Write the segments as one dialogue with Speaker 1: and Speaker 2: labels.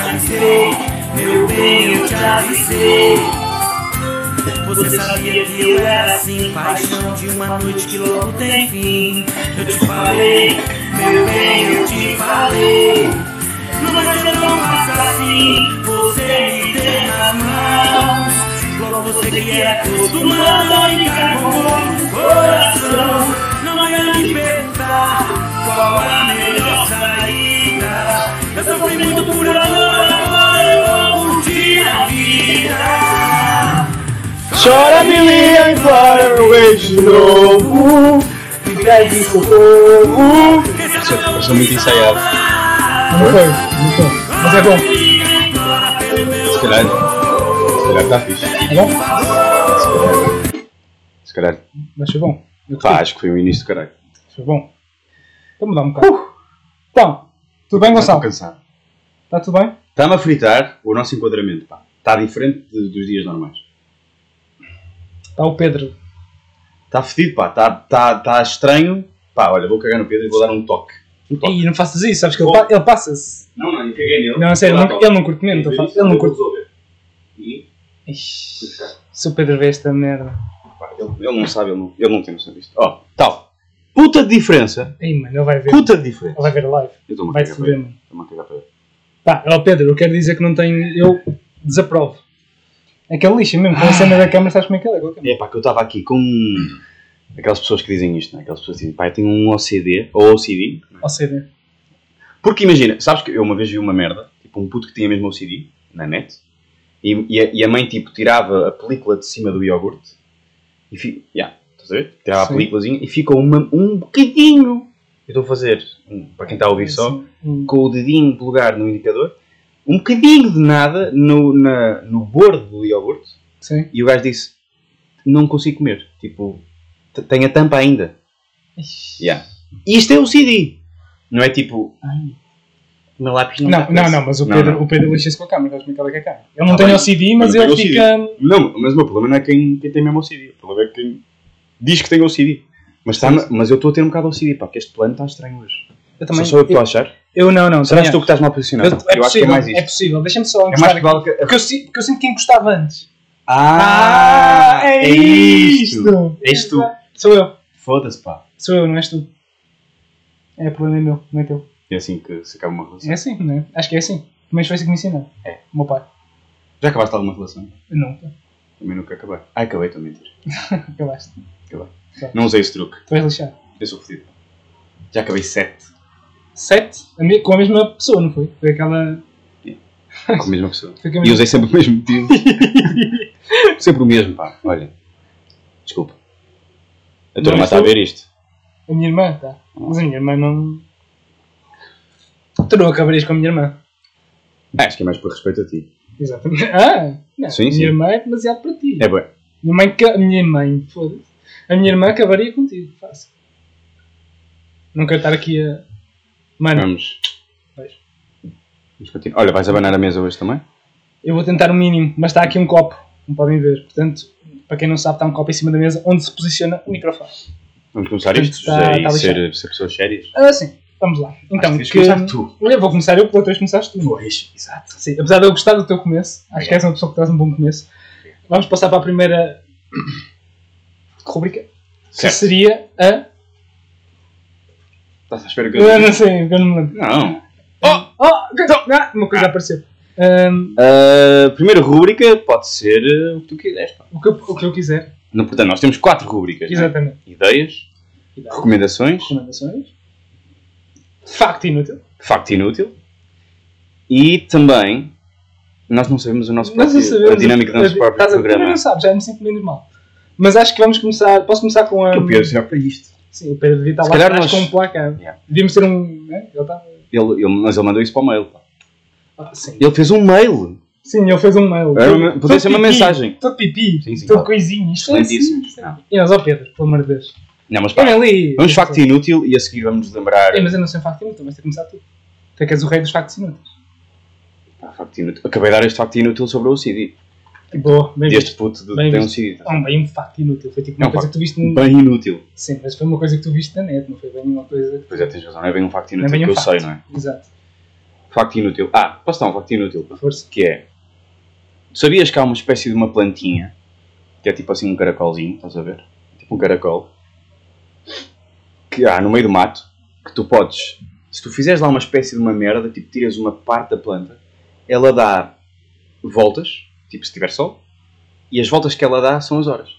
Speaker 1: avisei, meu bem, eu te avisei. Você sabia que eu era assim, paixão de uma noite que logo tem fim. Eu te falei, meu bem, eu te falei. Mas você não faça assim, você me tem nas mãos. Logo você que é acostumado a brincar com o coração. Não é me perguntar qual a melhor saída. Eu sofri muito por amor, agora eu vou curtir a vida.
Speaker 2: Chora Billy and Flora Away de novo Me pede socorro
Speaker 1: Essa
Speaker 3: sou é muito ensaiado.
Speaker 2: Não foi, não foi Mas é bom,
Speaker 3: Se calhar. Se calhar tá fixe. Se
Speaker 2: é bom?
Speaker 3: calhar. Se calhar.
Speaker 2: Mas foi bom Eu gostei,
Speaker 3: Pá, acho que foi o início do caralho.
Speaker 2: foi bom Então mudar um bocado Então, tudo bem
Speaker 3: Estou
Speaker 2: Gonçalo?
Speaker 3: cansado.
Speaker 2: Está tudo bem?
Speaker 3: Está-me a fritar o nosso enquadramento, pá. Está diferente de- dos dias normais.
Speaker 2: Está Tá o Pedro
Speaker 3: Está fedido, pá. Está tá, tá estranho. Pá, olha, vou cagar no Pedro e vou dar um toque. Um toque.
Speaker 2: Ih, não faças isso, sabes que ele, pa- ele passa-se
Speaker 3: Não, não, eu caguei nele.
Speaker 2: Não, é sério,
Speaker 3: Vou
Speaker 2: ele
Speaker 3: dar
Speaker 2: não,
Speaker 3: toque.
Speaker 2: ele não curte mesmo, estou a falar, ele não
Speaker 3: Eu vou
Speaker 2: curte
Speaker 3: resolver. E,
Speaker 2: Ixi, Se o Pedro vê esta merda
Speaker 3: pá, ele, ele não sabe, ele não, ele não tem noção disto. Ó, tal. Puta de diferença.
Speaker 2: Ei mano, ele vai ver Ele
Speaker 3: Puta de diferença.
Speaker 2: vai ver a live
Speaker 3: Eu estou-me a
Speaker 2: Vai-se
Speaker 3: cagar para
Speaker 2: ver
Speaker 3: ele.
Speaker 2: mano
Speaker 3: Estou-me a cagar para ele.
Speaker 2: Pá, ó Pedro, eu quero dizer que não tenho. Eu desaprovo. Aquele lixo mesmo, com a cena da câmera, sabes como é que é? Com a câmera.
Speaker 3: É pá, que eu estava aqui com aquelas pessoas que dizem isto, né? aquelas pessoas que dizem, pá, eu tenho um OCD, ou OCD,
Speaker 2: Ou seja,
Speaker 3: porque imagina, sabes que eu uma vez vi uma merda, tipo um puto que tinha mesmo OCD, na net, e, e a, e a mãe tipo tirava a película de cima do iogurte, e fi, yeah, estás a ver? Tirava
Speaker 2: Sim.
Speaker 3: a películazinha e fica uma, um bocadinho, eu estou a fazer, um, para quem está a ouvir só,
Speaker 2: assim, hum,
Speaker 3: com o dedinho polegar no indicador, um bocadinho de nada no, na, no bordo do iogurte,
Speaker 2: Sim.
Speaker 3: e o gajo disse: Não consigo comer. Tipo, t- tem a tampa ainda. Yeah. E isto é o CD. Não é tipo. Ai, o meu lápis não
Speaker 2: Não,
Speaker 3: dá
Speaker 2: não,
Speaker 3: preço."
Speaker 2: não, mas o Pedro,
Speaker 3: Não,
Speaker 2: o Pedro lixa-se com a câmera, sabes como é que ela quer a câmera. Ele
Speaker 3: Tá
Speaker 2: não tem
Speaker 3: bem.
Speaker 2: OCD, mas
Speaker 3: Eu não
Speaker 2: ele
Speaker 3: tenho
Speaker 2: fica.
Speaker 3: não. Não, mas o meu problema não é quem, quem tem mesmo o CD. O problema é quem diz que tem o CD. Mas, tá, mas eu estou a ter um bocado o CD, pá, porque este plano está estranho hoje.
Speaker 2: Eu
Speaker 3: Também,
Speaker 2: também.
Speaker 3: só sou eu que estou a
Speaker 2: eu,
Speaker 3: achar?
Speaker 2: eu não, não.
Speaker 3: Será que tu
Speaker 2: também
Speaker 3: que estás mal posicionado?
Speaker 2: acho. Eu, é, possível,
Speaker 3: acho que é mais isto.
Speaker 2: é possível, deixa-me só
Speaker 3: É mais
Speaker 2: encostar
Speaker 3: que
Speaker 2: aqui.
Speaker 3: vale que-
Speaker 2: Porque eu, si- porque eu sinto que encostava antes.
Speaker 3: Ah, é, isto! És
Speaker 2: Isto.
Speaker 3: tu.
Speaker 2: Sou eu,
Speaker 3: Foda-se, pá.
Speaker 2: sou eu, não és tu. É, o problema é meu, não é teu.
Speaker 3: É assim que se acaba uma relação.
Speaker 2: É assim, não é? Acho que é assim. Mas foi assim que me ensinou.
Speaker 3: É.
Speaker 2: O meu pai.
Speaker 3: Já acabaste alguma relação?
Speaker 2: Não,
Speaker 3: Também nunca acabei. Ah, acabei, estou a mentir.
Speaker 2: acabaste.
Speaker 3: Acabei.
Speaker 2: Tá.
Speaker 3: Não usei esse truque.
Speaker 2: Tu vais lixar.
Speaker 3: Eu sou fodido. Já acabei 7
Speaker 2: Sete? A me- com a mesma pessoa, não foi? Foi aquela.
Speaker 3: com a mesma pessoa.
Speaker 2: Foi com
Speaker 3: E
Speaker 2: a mesma-
Speaker 3: usei sempre o mesmo motivo. sempre o mesmo, pá. Olha. Desculpa. A tua
Speaker 2: Não,
Speaker 3: irmã
Speaker 2: mas
Speaker 3: está a
Speaker 2: tu-
Speaker 3: ver isto.
Speaker 2: A minha irmã, tá.
Speaker 3: Ah.
Speaker 2: Mas a minha irmã não. Tu não acabarias com a minha irmã.
Speaker 3: Ah, acho que é mais por respeito a ti.
Speaker 2: Exatamente. Ah! Não.
Speaker 3: Sim,
Speaker 2: a minha
Speaker 3: sim.
Speaker 2: irmã é demasiado para ti.
Speaker 3: É bem.
Speaker 2: Minha mãe. ca- A minha mãe, foda-se. A minha irmã acabaria contigo, fácil. Não quero estar aqui a. Mano,
Speaker 3: Vamos.
Speaker 2: Pois.
Speaker 3: Vamos continuar. Olha, vais abanar a mesa hoje também?
Speaker 2: eu vou tentar o mínimo, mas está aqui um copo, como podem ver. Portanto, para quem não sabe, está um copo em cima da mesa onde se posiciona o microfone.
Speaker 3: Vamos começar
Speaker 2: Portanto,
Speaker 3: isto?
Speaker 2: tá-
Speaker 3: José, e
Speaker 2: tá
Speaker 3: ser, ser pessoas sérias?
Speaker 2: Ah, sim. Vamos lá. Então,
Speaker 3: Acho que devias começar tu.
Speaker 2: Olha, vou começar eu, pela vez começaste tu.
Speaker 3: Pois, exato.
Speaker 2: Sim, apesar de eu gostar do teu começo, acho que és uma pessoa que traz um bom começo. Vamos passar para a primeira rubrica, que
Speaker 3: Certo.
Speaker 2: seria a...
Speaker 3: Estás à espera que eu.
Speaker 2: Eu não sei, eu não me lembro.
Speaker 3: Não.
Speaker 2: Oh, que- ah, uma coisa apareceu. Ahm,
Speaker 3: Ah, primeira rúbrica pode ser ah, o que tu quiseres, pá.
Speaker 2: o, que eu, o que eu quiser,
Speaker 3: Não, Portanto, nós temos quatro rúbricas: né?
Speaker 2: exatamente.
Speaker 3: ideias, recomendações,
Speaker 2: Recomendações. Facto inútil.
Speaker 3: facto inútil e também nós não sabemos o nosso
Speaker 2: Nós
Speaker 3: próprio,
Speaker 2: não sabemos.
Speaker 3: a dinâmica do nosso próprio
Speaker 2: Estás a-
Speaker 3: programa.
Speaker 2: Não sabes, já me sinto menos mal. Mas acho que vamos começar... Posso começar com a...
Speaker 3: Que o Pedro já para isto.
Speaker 2: Sim, o Pedro devia estar
Speaker 3: Se
Speaker 2: lá
Speaker 3: calhar
Speaker 2: atrás
Speaker 3: nós-
Speaker 2: com um placar.
Speaker 3: Yeah.
Speaker 2: Devíamos ter um. Né? Ele tá...
Speaker 3: Ele, ele- mas ele mandou isso para o mail. pá.
Speaker 2: Ah, sim.
Speaker 3: Ele fez um mail.
Speaker 2: sim, ele fez um mail.
Speaker 3: Era uma-
Speaker 2: Todo
Speaker 3: podia ser uma
Speaker 2: pipi,
Speaker 3: mensagem.
Speaker 2: Todo pipi,
Speaker 3: Sim, sim,
Speaker 2: todo
Speaker 3: claro.
Speaker 2: coisinho. Isto é
Speaker 3: Excelentíssimo.
Speaker 2: assim, isto é
Speaker 3: Não.
Speaker 2: assim. E nós, ó Pedro, pelo amor de Deus.
Speaker 3: Não, mas pá,
Speaker 2: Olha ali.
Speaker 3: vamos facto inútil e a seguir vamos lembrar.
Speaker 2: Ei, mas eu não sei um facto inútil, mas tem que começar tu. Tu é que és o rei dos factos inúteis.
Speaker 3: Ah, facto inútil. Acabei de dar este facto inútil sobre o CD.
Speaker 2: Boa, bem visto.
Speaker 3: Este puto de,
Speaker 2: Bem
Speaker 3: tem um
Speaker 2: visto.
Speaker 3: CD.
Speaker 2: Ah, um bem um facto inútil. Foi tipo
Speaker 3: É
Speaker 2: uma
Speaker 3: um
Speaker 2: coisa
Speaker 3: facto.
Speaker 2: que tu viste. No...
Speaker 3: Bem inútil.
Speaker 2: Sim, mas foi uma coisa que tu viste na net, não foi bem uma coisa.
Speaker 3: Pois é, tens razão. Não é bem um facto
Speaker 2: Não é
Speaker 3: inútil
Speaker 2: bem
Speaker 3: que
Speaker 2: um
Speaker 3: eu
Speaker 2: facto.
Speaker 3: sei, não é?
Speaker 2: Exato.
Speaker 3: Facto inútil. Ah, posso dar um facto inútil?
Speaker 2: Força.
Speaker 3: Que é. Sabias que há uma espécie de uma plantinha que é tipo assim um caracolzinho, estás a ver? Tipo um caracol que há no meio do mato que tu podes, se tu fizeres lá uma espécie de uma merda, tipo tiras uma parte da planta, ela dá voltas, tipo se tiver sol, e as voltas que ela dá são as horas.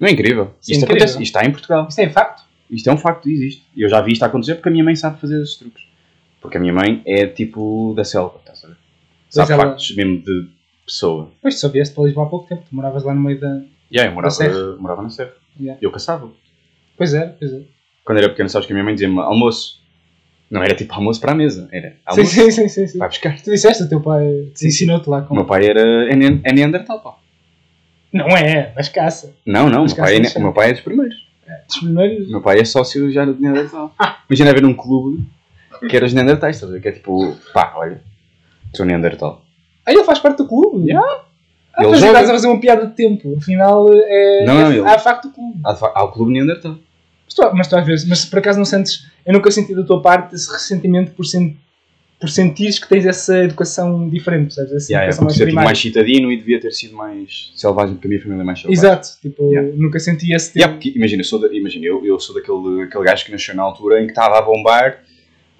Speaker 3: Não é incrível?
Speaker 2: Sim,
Speaker 3: isto
Speaker 2: incrível.
Speaker 3: acontece, isto está em Portugal.
Speaker 2: Isto é facto.
Speaker 3: Isto é um facto, existe. E Eu já vi isto a acontecer porque a minha mãe sabe fazer esses truques. Porque a minha mãe é tipo da selva, estás a ver? Sabe
Speaker 2: ela-
Speaker 3: factos mesmo de pessoa.
Speaker 2: Pois tu só vieste para Lisboa há pouco tempo, tu moravas lá no meio da.
Speaker 3: E aí eu morava,
Speaker 2: Serra.
Speaker 3: morava na serra.
Speaker 2: Yeah.
Speaker 3: Eu caçava.
Speaker 2: Pois é, pois é.
Speaker 3: Quando era pequeno, sabes que a minha mãe dizia-me almoço. Não era tipo almoço para a mesa, era
Speaker 2: Sim,
Speaker 3: almoço
Speaker 2: sim, sim, sim, sim.
Speaker 3: vai buscar.
Speaker 2: Tu disseste, o teu pai te ensinou-te lá
Speaker 3: O
Speaker 2: como.
Speaker 3: meu pai era é ne- é Neandertal, pá.
Speaker 2: Não é, mas caça.
Speaker 3: Não, não, o
Speaker 2: Mas
Speaker 3: meu pai, é,
Speaker 2: cá
Speaker 3: ne-
Speaker 2: sim.
Speaker 3: o meu pai é dos primeiros.
Speaker 2: Os primeiros.
Speaker 3: O meu pai é sócio já do Neandertal. Imagina haver um clube que era os Neandertais, estás a ver? Que é tipo, pá, olha, sou Neandertal.
Speaker 2: Ah, ele faz parte do clube.
Speaker 3: Yeah.
Speaker 2: Ah,
Speaker 3: Ele
Speaker 2: mas
Speaker 3: joga.
Speaker 2: estás a fazer uma piada de tempo. Afinal, é.
Speaker 3: Não, não,
Speaker 2: é-
Speaker 3: ele-
Speaker 2: Há facto do clube.
Speaker 3: Há, Ah, de fa- há o clube tá. Neandertal.
Speaker 2: Mas tu, mas tu às vezes, mas se por acaso não sentes. Eu nunca senti da tua parte esse ressentimento por, sen- por sentires que tens essa educação diferente, percebes? Essa
Speaker 3: Yeah, é,
Speaker 2: educação
Speaker 3: porque ser tipo,
Speaker 2: primária.
Speaker 3: mais citadino e devia ter sido mais selvagem porque a minha família é mais selvagem.
Speaker 2: Exato, tipo,
Speaker 3: Yeah.
Speaker 2: nunca senti esse tipo.
Speaker 3: Yeah, porque, imagina, eu sou, da- imagina eu, eu sou daquele aquele gajo que nasceu na altura em que estava a bombar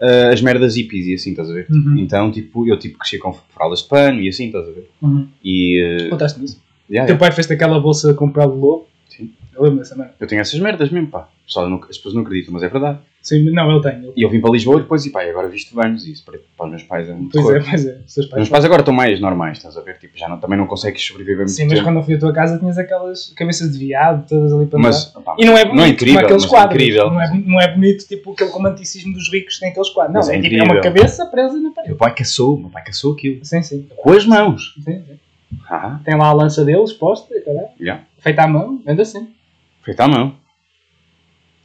Speaker 3: ah, as merdas hippies e assim, estás a ver?
Speaker 2: Uhum.
Speaker 3: Então, tipo, eu tipo, cresci com fraldas de pano e assim, estás a ver?
Speaker 2: Uhum.
Speaker 3: E. ah,
Speaker 2: Contaste isso.
Speaker 3: yeah,
Speaker 2: teu
Speaker 3: yeah,
Speaker 2: pai fez aquela bolsa com pele de lobo.
Speaker 3: Sim.
Speaker 2: Eu lembro dessa merda.
Speaker 3: eu tenho essas merdas mesmo, pá. Pessoal, não- as pessoas não acreditam, mas é verdade.
Speaker 2: Sim, não, ele tem. Ele...
Speaker 3: E eu vim para Lisboa e depois, e pá, e agora visto anos e isso para, para os meus pais é muito
Speaker 2: Pois
Speaker 3: terror.
Speaker 2: é, pois é. Os
Speaker 3: Os
Speaker 2: teus
Speaker 3: meus
Speaker 2: pais.
Speaker 3: pais agora estão mais normais, estás a ver? Tipo, já não, também não consegues sobreviver muito
Speaker 2: Sim, mas
Speaker 3: tempo.
Speaker 2: quando eu fui à tua casa tinhas aquelas cabeças de viado todas ali para
Speaker 3: Mas,
Speaker 2: andar.
Speaker 3: pá,
Speaker 2: E não é
Speaker 3: não é
Speaker 2: bonito,
Speaker 3: incrível,
Speaker 2: como aqueles
Speaker 3: mas é
Speaker 2: quadros.
Speaker 3: incrível.
Speaker 2: Não, é, boni- não é bonito, tipo, aquele romanticismo dos ricos que tem aqueles quadros. Não,
Speaker 3: Mas é
Speaker 2: é, tipo, é
Speaker 3: incrível.
Speaker 2: uma cabeça presa na parede.
Speaker 3: meu pai caçou, meu pai caçou aquilo.
Speaker 2: Sim, sim.
Speaker 3: Com as mãos.
Speaker 2: Sim, sim.
Speaker 3: Ah,
Speaker 2: Tem lá a lança deles posta, e caralho.
Speaker 3: já.
Speaker 2: feita à mão, anda sempre.
Speaker 3: Feito à mão.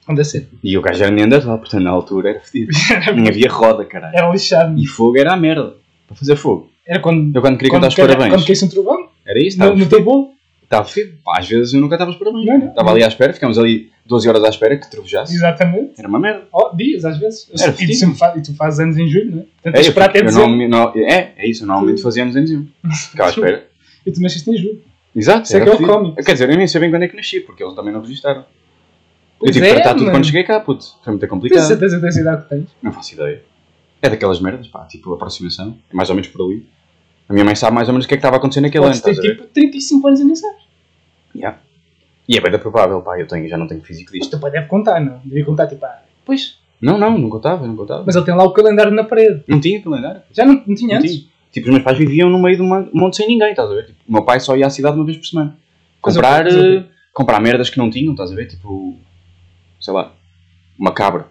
Speaker 2: Anda assim. sempre.
Speaker 3: E o gajo era Neandertal, portanto na altura era fedido. Nem havia roda, caralho.
Speaker 2: Era um lixado.
Speaker 3: E fogo era a merda. Para fazer fogo.
Speaker 2: Era quando.
Speaker 3: Eu quando queria
Speaker 2: Quando,
Speaker 3: cantar os
Speaker 2: calhar-
Speaker 3: parabéns.
Speaker 2: quando caísse um trovão,
Speaker 3: Era isso,
Speaker 2: no,
Speaker 3: estava
Speaker 2: no teu bolo.
Speaker 3: estava fedido. Pá, às vezes eu nunca estava os parabéns.
Speaker 2: Não, é? não.
Speaker 3: Estava ali à espera, ficámos ali 12 horas à espera que trovejasse.
Speaker 2: Exatamente.
Speaker 3: Era uma merda.
Speaker 2: Oh, dias, às vezes.
Speaker 3: Era
Speaker 2: e, tu
Speaker 3: fedido.
Speaker 2: sempre fa- e tu fazes anos em julho, não é? Portanto,
Speaker 3: É, eu,
Speaker 2: esperar até
Speaker 3: eu
Speaker 2: dezembro.
Speaker 3: não- não- é, é isso, eu normalmente fazia anos em dezembro. Ficava à espera.
Speaker 2: E tu nasceste em julho.
Speaker 3: Exato,
Speaker 2: Isso é
Speaker 3: era
Speaker 2: que é o
Speaker 3: fedido.
Speaker 2: cómico.
Speaker 3: Quer dizer, eu nem sei bem quando é que nasci, porque eles também não registaram. Eu
Speaker 2: Pois
Speaker 3: tive que
Speaker 2: é,
Speaker 3: tratar tudo
Speaker 2: mano. é.
Speaker 3: quando cheguei cá, puto. Foi muito
Speaker 2: Tens
Speaker 3: complicado.
Speaker 2: certeza da idade que tens?
Speaker 3: Não faço ideia. É daquelas merdas, pá, tipo aproximação. É mais ou menos por ali. A minha mãe sabe mais ou menos o que é que estava acontecendo naquele ano,
Speaker 2: Podes ter
Speaker 3: estás a ver?
Speaker 2: tipo 35 anos e nem sabes.
Speaker 3: Yeah. E é bem da provável, pá, eu tenho, já não tenho físico
Speaker 2: Mas
Speaker 3: disto.
Speaker 2: teu pai deve contar, não? Devia contar tipo, ah, pois.
Speaker 3: Não, não, não contava, não contava.
Speaker 2: Mas ele tem lá o calendário na parede.
Speaker 3: Não tinha calendário.
Speaker 2: Já não, não tinha
Speaker 3: Não
Speaker 2: antes?
Speaker 3: tinha. Tipo, os meus pais viviam no meio de uma- um monte sem ninguém, estás a ver? Tipo, o meu pai só ia à cidade uma vez por semana.
Speaker 2: Mas eu-
Speaker 3: Comprar,
Speaker 2: mas eu-
Speaker 3: eh, comprar merdas que não tinham, estás a ver? Tipo, sei lá, uma cabra.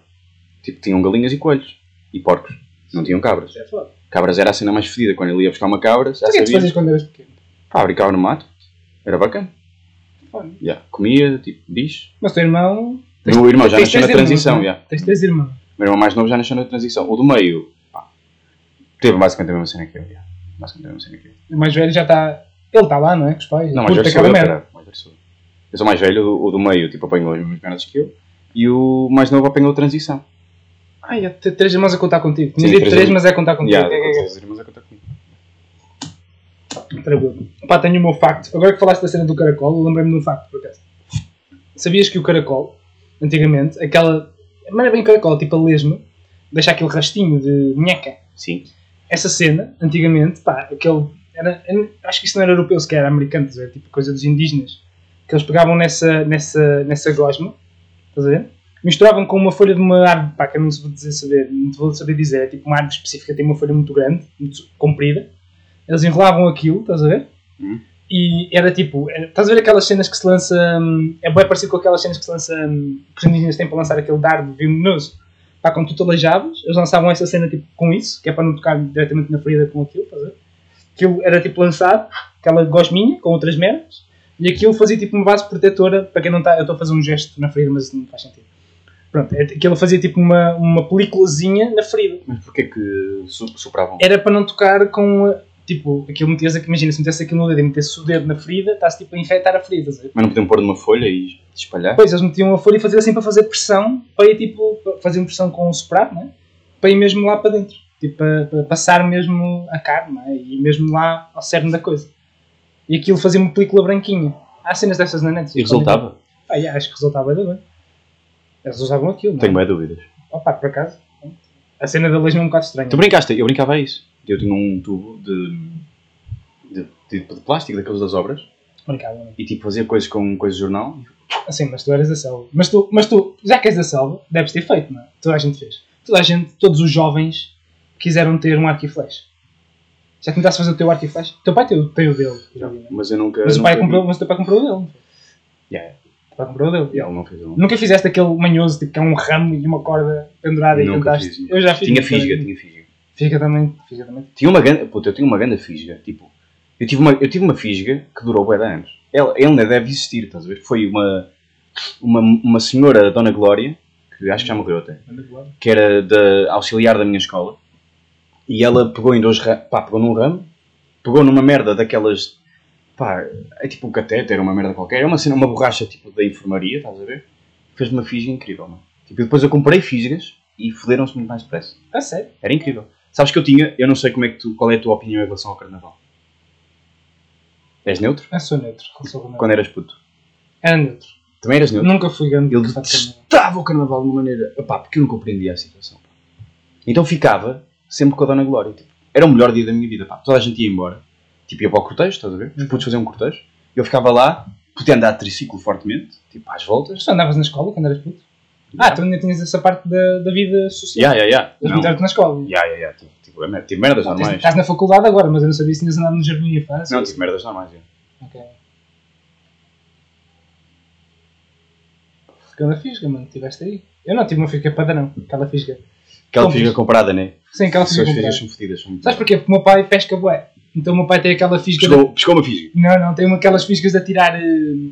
Speaker 3: Tipo, tinham galinhas e coelhos. E porcos. Não tinham cabras.
Speaker 2: Isso é foda.
Speaker 3: Cabras era a cena mais fedida. Quando ele ia buscar uma cabra, já
Speaker 2: Mas o que é que tu
Speaker 3: sabia.
Speaker 2: fazias quando eras pequeno?
Speaker 3: Pá, brincava no mato. Era bacana.
Speaker 2: Foda.
Speaker 3: Yeah. Comia, tipo, bicho.
Speaker 2: Mas o teu irmão.
Speaker 3: O meu irmão já
Speaker 2: tens
Speaker 3: nasceu na
Speaker 2: três irmãos,
Speaker 3: transição,
Speaker 2: não é?
Speaker 3: yeah.
Speaker 2: Tens três irmãos.
Speaker 3: O meu irmão mais novo já nasceu na transição. O do meio, pá, teve basicamente a mesma cena que eu. já. Basicamente a mesma cena que eu.
Speaker 2: O mais velho já está. Ele está lá, não é? Com os pais.
Speaker 3: Não, mais
Speaker 2: Curte
Speaker 3: velho sou eu,
Speaker 2: merda.
Speaker 3: cara. Mais velho sou eu. Eu sou mais velho, o- o do meio, tipo, apanhou as mesmas merdas que eu. E o mais novo apanhou a transição.
Speaker 2: Ai, há t- três irmãos a contar contigo. Tinha
Speaker 3: Sim,
Speaker 2: dito
Speaker 3: três
Speaker 2: três,
Speaker 3: irmãos.
Speaker 2: mas é a contar contigo.
Speaker 3: Yeah,
Speaker 2: É, é, é.
Speaker 3: os irmãos a contar comigo.
Speaker 2: Tranquilo. Pá, tenho o meu facto. Agora que falaste da cena do caracol, eu lembrei-me de um facto, por acaso. Sabias que o caracol, antigamente, aquela. Não era bem caracol, tipo a lesma, deixa aquele rastinho de nheca.
Speaker 3: Sim.
Speaker 2: Essa cena, antigamente, pá, aquele. Era, eu não- acho que isso não era europeu sequer, era americano, estás a ver? tipo coisa dos indígenas. Que eles pegavam nessa, nessa, nessa gosma, estás a ver? Misturavam com uma folha de uma árvore, pá, que eu não vou dizer saber, não te vou saber dizer, é tipo uma árvore específica, tem uma folha muito grande, muito comprida. Eles enrolavam aquilo, estás a ver?
Speaker 3: Hum.
Speaker 2: E era tipo, era- estás a ver aquelas cenas que se lança, hum, é bem parecido com aquelas cenas que se lança, hum, que os indígenas têm para lançar aquele dardo venenoso. Pá, quando tu te aleijavas, eles lançavam essa cena tipo com isso, que é para não tocar diretamente na ferida com aquilo, estás a ver? Aquilo era tipo lançado, aquela gosminha com outras merdas, e aquilo fazia tipo uma base protetora, para quem não está, eu estou a fazer um gesto na ferida, mas não faz sentido. Pronto, é- aquilo fazia tipo uma, uma peliculazinha na ferida
Speaker 3: Mas porquê que su- superavam?
Speaker 2: era para não tocar com a- tipo, aquilo metias aqui, imagina, se metesse aquilo no dedo e metesse o dedo na ferida, está-se tipo a infectar a ferida. estás a ver?
Speaker 3: Mas não podiam pôr numa folha e espalhar?
Speaker 2: um Depois eles metiam a folha e faziam assim para fazer pressão, para ir tipo, para- faziam pressão com o soprano, né? para ir mesmo lá para dentro. Tipo, para, para passar mesmo a carne não é? e mesmo lá ao cerne da coisa. E aquilo fazia uma película branquinha. Há cenas dessas na net.
Speaker 3: E resultava?
Speaker 2: Ah, yeah, acho que resultava ainda bem. Eles usavam aquilo, não é?
Speaker 3: Tenho bem dúvidas.
Speaker 2: Opa, por acaso. pronto. A cena da lesma é um bocado estranha.
Speaker 3: Tu brincaste? Eu brincava a isso. Eu tinha um tubo de, de, de, de plástico daqueles das obras
Speaker 2: Brincava, não é?
Speaker 3: e tipo fazia coisas com coisas de jornal.
Speaker 2: Assim, mas tu eras da selva. Mas tu, mas tu, já que és da selva, deves ter feito, não é? Toda a gente fez. Toda a gente, todos os jovens quiseram ter um arco e flecha. Já tentaste fazer o teu arco e flecha? O teu pai tem, o- tem o dele, já vi, não é?
Speaker 3: Mas eu nunca.
Speaker 2: Mas o, pai
Speaker 3: nunca-
Speaker 2: comprou, um. mas o teu pai comprou o dele. não foi?
Speaker 3: Yeah,
Speaker 2: O teu pai comprou o dele.
Speaker 3: yeah, ele não fez. um. ele não.
Speaker 2: Nunca fizeste aquele manhoso, tipo, que é um ramo e uma corda pendurada e
Speaker 3: Nunca
Speaker 2: cantaste?
Speaker 3: fiz. um.
Speaker 2: Eu já fiz. um
Speaker 3: Tinha
Speaker 2: mas também-
Speaker 3: fisga, tinha fisga.
Speaker 2: Fisga também, fisga também.
Speaker 3: Tinha uma grande. Puta, eu tinha uma grande fisga. Tipo, eu tive uma, eu tive uma fisga que durou bué de anos. Ela, ela ainda deve existir, estás a ver? Foi uma, uma, uma senhora, a Dona Glória, que acho que já morreu até, que era da auxiliar da minha escola, e ela pegou em dois ramos, pá, pegou num ramo, pegou numa merda daquelas, pá, é tipo um cateter, uma merda qualquer, é uma cena, uma borracha tipo da enfermaria, estás a ver? Fez uma fisga incrível, mano. Tipo, e depois eu comprei fisgas e foderam-se muito mais depressa.
Speaker 2: Ah, sério?
Speaker 3: Era incrível. Sabes que eu tinha, eu não sei como é que tu, qual é a tua opinião em relação ao carnaval. És neutro?
Speaker 2: Eu sou neutro. eu sou neutro.
Speaker 3: Quando é- eras puto.
Speaker 2: Era neutro.
Speaker 3: Também eras neutro?
Speaker 2: Nunca fui grande.
Speaker 3: Ele
Speaker 2: fã de carnaval.
Speaker 3: detestava o carnaval de uma maneira. Epá, porque eu não compreendia a situação. pá. Então ficava sempre com a Dona Glória. tipo, era o melhor dia da minha vida. Pá. Toda a gente ia embora. Tipo, ia para o cortejo, estás a ver? Os putos faziam um cortejo. Eu ficava lá, podia andar de triciclo fortemente, tipo, às voltas.
Speaker 2: Mas tu andavas na escola quando eras puto? Ah, tu ainda tinhas essa parte da, da vida social.
Speaker 3: Ya, ya, ya.
Speaker 2: Eles
Speaker 3: Não.
Speaker 2: meteram-te na escola.
Speaker 3: Ya, ya, ya. Tipo, tipo, é mer- tive merdas
Speaker 2: Não, tens-
Speaker 3: normais.
Speaker 2: estás na faculdade agora, mas eu não sabia se tinhas andado no jardim de infância.
Speaker 3: Não, tive merdas normais. é.
Speaker 2: Ok. Ficando a fisga, mano, tiveste aí. Eu não tive uma fisga padrão, aquela fisga.
Speaker 3: Aquela
Speaker 2: Como
Speaker 3: fisga
Speaker 2: fiz?
Speaker 3: comprada, né?
Speaker 2: Sem aquela
Speaker 3: As suas
Speaker 2: fisga
Speaker 3: fisgas
Speaker 2: comprada.
Speaker 3: são fodidas. são muito
Speaker 2: Sabes porquê? Porque o meu pai pesca bué. Então o meu pai tem aquela fisga... de-
Speaker 3: Pescou, pescou uma fisga.
Speaker 2: Não, não, tem uma- aquelas fisgas de atirar eh,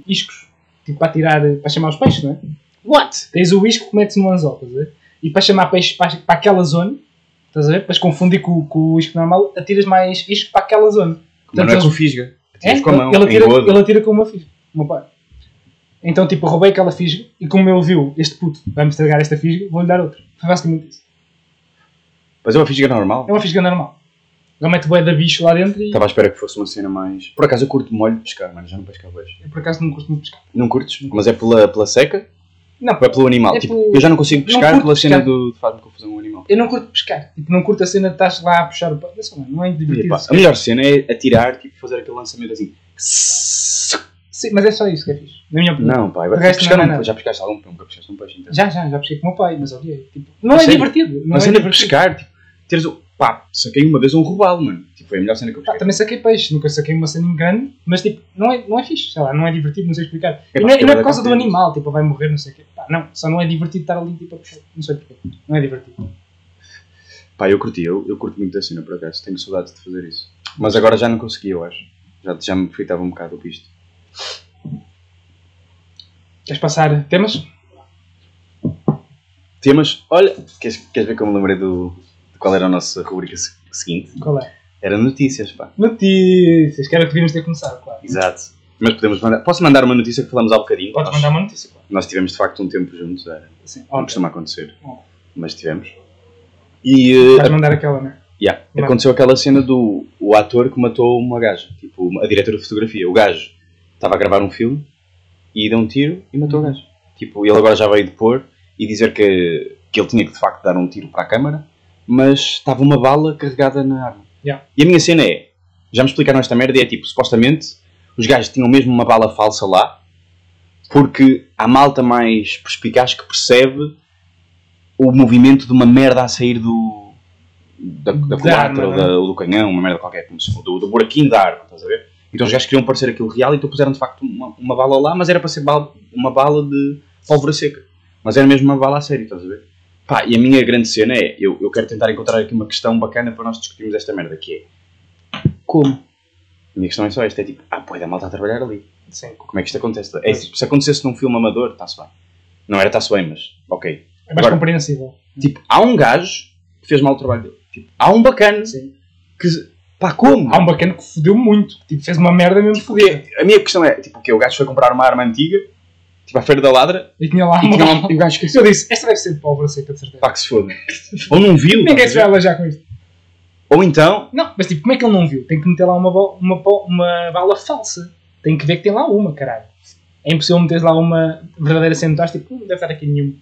Speaker 2: iscos. Tipo, para atirar, eh, para chamar os peixes, não é? What? Tens o isco que metes no anzol, estás a ver? E para chamar peixes para, para aquela zona, estás a ver? Para se confundir com, com o isco normal, atiras mais isco para aquela zona.
Speaker 3: Mas não é
Speaker 2: Portanto,
Speaker 3: com fisga.
Speaker 2: É,
Speaker 3: Atiras com a mão,
Speaker 2: ele, atira,
Speaker 3: em rodo.
Speaker 2: ele atira com uma fisga. o meu pai. Então, tipo, roubei aquela fisga e como ele viu este puto vai-me estragar esta fisga, vou-lhe dar outra. Foi basicamente isso.
Speaker 3: Mas é uma fisga normal.
Speaker 2: É uma fisga normal. Ele mete bué da bicho lá dentro e
Speaker 3: Estava à espera que fosse uma cena mais. Por acaso eu curto molho de pescar, mano, já não pescava hoje.
Speaker 2: eu por acaso não costumo pescar.
Speaker 3: Não curtes? Mas é pela, pela seca?
Speaker 2: Não,
Speaker 3: Ou é pelo animal?
Speaker 2: É
Speaker 3: tipo,
Speaker 2: pelo-
Speaker 3: eu já não consigo pescar
Speaker 2: curto
Speaker 3: pela cena
Speaker 2: pescar.
Speaker 3: do. faz-me confusão com o animal.
Speaker 2: eu não curto pescar. Tipo, não curto a cena de estás lá a puxar o pé. Não, sei lá, não é
Speaker 3: E,
Speaker 2: divertido.
Speaker 3: pá, a melhor cena é atirar, tipo, fazer aquele lançamento assim.
Speaker 2: Sim, mas é só isso que é fixe. Na minha opinião.
Speaker 3: Não, pá,
Speaker 2: O
Speaker 3: vai
Speaker 2: resto
Speaker 3: pescar
Speaker 2: não é
Speaker 3: um
Speaker 2: nada.
Speaker 3: peixe. Já pescaste algum nunca pescaste um peixe, então.
Speaker 2: Já, já, já pesquei com o meu pai, mas odiei. Tipo, não
Speaker 3: A
Speaker 2: é
Speaker 3: sério?
Speaker 2: divertido. Não
Speaker 3: Mas
Speaker 2: é
Speaker 3: ainda
Speaker 2: divertido.
Speaker 3: pescar, tipo, teres o. pá, saquei uma vez um robalo, mano. Tipo, foi a melhor cena que eu
Speaker 2: Ah,
Speaker 3: pesquei.
Speaker 2: também saquei peixe, nunca saquei uma cena em grande, mas tipo, não é, não é fixe, sei lá, não é divertido, não sei explicar.
Speaker 3: É
Speaker 2: E
Speaker 3: pá,
Speaker 2: não é, e não é
Speaker 3: cada
Speaker 2: por causa do
Speaker 3: contexto.
Speaker 2: animal, tipo, vai morrer, não sei o quê. Pá, não, só não é divertido estar ali, tipo, a puxar, não sei porquê. Não é divertido.
Speaker 3: Pá, eu curti, eu, eu curto muito da cena por acaso, tenho saudades de fazer isso. Mas agora já não consegui, eu acho. Já, já me fritava um bocado o pisto.
Speaker 2: Queres passar temas?
Speaker 3: Temas, olha, queres, queres ver como me lembrei do, de qual era a nossa rubrica se- seguinte?
Speaker 2: Qual é?
Speaker 3: Era notícias, pá.
Speaker 2: Notícias, que era o que devíamos ter começado, claro.
Speaker 3: Exato. Mas podemos mandar, posso mandar uma notícia que falamos há bocadinho?
Speaker 2: Podes
Speaker 3: Nós-
Speaker 2: mandar uma notícia, claro.
Speaker 3: Nós tivemos de facto um tempo juntos, é,
Speaker 2: Sim,
Speaker 3: não
Speaker 2: óbvio.
Speaker 3: costuma acontecer,
Speaker 2: Óbvio.
Speaker 3: mas tivemos. E eh,
Speaker 2: Oh. Vais mandar aquela, não é?
Speaker 3: Yeah.
Speaker 2: Não.
Speaker 3: Aconteceu aquela cena do o ator que matou uma gaja, tipo, uma- a diretora de fotografia. O gajo estava a gravar um filme e deu um tiro e matou o gajo. Tipo, ele agora já veio depor e dizer que, que ele tinha que de facto dar um tiro para a câmara, mas estava uma bala carregada na arma.
Speaker 2: Yeah.
Speaker 3: E a minha cena é: já me explicaram esta merda e é tipo, supostamente os gajos tinham mesmo uma bala falsa lá, porque há malta mais perspicaz que percebe o movimento de uma merda a sair do. da, da
Speaker 2: Da
Speaker 3: culatra
Speaker 2: arma,
Speaker 3: ou,
Speaker 2: não é?
Speaker 3: da- ou do canhão, uma merda qualquer, como se, do, do buraquinho da arma, estás a ver? Então os gajos queriam parecer aquilo real e então puseram de facto uma, uma bala lá, mas era para ser bala- uma bala de pólvora seca. Mas era mesmo uma bala a sério, estás a ver? Pá, e a minha grande cena é, eu, eu quero tentar encontrar aqui uma questão bacana para nós discutirmos esta merda, que é... Como? A minha questão é só esta, é tipo, ah, pô, da malta a trabalhar ali.
Speaker 2: Sim.
Speaker 3: Como é que isto acontece? É, tipo, se acontecesse num filme amador, está-se bem. Não era está-se bem, mas ok.
Speaker 2: É mais
Speaker 3: Agora-
Speaker 2: compreensível.
Speaker 3: Tipo, há um gajo que fez mal o trabalho dele. Tipo, há um bacana
Speaker 2: Sim.
Speaker 3: que... Pá, como?
Speaker 2: Há um bacana que fodeu muito, que, tipo, fez uma merda mesmo fodida.
Speaker 3: Porque a minha questão é, tipo, que o gajo foi comprar uma arma antiga, tipo à Feira da Ladra,
Speaker 2: E tinha lá
Speaker 3: e
Speaker 2: uma.
Speaker 3: tinha lá um gajo que
Speaker 2: Eu disse, esta deve ser de pólvora seca, de certeza.
Speaker 3: pá, que se foda. Ou não viu,
Speaker 2: Ninguém
Speaker 3: estás
Speaker 2: se
Speaker 3: a
Speaker 2: vai
Speaker 3: ver?
Speaker 2: alajar com isto.
Speaker 3: ou então,
Speaker 2: Não, mas tipo, como é que ele não viu? Tem que meter lá uma, bo- uma, bo- uma bala falsa. Tem que ver que tem lá uma, caralho. É impossível meter lá uma verdadeira sem notar, tipo, não deve estar aqui nenhuma.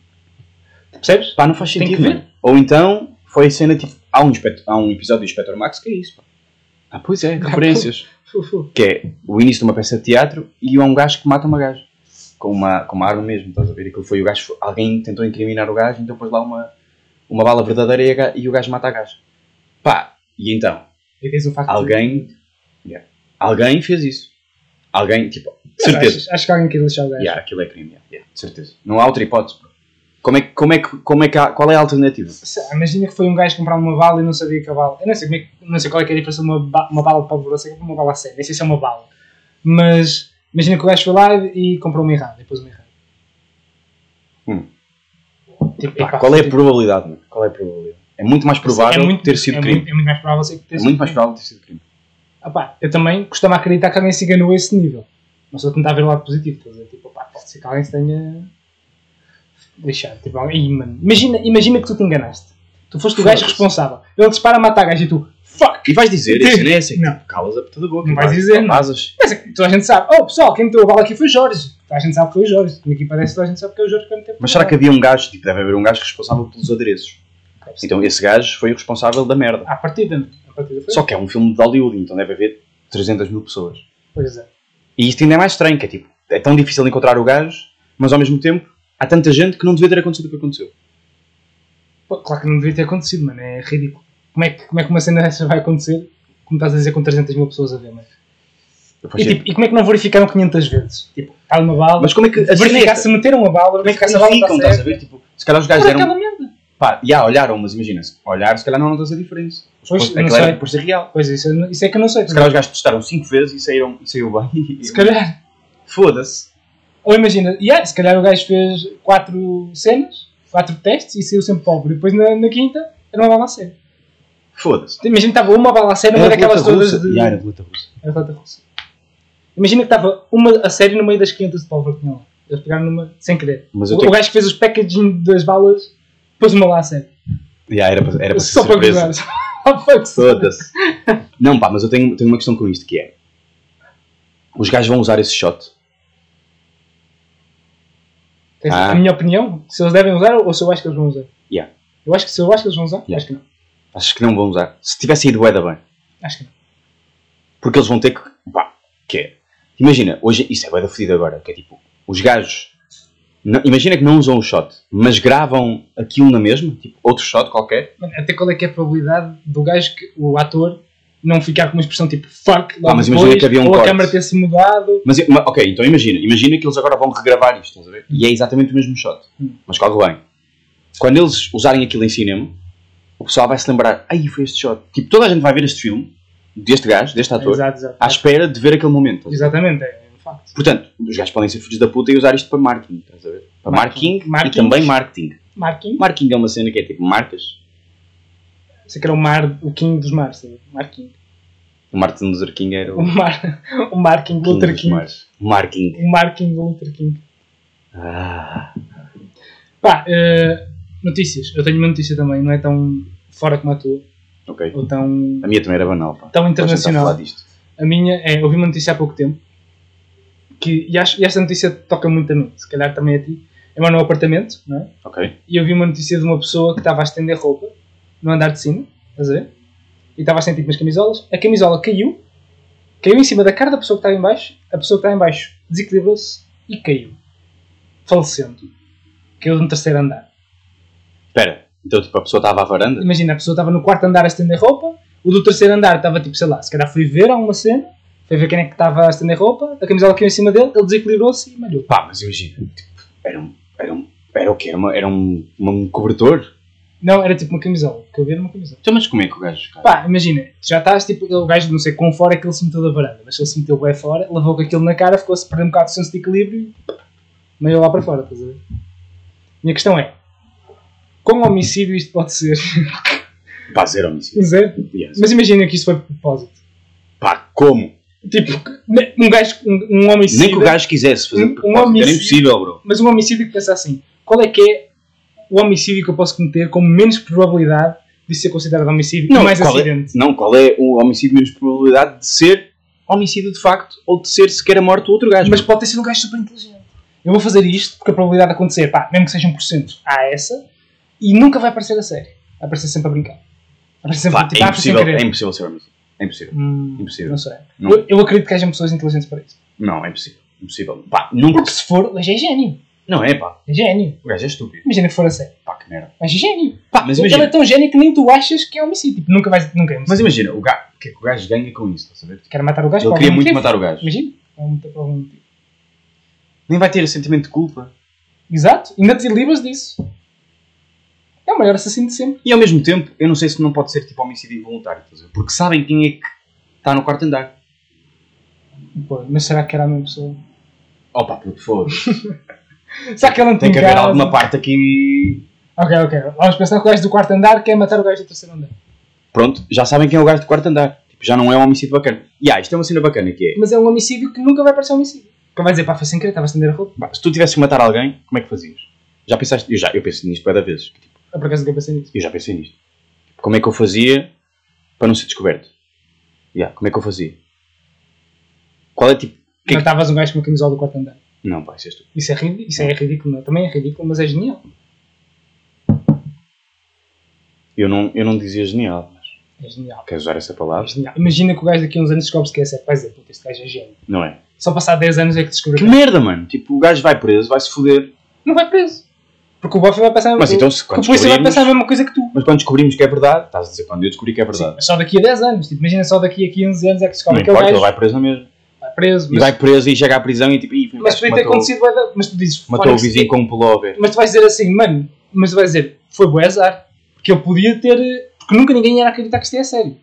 Speaker 2: Percebes?
Speaker 3: pá, não faz
Speaker 2: Tem que
Speaker 3: sentido,
Speaker 2: ver.
Speaker 3: mano. Ou então, foi a cena tipo, há um, espet- há um episódio do Inspector Max que é isso, pá. Ah, pois é, referências.
Speaker 2: Fu, fu.
Speaker 3: que é o início de uma peça de teatro e há um gajo que mata uma gaja com uma, com uma arma mesmo, estás a ver? Aquilo foi o gajo, alguém tentou incriminar o gajo, então pôs lá uma, uma bala verdadeira e, a ga- e o gajo mata a gaja. Pá, e então,
Speaker 2: E tens um facto.
Speaker 3: alguém, yeah, alguém fez isso. Alguém, tipo, de
Speaker 2: Mas
Speaker 3: certeza.
Speaker 2: Acho, acho que alguém quis deixar o gajo.
Speaker 3: Yeah, aquilo é crime, yeah, yeah, de certeza. Não há outra hipótese. bro. Como é, que- como é, que- como é que há- qual é a alternativa?
Speaker 2: Sei lá, Imagina que foi um gajo comprar uma bala e não sabia que a bala. Eu não sei, como é que- não sei qual é, que é a diferença de uma, ba- uma bala de pólvora seca para uma bala séria. Nem sei se é uma bala. Mas imagina que o gajo foi lá e comprou uma errada. Depois uma errada.
Speaker 3: Hum.
Speaker 2: Tipo,
Speaker 3: Pá,
Speaker 2: epá,
Speaker 3: qual é a
Speaker 2: tipo,
Speaker 3: probabilidade? mano? Qual é a probabilidade? É muito mais provável
Speaker 2: é muito-
Speaker 3: ter sido
Speaker 2: é
Speaker 3: crime.
Speaker 2: Muito, é muito mais provável ser que ter
Speaker 3: é
Speaker 2: sido
Speaker 3: muito mais
Speaker 2: crime.
Speaker 3: provável ter sido crime.
Speaker 2: Ah pá, eu também costumo acreditar que alguém se enganou a esse nível. Mas eu tentar ver o lado positivo, estás a dizer, tipo, opá, pode ser que alguém se tenha deixado. Tipo, alguém- Ih, mano, imagina, imagina que tu te enganaste. Tu foste o gajo
Speaker 3: Foda-se.
Speaker 2: responsável. Ele dispara a matar a gajo e tu, fuck!
Speaker 3: E vais dizer,
Speaker 2: Sim.
Speaker 3: a cena é essa.
Speaker 2: Não.
Speaker 3: Calas a puta da boca.
Speaker 2: Não vais
Speaker 3: pá.
Speaker 2: dizer, não.
Speaker 3: Vazas.
Speaker 2: Mas é que toda a gente sabe, oh pessoal, quem meteu a bala aqui foi o Jorge. Toda a gente sabe que foi o Jorge. Uma equipa dessa, toda a gente sabe que é o Jorge que meteu.
Speaker 3: Mas será que havia um gajo, tipo, deve haver um gajo responsável pelos adereços. Então esse gajo foi o responsável da merda.
Speaker 2: A partida, não. a partida foi.
Speaker 3: é Só que é um filme de Hollywood, então deve haver 300 mil pessoas.
Speaker 2: Pois é.
Speaker 3: E isto ainda é mais estranho, que é tipo, é tão difícil encontrar o gajo, mas ao mesmo tempo há tanta gente que não devia ter acontecido o que aconteceu.
Speaker 2: Pô, claro que não devia ter acontecido, mano. É ridículo. Como é que, como é que uma cena dessa vai acontecer? Como estás a dizer com 300 mil pessoas a ver, mano?
Speaker 3: Eu
Speaker 2: E,
Speaker 3: falei,
Speaker 2: tipo, e como é que não verificaram 500 vezes? Tipo, há uma bala.
Speaker 3: mas como é que a cena é
Speaker 2: verificar
Speaker 3: esta?
Speaker 2: se meteram a bala,
Speaker 3: Como é que
Speaker 2: verificar se a bala
Speaker 3: ficam,
Speaker 2: está
Speaker 3: estás a
Speaker 2: certa.
Speaker 3: ver? Tipo, se calhar os
Speaker 2: Por
Speaker 3: gajos eram.
Speaker 2: aquela merda.
Speaker 3: Pá, já olharam, mas imagina-se, olhar, se calhar não é notas a diferença.
Speaker 2: Pois,
Speaker 3: Aquilo
Speaker 2: eu não
Speaker 3: era
Speaker 2: sei.
Speaker 3: é por ser real.
Speaker 2: Pois isso, eu não- isso é que eu não sei.
Speaker 3: Se calhar os gajos testaram 5 vezes e saíram, e saiu bem.
Speaker 2: Se calhar.
Speaker 3: Foda-se.
Speaker 2: Ou imagina, yeah, se calhar o gajo fez 4 cenas, 4 testes e saiu sempre pobre. Depois na, na quinta era uma bala a sério.
Speaker 3: Foda-se.
Speaker 2: Imagina que estava uma bala a sério, uma daquelas todas de.
Speaker 3: Já, era de luta russa.
Speaker 2: Era da russa. Imagina que estava uma a sério no meio das 500 de pólvora que tinham lá. Eles pegaram numa sem querer.
Speaker 3: Mas eu
Speaker 2: O,
Speaker 3: tenho-
Speaker 2: o gajo que fez os packaging das balas pôs uma lá a sério.
Speaker 3: Já, era para, era para ser
Speaker 2: Só para gozar.
Speaker 3: surpresa.
Speaker 2: Só para gozar.
Speaker 3: Foda-se. Não, pá, mas eu tenho, tenho uma questão com isto, que é... Os gajos vão usar esse shot.
Speaker 2: Quer dizer,
Speaker 3: Ah.
Speaker 2: A minha opinião, se eles devem usar ou se eu acho que eles vão usar.
Speaker 3: Yeah.
Speaker 2: Eu acho que se eu acho que eles vão usar,
Speaker 3: Yeah.
Speaker 2: acho que não.
Speaker 3: Achas que não vão usar? Se tivesse ido bué da bem.
Speaker 2: Acho que não.
Speaker 3: Porque eles vão ter que... Pá, que é... Imagina, hoje... Isso é bué da fodida agora, que é tipo... Os gajos... não- imagina que não usam o shot, mas gravam aquilo na mesma, tipo, outro shot qualquer.
Speaker 2: Mano, até qual é que é a probabilidade do gajo que o ator não ficar com uma expressão tipo fuck lá
Speaker 3: Ah, mas
Speaker 2: depois,
Speaker 3: imagina que havia um
Speaker 2: ou a
Speaker 3: corte.
Speaker 2: câmera ter-se mudado.
Speaker 3: Mas, ma- ok, então imagina, imagina que eles agora vão regravar isto, estás a ver? E é exatamente o mesmo shot,
Speaker 2: Hum.
Speaker 3: mas corre bem. Quando eles usarem aquilo em cinema, o pessoal vai se lembrar, aí foi este shot. Tipo, toda a gente vai ver este filme, deste gajo, deste ator,
Speaker 2: Exato, exato.
Speaker 3: à espera de ver aquele momento. estás a ver?
Speaker 2: Exatamente, é um facto.
Speaker 3: Portanto, os gajos podem ser filhos da puta e usar isto para marketing, estás a ver? Para
Speaker 2: Marketing.
Speaker 3: marketing,
Speaker 2: Marketing.
Speaker 3: e também marketing.
Speaker 2: Marking.
Speaker 3: Marketing é uma cena que é tipo marcas,
Speaker 2: Sei que era o mar, o King dos Mars, sabe? Marking.
Speaker 3: o Martin Luther King era
Speaker 2: O
Speaker 3: o
Speaker 2: mar, o Marking
Speaker 3: King
Speaker 2: Luther
Speaker 3: dos
Speaker 2: King.
Speaker 3: mares. Marketing.
Speaker 2: O Marking Luther King.
Speaker 3: Ah,
Speaker 2: Pá, eh, notícias. Eu tenho uma notícia também, não é tão fora como a tua,
Speaker 3: ok.
Speaker 2: ou tão,
Speaker 3: A minha também era banal, pá. Podes
Speaker 2: tão
Speaker 3: tentar
Speaker 2: internacional.
Speaker 3: falar disto.
Speaker 2: Então, A minha é, ouvi uma notícia há pouco tempo que, e, acho, e esta notícia toca muito a mim, se calhar também a ti. É mais no apartamento, não é?
Speaker 3: Ok.
Speaker 2: E eu vi uma notícia de uma pessoa que estava a estender roupa no andar de cima, estás a ver? E estava a sentir umas camisolas. A camisola caiu, caiu em cima da cara da pessoa que estava em baixo. A pessoa que estava em baixo desequilibrou-se e caiu, falecendo. Caiu de um terceiro andar.
Speaker 3: Espera, então tipo, a pessoa estava à varanda?
Speaker 2: Imagina, a pessoa estava no quarto andar a estender roupa, o do terceiro andar estava tipo, sei lá, se calhar foi ver alguma cena, foi ver quem é que estava a estender roupa, a camisola caiu em cima dele, ele desequilibrou-se e malhou.
Speaker 3: Pá, mas imagina, tipo, era um. Era, um, era o quê? Era, uma, era um, uma- um cobertor?
Speaker 2: Não, era tipo uma camisola, que eu vi era uma camisola.
Speaker 3: Então, mas como é que o gajo. Cara?
Speaker 2: Pá, imagina, tu já estás tipo, o gajo não sei quão fora é que ele se meteu da varanda, mas ele se meteu bem fora, lavou com aquilo na cara, ficou-se a perder um bocado de senso de equilíbrio e meio lá para fora, estás a ver? Minha questão é, com homicídio isto pode ser?
Speaker 3: Pá, zero homicídio.
Speaker 2: Quer dizer,
Speaker 3: Yes.
Speaker 2: Mas imagina que isto foi de propósito.
Speaker 3: Pá, como? é
Speaker 2: Tipo, ne- um gajo, um, um homicida.
Speaker 3: Nem que o gajo quisesse fazer
Speaker 2: Um- um
Speaker 3: propósito, era
Speaker 2: homicídio.
Speaker 3: impossível, bro.
Speaker 2: Mas um homicídio que pensa assim: qual é que é o homicídio que eu posso cometer com menos probabilidade de ser considerado homicídio e mais
Speaker 3: qual
Speaker 2: acidente?
Speaker 3: É, não, qual é o homicídio menos probabilidade de ser homicídio de facto ou de ser sequer a morte do outro gajo?
Speaker 2: Mas pode ter sido um gajo super inteligente. Eu vou fazer isto porque a probabilidade de acontecer, pá, mesmo que seja 1%, há essa e nunca vai aparecer a sério. Vai aparecer sempre a brincar. Vai aparecer sempre
Speaker 3: Pá,
Speaker 2: tipo,
Speaker 3: é,
Speaker 2: ah, apareceu
Speaker 3: impossível,
Speaker 2: sem querer.
Speaker 3: é impossível ser homicídio. É impossível.
Speaker 2: Hum,
Speaker 3: impossível.
Speaker 2: Não sei.
Speaker 3: Não.
Speaker 2: Eu, eu acredito que hajam pessoas inteligentes para isso.
Speaker 3: Não, é impossível. Impossível. Pá, nunca.
Speaker 2: Porque se for, mas é gênio.
Speaker 3: Não é, pá.
Speaker 2: É gênio.
Speaker 3: O gajo é estúpido.
Speaker 2: Imagina que for a sério.
Speaker 3: Pá, que merda.
Speaker 2: Mas é gênio.
Speaker 3: Pá, mas
Speaker 2: Ele é
Speaker 3: imagina.
Speaker 2: tão gênio que nem tu achas que é homicídio. Tipo, nunca vais. Nunca é homicídio.
Speaker 3: Mas imagina, o, ga... o que é que o gajo ganha com isso, estás a ver?
Speaker 2: Quero matar o gajo
Speaker 3: Ele
Speaker 2: por
Speaker 3: queria
Speaker 2: algum
Speaker 3: muito
Speaker 2: motivo.
Speaker 3: matar o gajo.
Speaker 2: Imagina. é um tipo, Por algum- por algum motivo.
Speaker 3: Nem vai ter esse sentimento de culpa.
Speaker 2: Exato. Ainda te livras disso. É o melhor assassino de sempre.
Speaker 3: E ao mesmo tempo, eu não sei se não pode ser tipo homicídio involuntário, estás a ver? Porque sabem quem é que está no quarto andar.
Speaker 2: Pô, mas será que era a mesma pessoa?
Speaker 3: Opa, puto, foda-se.
Speaker 2: Será que ele não
Speaker 3: Tem
Speaker 2: tinha
Speaker 3: que haver
Speaker 2: casa?
Speaker 3: alguma parte aqui.
Speaker 2: Ok, ok. Vamos pensar que o gajo do quarto andar quer matar o gajo do terceiro andar.
Speaker 3: Pronto, já sabem quem é o gajo do quarto andar. Tipo, já não é um homicídio bacana. E ah, isto é uma cena bacana que é.
Speaker 2: Mas é um homicídio que nunca vai parecer um homicídio. Porque vai dizer, pá, foi sem querer, estava a estender a roupa.
Speaker 3: pá, se tu tivesses que matar alguém, como é que fazias? Já pensaste? Eu já eu penso nisto cada vez.
Speaker 2: Eu por acaso nunca pensei nisso.
Speaker 3: Eu já pensei nisto. Como é que eu fazia para não ser descoberto? Ya, como é que eu fazia? Qual é tipo. Que-
Speaker 2: Matavas um gajo com uma camisola do quarto andar.
Speaker 3: Não, pá, isso és tu.
Speaker 2: Isso é, ridículo, isso é ridículo, não é? Também é ridículo, mas é genial.
Speaker 3: Eu não, eu não dizia genial, mas.
Speaker 2: É genial.
Speaker 3: Queres usar essa
Speaker 2: É
Speaker 3: palavra?
Speaker 2: genial. Imagina que o gajo daqui a uns anos descobre-se que é certo. Vai dizer, puta, este gajo é gênio.
Speaker 3: Não é?
Speaker 2: Só passar 10 anos é que descobriu.
Speaker 3: Que merda, mano! Tipo, o gajo vai preso, vai se foder.
Speaker 2: Não vai preso. Porque o Buffy vai pensar a mesma
Speaker 3: Mas
Speaker 2: coisa.
Speaker 3: então, se,
Speaker 2: Porque
Speaker 3: quando
Speaker 2: o polícia vai
Speaker 3: descobrimos,
Speaker 2: pensar a mesma coisa que tu.
Speaker 3: mas quando descobrimos que é verdade, estás a dizer quando eu descobri que é
Speaker 2: Sim,
Speaker 3: verdade.
Speaker 2: mas só daqui a 10 anos. Tipo, imagina só daqui a 15 anos é que
Speaker 3: Não
Speaker 2: descobre aquele
Speaker 3: importa, ele
Speaker 2: gajo.
Speaker 3: vai preso na mesma.
Speaker 2: Vai preso.
Speaker 3: E
Speaker 2: Mas,
Speaker 3: vai preso e chega à prisão e tipo, "Ih, foi o
Speaker 2: mas
Speaker 3: gajo que
Speaker 2: podia ter
Speaker 3: matou,
Speaker 2: acontecido. vai dar- Mas tu dizes,
Speaker 3: matou o
Speaker 2: "Fónix,
Speaker 3: vizinho com um pullover.
Speaker 2: Mas tu vais dizer assim, mano, mas tu vais dizer, foi bom azar. Porque ele podia ter. eh, Porque nunca ninguém era acreditar que isto é sério.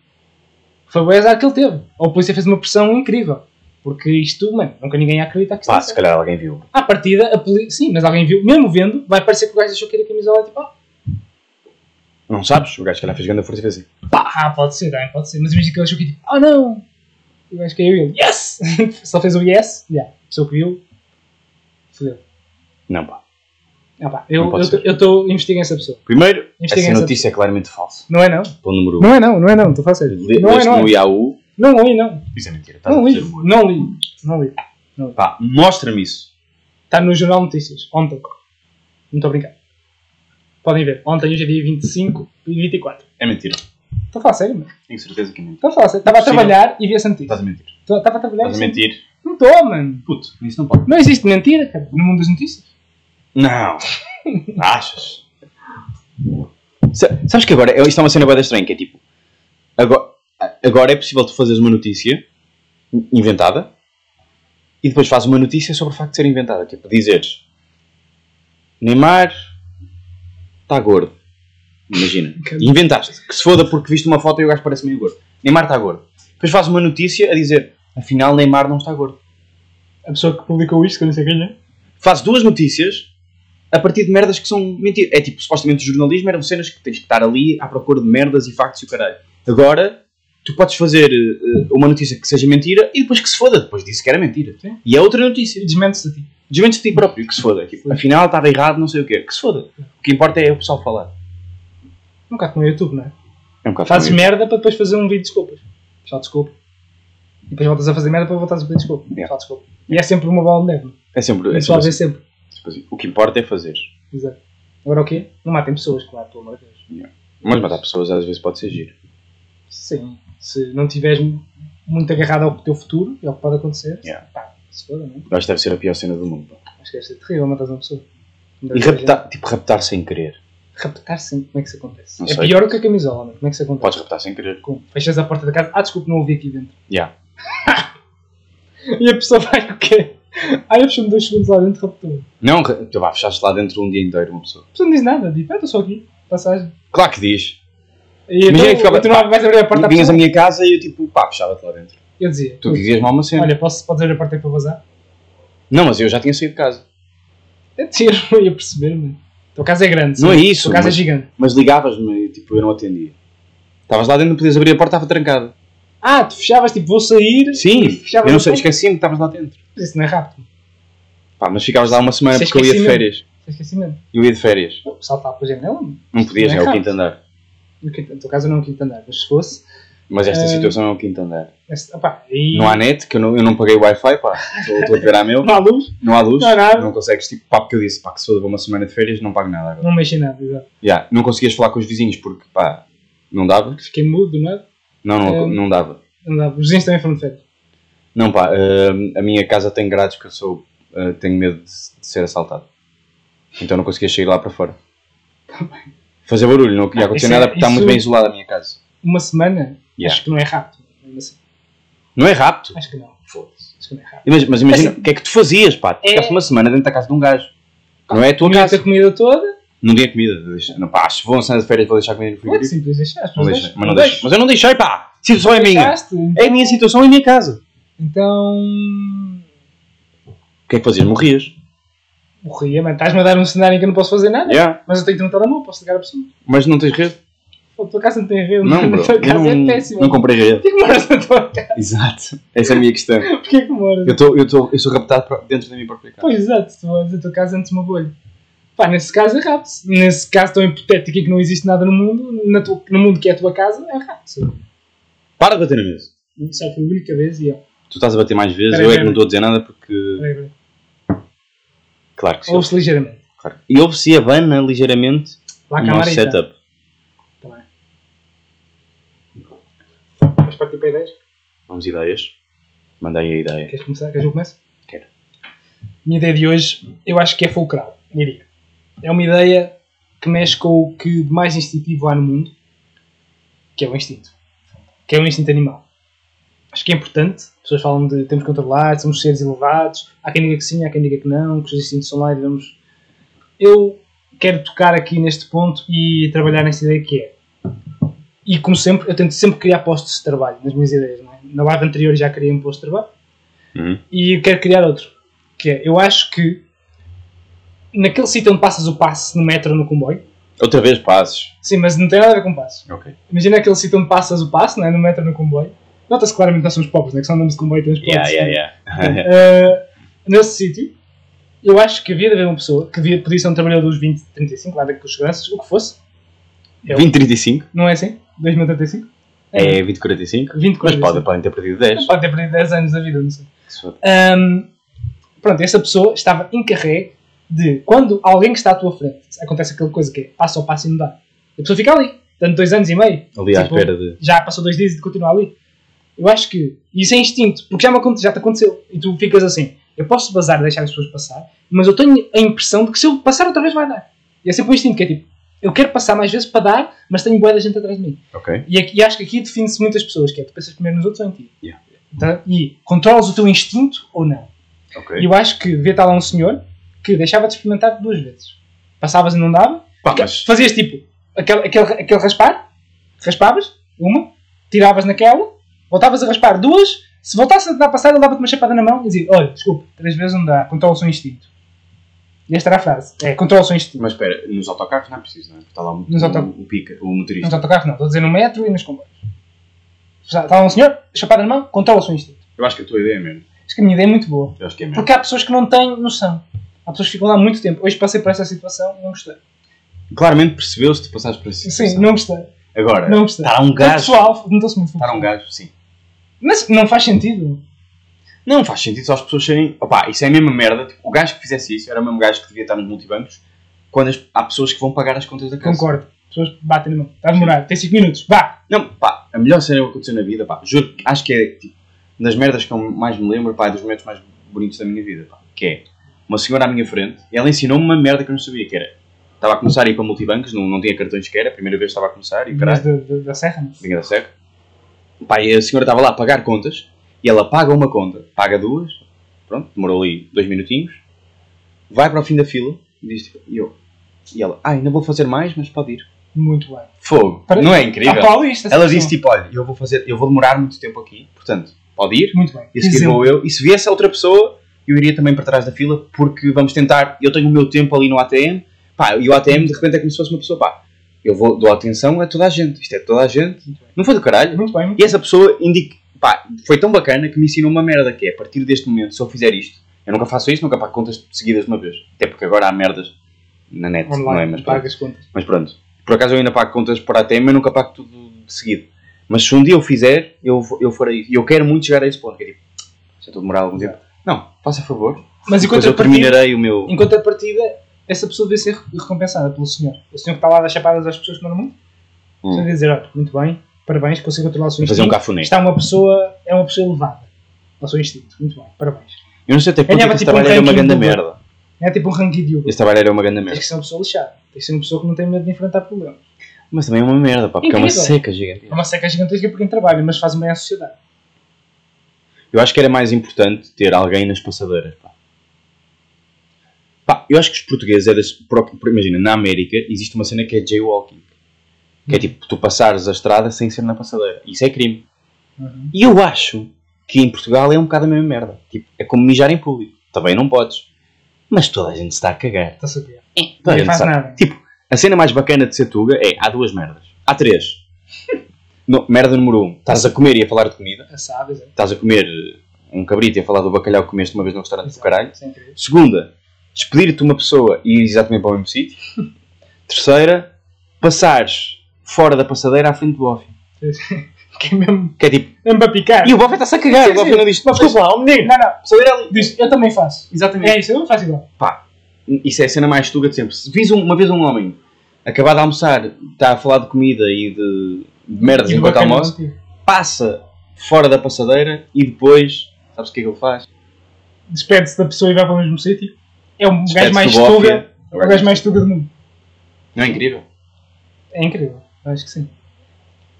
Speaker 2: Foi bom azar que ele teve. Ou a polícia fez uma pressão incrível. Porque isto, mano, nunca ninguém ia acreditar que isto
Speaker 3: Pá,
Speaker 2: é
Speaker 3: se
Speaker 2: sério.
Speaker 3: calhar alguém viu.
Speaker 2: À partida, a polícia. Sim, mas alguém viu, mesmo vendo, vai parecer que o gajo achou que era camisola tipo, ah,
Speaker 3: Não sabes? O gajo, se calhar, fez grande força e fez assim.
Speaker 2: pá, ah, pode ser, também pode ser. Mas imagina que ele achou que tipo, ah não! E o gajo caiu é e ele, yes! Só fez o yes, já. Yeah. A pessoa que viu, fodeu.
Speaker 3: Não, pá.
Speaker 2: Ah, pá,
Speaker 3: Não
Speaker 2: eu
Speaker 3: pode ser.
Speaker 2: estou investiguem essa pessoa.
Speaker 3: Primeiro,
Speaker 2: Investiguem
Speaker 3: essa
Speaker 2: essa
Speaker 3: notícia é claramente falsa.
Speaker 2: Não é não?
Speaker 3: Pelo número 1.
Speaker 2: Não é não, não é não, estou a falar sério. Não é
Speaker 3: Leste
Speaker 2: não.
Speaker 3: no Yahoo.
Speaker 2: Não li, não.
Speaker 3: Isso é mentira. Estás a
Speaker 2: Não li.
Speaker 3: dizer humor.
Speaker 2: Não li. Não li.
Speaker 3: Pá, mostra-me isso.
Speaker 2: Está no Jornal Notícias, ontem. Não estou a brincar. Podem ver. Ontem, hoje é dia 25 e 24.
Speaker 3: É mentira.
Speaker 2: Estou a falar sério, mano.
Speaker 3: Tenho certeza que é mentira.
Speaker 2: Estou a falar sério. Estava a
Speaker 3: Sim.
Speaker 2: trabalhar e vi essa notícia.
Speaker 3: Estás a mentir.
Speaker 2: Estou- Estava a trabalhar e
Speaker 3: Estás a
Speaker 2: vi essa notícia.
Speaker 3: mentir.
Speaker 2: Não estou, mano.
Speaker 3: Puto, isso não pode.
Speaker 2: Não existe mentira, cara. No mundo das notícias.
Speaker 3: Não. Achas? Sa- Sabes que agora, isto é uma cena bem estranha, que é tipo... Agora, agora é possível tu fazeres uma notícia in- inventada e depois fazes uma notícia sobre o facto de ser inventada. Tipo, dizeres... Neymar está gordo. Imagina. E inventaste. Que se foda porque viste uma foto e o gajo parece meio gordo. Neymar está gordo. Depois fazes uma notícia a dizer... Afinal, Neymar não está gordo
Speaker 2: A pessoa que publicou isto, que eu não sei quem é.
Speaker 3: faz duas notícias a partir de merdas que são mentiras. É tipo, supostamente o jornalismo eram cenas que tens que estar ali à procura de merdas e factos e o caralho. Agora, tu podes fazer eh, eh, uma notícia que seja mentira e depois que se foda, depois disse que era mentira.
Speaker 2: Sim.
Speaker 3: E é outra notícia.
Speaker 2: E desmente-se a ti.
Speaker 3: Desmentes de ti próprio, que se foda. Tipo,
Speaker 2: Sim.
Speaker 3: afinal, estava errado, não sei o quê. Que se foda. O que importa é o pessoal falar.
Speaker 2: Um bocado como no YouTube, não é?
Speaker 3: É um bocado
Speaker 2: Fazes
Speaker 3: como
Speaker 2: merda para depois fazer um vídeo de desculpas. Pessoal, desculpa. E depois voltas a fazer merda para voltares a pedir desculpa.
Speaker 3: Yeah.
Speaker 2: Pessoal, desculpa. E é sempre uma bola de neve.
Speaker 3: isso. É sempre, é
Speaker 2: O pessoal
Speaker 3: sempre
Speaker 2: vê sempre.
Speaker 3: assim. O que importa é fazer.
Speaker 2: Exato. Agora o quê? Não matem pessoas, claro, pelo amor de Deus.
Speaker 3: Mas matar pessoas às vezes pode ser giro.
Speaker 2: Sim. Se não tiveres muito agarrado ao teu futuro, é o que pode acontecer.
Speaker 3: Yeah.
Speaker 2: Pá, se for, não? é?
Speaker 3: Eu Acho que deve ser a pior cena do mundo. pá.
Speaker 2: Acho que deve ser terrível matar uma pessoa.
Speaker 3: E
Speaker 2: é.
Speaker 3: raptar, tipo, raptar sem querer.
Speaker 2: Raptar sim, como é que isso acontece?
Speaker 3: Não
Speaker 2: é
Speaker 3: sei.
Speaker 2: pior do que a camisola, mano. Como é que isso acontece?
Speaker 3: Podes raptar sem querer.
Speaker 2: Como? Fechas a porta da casa. Ah, desculpa, não ouvi aqui dentro.
Speaker 3: Yeah.
Speaker 2: E a pessoa vai o quê? Ah, eu fechei-me dois segundos lá dentro, raptou.
Speaker 3: Não, ra- tu vá, fechaste lá dentro um dia inteiro uma pessoa.
Speaker 2: A pessoa não diz nada, diz, ah, estou só aqui, passagem.
Speaker 3: Claro que diz.
Speaker 2: E
Speaker 3: Imagina
Speaker 2: então,
Speaker 3: que ficava-
Speaker 2: tu não vais abrir a porta à
Speaker 3: Vinhas à
Speaker 2: pessoa.
Speaker 3: minha casa e eu tipo, pá, fechava-te lá dentro.
Speaker 2: Eu dizia,
Speaker 3: Tu dizias mal uma cena.
Speaker 2: olha, posso, podes abrir a porta aí para vazar?
Speaker 3: Não, mas eu já tinha saído de casa.
Speaker 2: É tiro, eu ia perceber, mano. Tua casa é grande,
Speaker 3: Não
Speaker 2: sim.
Speaker 3: é isso,
Speaker 2: Tua casa
Speaker 3: mas-
Speaker 2: é gigante.
Speaker 3: Mas ligavas-me e tipo, eu não atendia. Estavas lá dentro, não podias abrir a porta, estava trancada.
Speaker 2: Ah, tu fechavas tipo, vou sair.
Speaker 3: Sim,
Speaker 2: Fechava
Speaker 3: eu não
Speaker 2: no
Speaker 3: sei,
Speaker 2: ponto.
Speaker 3: esqueci-me que estavas lá dentro.
Speaker 2: Isso não é rápido.
Speaker 3: Pá, mas ficavas lá uma semana
Speaker 2: Isso é
Speaker 3: porque eu ia de
Speaker 2: esquecimento.
Speaker 3: férias.
Speaker 2: Isso é esquecimento.
Speaker 3: Eu ia de férias.
Speaker 2: Pô, Saltar para a janela?
Speaker 3: Não podias,
Speaker 2: Não é
Speaker 3: é o
Speaker 2: rápido.
Speaker 3: quinto andar.
Speaker 2: No quinto- no teu caso, não é um quinto andar, mas se fosse.
Speaker 3: Mas esta
Speaker 2: Ah.
Speaker 3: situação é o quinto andar.
Speaker 2: esse- opá, aí-
Speaker 3: Não há net, que eu não, eu não paguei Wi-Fi, pá. Estou estou a ver à meu.
Speaker 2: não há luz,
Speaker 3: Não há luz.
Speaker 2: Não há nada.
Speaker 3: Não consegues, tipo, pá, porque eu disse, pá, que se eu vou uma semana de férias, não pago nada agora.
Speaker 2: não mexi em nada. exato.
Speaker 3: Ya, Não conseguias falar com os vizinhos porque, pá, não dava.
Speaker 2: Fiquei mudo, não é?
Speaker 3: Não, não,
Speaker 2: Ah.
Speaker 3: não dava.
Speaker 2: Não dá. Os vizinhos também foram de férias.
Speaker 3: Não, pá, ah, a minha casa tem grades que eu sou, ah, tenho medo de, de ser assaltado. Então não conseguia sair lá para fora. Fazer barulho, não ia
Speaker 2: Ah,
Speaker 3: acontecer
Speaker 2: isso é-
Speaker 3: nada porque está
Speaker 2: isso-
Speaker 3: muito bem isolada a minha casa.
Speaker 2: Uma semana,
Speaker 3: Yeah.
Speaker 2: acho que não é rápido. Ainda assim,
Speaker 3: Não é rápido.
Speaker 2: Acho que não.
Speaker 3: Foda-se.
Speaker 2: Acho que não é rápido.
Speaker 3: Mas, mas imagina, o que é que tu fazias, pá? Tu
Speaker 2: É-
Speaker 3: ficaste uma semana dentro da casa de um gajo. Não é a tua
Speaker 2: Comia
Speaker 3: casa.
Speaker 2: a comida toda,
Speaker 3: Não tinha comida. deixa- Não, pá, acho que vou sair de férias para deixar comida no
Speaker 2: não é que
Speaker 3: frigorífico.
Speaker 2: simples deixar. as
Speaker 3: Não
Speaker 2: pessoas
Speaker 3: deixa,
Speaker 2: deixam.
Speaker 3: mas não deixa. Mas eu não deixei, pá! A situação é minha.
Speaker 2: Deixaste, então-
Speaker 3: É a minha situação, é a minha casa.
Speaker 2: Então.
Speaker 3: O que é que fazias? Morrias.
Speaker 2: Morria, mano. Estás-me a dar um cenário em que eu não posso fazer nada.
Speaker 3: Yeah.
Speaker 2: Mas eu tenho que ter um telemóvel, posso ligar a pessoa.
Speaker 3: Mas não tens rede?
Speaker 2: Pô, a tua casa não tem rede.
Speaker 3: Não, bro.
Speaker 2: A tua
Speaker 3: Eu
Speaker 2: casa
Speaker 3: não,
Speaker 2: é péssima.
Speaker 3: não comprei rede.
Speaker 2: Porquê que moras na tua casa?
Speaker 3: Exato. Essa é a minha questão.
Speaker 2: Porquê que moras?
Speaker 3: Eu, tô, eu, tô, eu sou raptado pra- dentro da minha própria casa.
Speaker 2: Pois, exato. Tu moras na tua casa antes de uma bolha. Pá, nesse caso é rápido. Nesse caso tão hipotético em que não existe nada no mundo, na tua- no mundo que é a tua casa, é rápido.
Speaker 3: Para de bater na mesa.
Speaker 2: Só foi a única vez e eu.
Speaker 3: Tu estás a bater mais vezes,
Speaker 2: Peraí,
Speaker 3: eu é que
Speaker 2: peraí.
Speaker 3: não estou a dizer nada porque.
Speaker 2: Peraí, peraí.
Speaker 3: Claro que sim.
Speaker 2: Ouve-se ligeiramente.
Speaker 3: Claro. E ouve-se a bana ligeiramente
Speaker 2: Lá a
Speaker 3: no nosso
Speaker 2: camarita.
Speaker 3: setup.
Speaker 2: então. Tá bem. Vais partir para ideias?
Speaker 3: Vamos ideias. Manda aí a ideia.
Speaker 2: Queres começar? Queres que eu comece?
Speaker 3: Quero.
Speaker 2: Minha ideia de hoje, eu acho que é fulcral, diria. É uma ideia que mexe com o que de mais instintivo há no mundo, que é o instinto. Que é o instinto animal. Acho que é importante. As pessoas falam de temos que controlar, somos seres elevados. Há quem diga que sim, há quem diga que não, que os instintos são lá e devemos... Eu quero tocar aqui neste ponto e trabalhar nesta ideia que é e como sempre, eu tento sempre criar postos de trabalho nas minhas ideias. Não é? Na live anterior já criei um posto de trabalho
Speaker 3: Uhum.
Speaker 2: e eu quero criar outro. Que é, eu acho que naquele sítio onde passas o passe no metro ou no comboio,
Speaker 3: Outra vez passes.
Speaker 2: sim, mas não tem nada a ver com passe.
Speaker 3: Ok.
Speaker 2: Imagina aquele sítio onde passas o passe, não é? No metro ou no comboio. Nota-se claramente que nós somos pobres, não é? Que só andamos de comboio e temos
Speaker 3: Yeah,
Speaker 2: postos.
Speaker 3: yeah, yeah.
Speaker 2: Uh, nesse sítio, eu acho que havia de haver uma pessoa que devia, podia ser um trabalhador dos 20, 35, lá daqui dos seguranças, o que fosse. Eu.
Speaker 3: 2035
Speaker 2: Não é assim? 2035?
Speaker 3: é 2045.
Speaker 2: 20,
Speaker 3: Mas
Speaker 2: 40,
Speaker 3: podem, podem ter perdido 10.
Speaker 2: assim. Pode ter perdido 10 anos da vida, não sei.
Speaker 3: Se for-
Speaker 2: Ah, Ahm, pronto, essa pessoa estava encarregue de quando alguém que está à tua frente acontece aquela coisa que é passo ao passo e não dá. E a pessoa fica ali, tanto dois anos e meio,
Speaker 3: Ali à
Speaker 2: Tipo,
Speaker 3: espera de.
Speaker 2: já passou dois dias e continua ali. Eu acho que isso é instinto, porque já, me, aconte- já te aconteceu. E tu ficas assim: eu posso bazar, deixar as pessoas passar, mas eu tenho a impressão de que se eu passar outra vez vai dar. E é sempre um instinto que é tipo: eu quero passar mais vezes para dar, mas tenho boa da gente atrás de mim.
Speaker 3: Ok.
Speaker 2: E, aqui- e acho que aqui define-se muitas pessoas, que é tu pensas primeiro nos outros ou em ti.
Speaker 3: Yeah.
Speaker 2: Tá? E controlas o teu instinto ou não.
Speaker 3: Ok.
Speaker 2: E eu acho que devia estar lá um senhor que deixava-te experimentar duas vezes. Passavas e não dava.
Speaker 3: Pá,
Speaker 2: Que-
Speaker 3: Ah, mas
Speaker 2: Fazias tipo aquele, aquele, aquele raspar, raspavas, uma, tiravas naquela, voltavas a raspar duas. Se voltasse a tentar passar, ele dava-te uma chapada na mão e dizia: Olha, desculpa, três vezes não dá, controla o seu instinto. E esta era a frase: é, controla o seu instinto.
Speaker 3: Mas espera, nos autocarros não é preciso, não é? Está lá um,
Speaker 2: Nos auto-
Speaker 3: um, um pica, o motorista.
Speaker 2: Nos autocarros não, estou a dizer no metro e nos comboios. Já Está lá um senhor, chapada na mão, controla o seu instinto.
Speaker 3: Eu acho que a tua ideia é mesmo.
Speaker 2: Acho que a minha ideia é muito boa.
Speaker 3: Eu acho que é mesmo.
Speaker 2: Porque há pessoas que não têm noção. Há pessoas que ficam lá há muito tempo. Hoje passei por essa situação e não gostei.
Speaker 3: Claramente percebeu-se que tu passaste por essa
Speaker 2: Sim,
Speaker 3: situação.
Speaker 2: não gostei.
Speaker 3: Agora,
Speaker 2: Não gostei.
Speaker 3: estar a um
Speaker 2: O
Speaker 3: gajo.
Speaker 2: pessoal notou-se muito.
Speaker 3: Estar a um gajo, sim.
Speaker 2: Mas não faz sentido.
Speaker 3: Não faz sentido só as pessoas serem. Opá, isso é a mesma merda. Tipo, o gajo que fizesse isso era o mesmo gajo que devia estar nos multibancos. Quando as- há pessoas que vão pagar as contas da casa.
Speaker 2: Concordo. As pessoas batem na mão. Está a demorar. Tem 5 minutos. Vá.
Speaker 3: Não, pá, a melhor cena é que aconteceu na vida, pá, juro, que acho que é tipo, das merdas que eu mais me lembro, pá, é dos momentos mais bonitos da minha vida, pá, que é uma senhora à minha frente, e ela ensinou-me uma merda que eu não sabia que era. Estava a começar a ir para multibancos, não, não tinha cartões sequer, a primeira vez estava a começar, e
Speaker 2: Mas
Speaker 3: caralho,
Speaker 2: da, da, da serra. não.
Speaker 3: vinha da seca. Pá, e a senhora estava lá a pagar contas, e ela paga uma conta, paga duas, pronto, demorou ali dois minutinhos, vai para o fim da fila, e diz tipo, e eu, e ela, ah, ainda vou fazer mais, mas pode ir.
Speaker 2: Muito bem.
Speaker 3: Fogo,
Speaker 2: Para-
Speaker 3: não é incrível?
Speaker 2: Aplaudiste. essa
Speaker 3: Ela
Speaker 2: pessoa.
Speaker 3: disse tipo, olha, eu vou fazer, eu vou demorar muito tempo aqui, portanto, pode ir,
Speaker 2: Muito bem.
Speaker 3: e a seguir
Speaker 2: Exemplo.
Speaker 3: vou eu, e se viesse a outra pessoa, eu iria também para trás da fila, porque vamos tentar, eu tenho o meu tempo ali no ATM, pá, e o ATM de repente é como se fosse uma pessoa, pá, eu vou, dou atenção a toda a gente. Isto é toda a gente. Não foi do caralho.
Speaker 2: Muito bem, muito
Speaker 3: E essa pessoa indica, pá, foi tão bacana que me ensinou uma merda que é, a partir deste momento, se eu fizer isto, eu nunca faço isto, nunca pago contas seguidas de uma vez. Até porque agora há merdas na net,
Speaker 2: bem. Online,
Speaker 3: não é? Mas pronto.
Speaker 2: paga as contas.
Speaker 3: Mas pronto. Por acaso eu ainda pago contas para a TEM, mas nunca pago tudo de seguido. Mas se um dia eu fizer, eu, vou- eu farei isso. E eu quero muito chegar a esse ponto. Que é tipo, se eu estou a demorar algum tempo. Não, faça favor.
Speaker 2: Mas enquanto
Speaker 3: Depois eu terminarei o meu.
Speaker 2: Em contrapartida, essa pessoa deve ser recompensada pelo senhor. O senhor que está lá a dar chapadas às pessoas que não no mundo. O senhor
Speaker 3: Hum.
Speaker 2: deve dizer, olha, muito bem, parabéns, conseguiu controlar o seu
Speaker 3: Fazer um
Speaker 2: instinto.
Speaker 3: cafuné.
Speaker 2: Está uma pessoa, é uma pessoa elevada ao seu instinto. Muito bem, parabéns.
Speaker 3: Eu não sei até porque
Speaker 2: Ganhava,
Speaker 3: esse
Speaker 2: tipo, um
Speaker 3: trabalho era uma
Speaker 2: ranking
Speaker 3: grande
Speaker 2: do-
Speaker 3: merda.
Speaker 2: Não é tipo um ranking de Hugo.
Speaker 3: Esse trabalho era uma grande
Speaker 2: Tens
Speaker 3: merda.
Speaker 2: que ser uma pessoa lixada. Tens que ser uma pessoa que não tem medo de enfrentar problemas.
Speaker 3: Mas também é uma merda, pá, porque é uma
Speaker 2: Incrível.
Speaker 3: seca gigante.
Speaker 2: É uma seca gigantesca para quem trabalha, mas faz bem à sociedade.
Speaker 3: Eu acho que era mais importante ter alguém nas passadeiras, pá. Pá, eu acho que os portugueses é das próprias... Imagina, na América existe uma cena que é jaywalking. Que é tipo, tu passares a estrada sem ser na passadeira. Isso é crime.
Speaker 2: Uhum.
Speaker 3: E eu acho que em Portugal é um bocado a mesma merda. Tipo, é como mijar em público. Também não podes. Mas toda a gente se está a cagar.
Speaker 2: Está-se Tá a ver.
Speaker 3: Toda a
Speaker 2: Não
Speaker 3: gente
Speaker 2: faz
Speaker 3: sabe.
Speaker 2: nada.
Speaker 3: A cena mais bacana de ser tuga é, há duas merdas. Há três. No- merda número um, estás a comer e a falar de comida.
Speaker 2: Assadas, é.
Speaker 3: Estás a comer eh, um cabrito e a falar do bacalhau que comeste uma vez no restaurante do
Speaker 2: Exato,
Speaker 3: caralho.
Speaker 2: sem querer.
Speaker 3: Segunda, despedir-te de uma pessoa e ir exatamente para o mesmo sítio. Terceira, passares fora da passadeira à frente do bofe.
Speaker 2: Que é mesmo,
Speaker 3: Que é tipo,
Speaker 2: mesmo para picar.
Speaker 3: e o bofe está-se a cagar.
Speaker 2: Sim,
Speaker 3: O bofe
Speaker 2: sim.
Speaker 3: não diz,
Speaker 2: Mas
Speaker 3: desculpa lá, ó menino.
Speaker 2: Não, não.
Speaker 3: Passadeira ali.
Speaker 2: Diz, eu também faço.
Speaker 3: Exatamente.
Speaker 2: É isso, eu faço igual.
Speaker 3: Isso é a cena mais tuga de sempre. Se vis um- uma vez um homem acabar de almoçar, está a falar de comida e de, de merdas
Speaker 2: E o
Speaker 3: enquanto
Speaker 2: bacana
Speaker 3: almoça,
Speaker 2: contigo.
Speaker 3: passa fora da passadeira e depois, sabes o que é que ele
Speaker 2: Um
Speaker 3: faz?
Speaker 2: Despede-se da pessoa e vai para o mesmo sítio. É um gajo
Speaker 3: Despede-se
Speaker 2: mais
Speaker 3: do bofe.
Speaker 2: tuga. É o gajo mais tuga do mundo.
Speaker 3: Não é incrível?
Speaker 2: É incrível. Eu Acho que sim.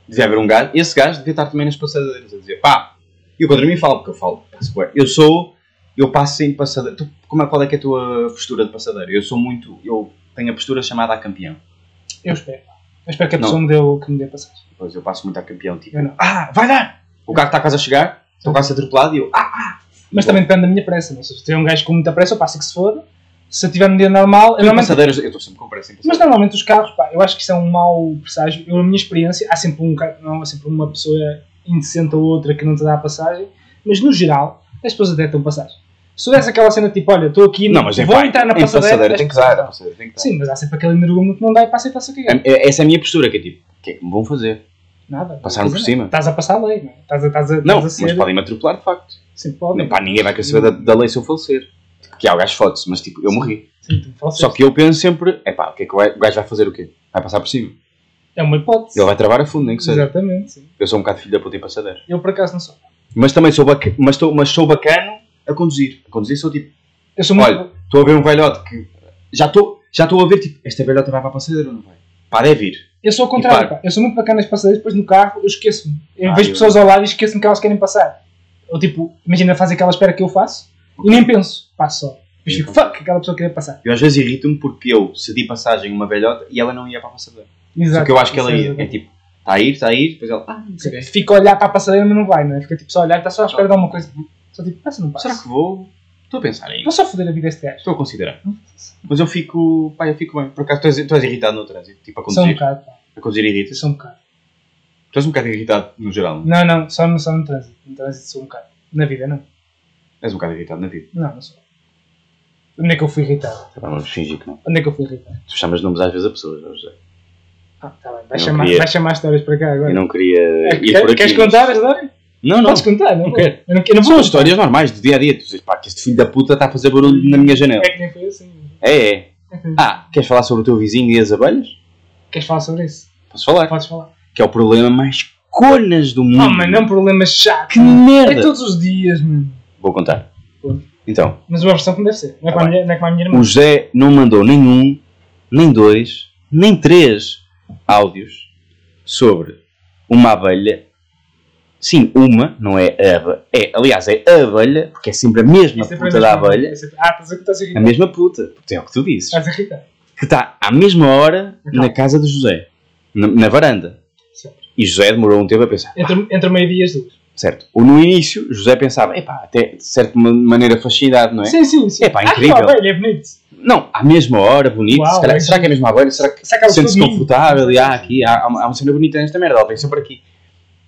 Speaker 3: Devia haver um gajo, esse gajo devia estar também nas passadeiras a dizer pá, eu contra mim falo, porque eu falo, passo bué. eu sou, eu passo sem passadeira. Tu, como é, qual é que é a tua postura de passadeira? Eu sou muito, eu tenho a postura chamada a campeão.
Speaker 2: Eu espero. Eu espero que a
Speaker 3: Não.
Speaker 2: pessoa me dê, o- que me dê passagem.
Speaker 3: Pois eu passo muito a campeão, tipo,
Speaker 2: Eu não.
Speaker 3: ah, vai dar! O carro está quase a chegar, estou quase atropelado e eu, ah,
Speaker 2: Mas
Speaker 3: Bom.
Speaker 2: também depende da minha pressa. não é? Se eu tiver um gajo com muita pressa, eu passo que se foda. Se eu tiver um dia normal, eu
Speaker 3: Não,
Speaker 2: normalmente
Speaker 3: passadeiras, eu estou sempre com pressa em
Speaker 2: Mas
Speaker 3: passadeiras.
Speaker 2: normalmente os carros, pá, eu acho que isso é um mau presságio. Eu, a minha experiência, há sempre, um, ca- não, há sempre uma pessoa indecente ou outra que não te dá a passagem, mas no geral, as pessoas até dão passagem. Se houvesse aquela cena tipo, olha, estou aqui,
Speaker 3: Não, mas em
Speaker 2: vou
Speaker 3: pá,
Speaker 2: entrar na
Speaker 3: em
Speaker 2: passadeira,
Speaker 3: passadeira
Speaker 2: mas-
Speaker 3: tem que dar, a passadeira tem que dar.
Speaker 2: Sim, mas há sempre aquele energúmeno que não dá e passa e está-se a cagar.
Speaker 3: É- é- Essa é a minha postura, que é tipo, o que é que me vão fazer?
Speaker 2: Nada.
Speaker 3: Passaram por
Speaker 2: Não.
Speaker 3: cima?
Speaker 2: Estás a passar a lei, não é? Estás a, estás a,
Speaker 3: Não,
Speaker 2: estás a
Speaker 3: mas
Speaker 2: ser.
Speaker 3: podem-me atropelar de facto.
Speaker 2: Sim, podem.
Speaker 3: Não, pá, ninguém vai querer saber da, da lei se eu falecer. Que há o gajo fode-se, mas tipo, eu
Speaker 2: Sim.
Speaker 3: morri.
Speaker 2: Sim, tu falas
Speaker 3: Só que eu penso sempre, é pá, o que é que o gajo o gajo vai fazer o quê? Vai passar por cima.
Speaker 2: É uma hipótese.
Speaker 3: Ele vai travar a fundo, nem que seja.
Speaker 2: Exatamente, sim.
Speaker 3: Eu sou um bocado filho da puta em passadeira.
Speaker 2: Eu por acaso não sou.
Speaker 3: Mas também sou, bac... mas tô- mas sou bacano a conduzir. A conduzir sou tipo,
Speaker 2: Eu sou muito.
Speaker 3: Olha, estou a ver um velhote que... Já estou já tô a ver, tipo, esta velhota vai para a passadeira ou não vai? Pá, deve ir.
Speaker 2: Eu sou o contrário,
Speaker 3: E
Speaker 2: pá. Eu sou muito bacana nas passadeiras, depois no carro eu esqueço-me. Eu
Speaker 3: Ah,
Speaker 2: vejo
Speaker 3: eu-
Speaker 2: pessoas ao lado e esqueço-me que elas querem passar. Ou tipo, imagina, faz aquela espera que eu faço e nem penso. Passo só. Depois
Speaker 3: Eu
Speaker 2: fico,
Speaker 3: também.
Speaker 2: fuck, aquela pessoa queria passar.
Speaker 3: Eu às vezes irrito-me porque eu cedi passagem a uma velhota e ela não ia para a passadeira.
Speaker 2: Exato.
Speaker 3: Só que eu acho que ela ia.
Speaker 2: Exato.
Speaker 3: É tipo, está a ir, está a ir, depois ela... Ah, não sei o quê.
Speaker 2: Fica a olhar para a passadeira, mas não vai, não é? Fica tipo só a olhar, está só à espera de alguma coisa. Só tipo, passa, não passa.
Speaker 3: Será que vou? Estou a pensar ainda.
Speaker 2: Vou só foder a vida deste gajo.
Speaker 3: Estou a considerar. Mas eu fico. Pá, eu fico bem. Por acaso tu és, tu és irritado no trânsito. Tipo, a
Speaker 2: Só um
Speaker 3: conduzir.
Speaker 2: bocado, pá.
Speaker 3: a conduzir irritas.
Speaker 2: Só um bocado.
Speaker 3: Tu és um bocado irritado no geral. Não?
Speaker 2: Não, não, só no, só no trânsito. No trânsito sou um bocado. Na vida, não.
Speaker 3: És um bocado irritado na vida.
Speaker 2: Não, não sou. Onde é que eu fui irritado?
Speaker 3: Tá bem, vamos fingir que não.
Speaker 2: Onde é que eu fui irritado?
Speaker 3: Tu chamas nomes às vezes a pessoas, não sei.
Speaker 2: Ah, tá bem. Vai
Speaker 3: Eu
Speaker 2: chamar,
Speaker 3: queria-
Speaker 2: vai chamar histórias para cá agora.
Speaker 3: Eu não queria
Speaker 2: É,
Speaker 3: ir
Speaker 2: quer-
Speaker 3: por aqui.
Speaker 2: Queres contar a história?
Speaker 3: Não, não.
Speaker 2: Podes contar, não é?
Speaker 3: Não quero.
Speaker 2: Eu não quero. Eu não
Speaker 3: São
Speaker 2: vou
Speaker 3: histórias normais do dia a dia. Tu dizes, pá, que este filho da puta está a fazer barulho na minha janela.
Speaker 2: É que nem foi assim.
Speaker 3: É, é. Ah, queres falar sobre o teu vizinho e as abelhas?
Speaker 2: Queres falar sobre isso?
Speaker 3: Posso falar.
Speaker 2: Podes falar.
Speaker 3: Que é o problema mais conas do mundo.
Speaker 2: Oh, mas não problema chato.
Speaker 3: Hum. Que
Speaker 2: É
Speaker 3: merda!
Speaker 2: todos os dias, mano.
Speaker 3: Vou contar.
Speaker 2: Conta.
Speaker 3: Então.
Speaker 2: Mas uma versão que não deve ser. Não
Speaker 3: Tá
Speaker 2: é, como a minha, não é como a minha irmã.
Speaker 3: O José não mandou nenhum, nem dois, nem três áudios sobre uma abelha. Sim, uma, não é a abelha. É, aliás, é a abelha, porque é sempre a mesma
Speaker 2: Isso é
Speaker 3: puta
Speaker 2: para
Speaker 3: da
Speaker 2: mesmo.
Speaker 3: abelha.
Speaker 2: Isso é para- Ah, estás a estás a
Speaker 3: A
Speaker 2: irritar.
Speaker 3: mesma puta, porque é o que tu dizes.
Speaker 2: Estás a irritar.
Speaker 3: Que está à mesma hora
Speaker 2: Então.
Speaker 3: na casa do José, na, na varanda.
Speaker 2: Certo.
Speaker 3: E José demorou um tempo a pensar.
Speaker 2: Entre, entre meio-dia e as duas.
Speaker 3: Certo. Ou no início, José pensava, epá, até de certa ma- maneira fascinado, não é?
Speaker 2: Sim, sim, sim.
Speaker 3: Epá,
Speaker 2: Ah, que
Speaker 3: incrível.
Speaker 2: abelha, é bonito.
Speaker 3: Não, à mesma hora, bonito.
Speaker 2: Uau,
Speaker 3: se calhar-
Speaker 2: é
Speaker 3: será que é mesmo à beira? Será que
Speaker 2: Será que ela
Speaker 3: sente-se
Speaker 2: dormiu?
Speaker 3: confortável? E, ah, aqui, há, há uma, há uma cena bonita nesta merda, ela vem sempre aqui.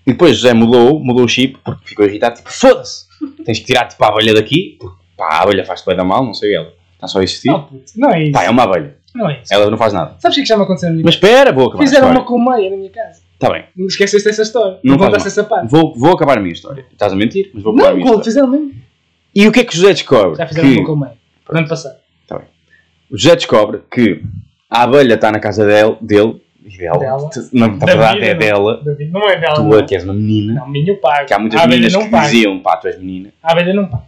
Speaker 3: E depois José mudou, mudou o chip, porque ficou irritado, tipo, foda-se, tens que tirar tipo, a abelha daqui, porque pá, a abelha faz-te bem da mal, não sei ela. Está só a existir.
Speaker 2: Não, puto, não é isso.
Speaker 3: Pá, é uma abelha,
Speaker 2: Não é isso.
Speaker 3: ela não faz nada.
Speaker 2: Sabes o que é que já me aconteceu na minha
Speaker 3: Mas espera, vou acabar. a
Speaker 2: Fizeram
Speaker 3: história.
Speaker 2: uma colmeia na minha casa.
Speaker 3: Tá bem,
Speaker 2: Não esqueceste dessa história.
Speaker 3: Não
Speaker 2: Não
Speaker 3: faz
Speaker 2: contaste essa parte.
Speaker 3: vou, vou acabar a minha história. Estás a mentir, mas vou acabar a
Speaker 2: Não,
Speaker 3: minha
Speaker 2: Paulo,
Speaker 3: história.
Speaker 2: fizeram mesmo.
Speaker 3: E o que é que José descobre?
Speaker 2: Já fizeram
Speaker 3: Que-
Speaker 2: uma colmeia. No ano passado.
Speaker 3: O José descobre que a abelha está na casa dele, dele e dela.
Speaker 2: Dela.
Speaker 3: Te- Não, na
Speaker 2: Da
Speaker 3: verdade
Speaker 2: vida,
Speaker 3: é
Speaker 2: não.
Speaker 3: dela.
Speaker 2: David, Não é dela.
Speaker 3: Tu é que és uma menina.
Speaker 2: Não, menino paga.
Speaker 3: Que há muitas
Speaker 2: a abelha
Speaker 3: meninas
Speaker 2: Ah, não
Speaker 3: que
Speaker 2: paga.
Speaker 3: diziam, pá, tu és menina.
Speaker 2: A abelha não paga.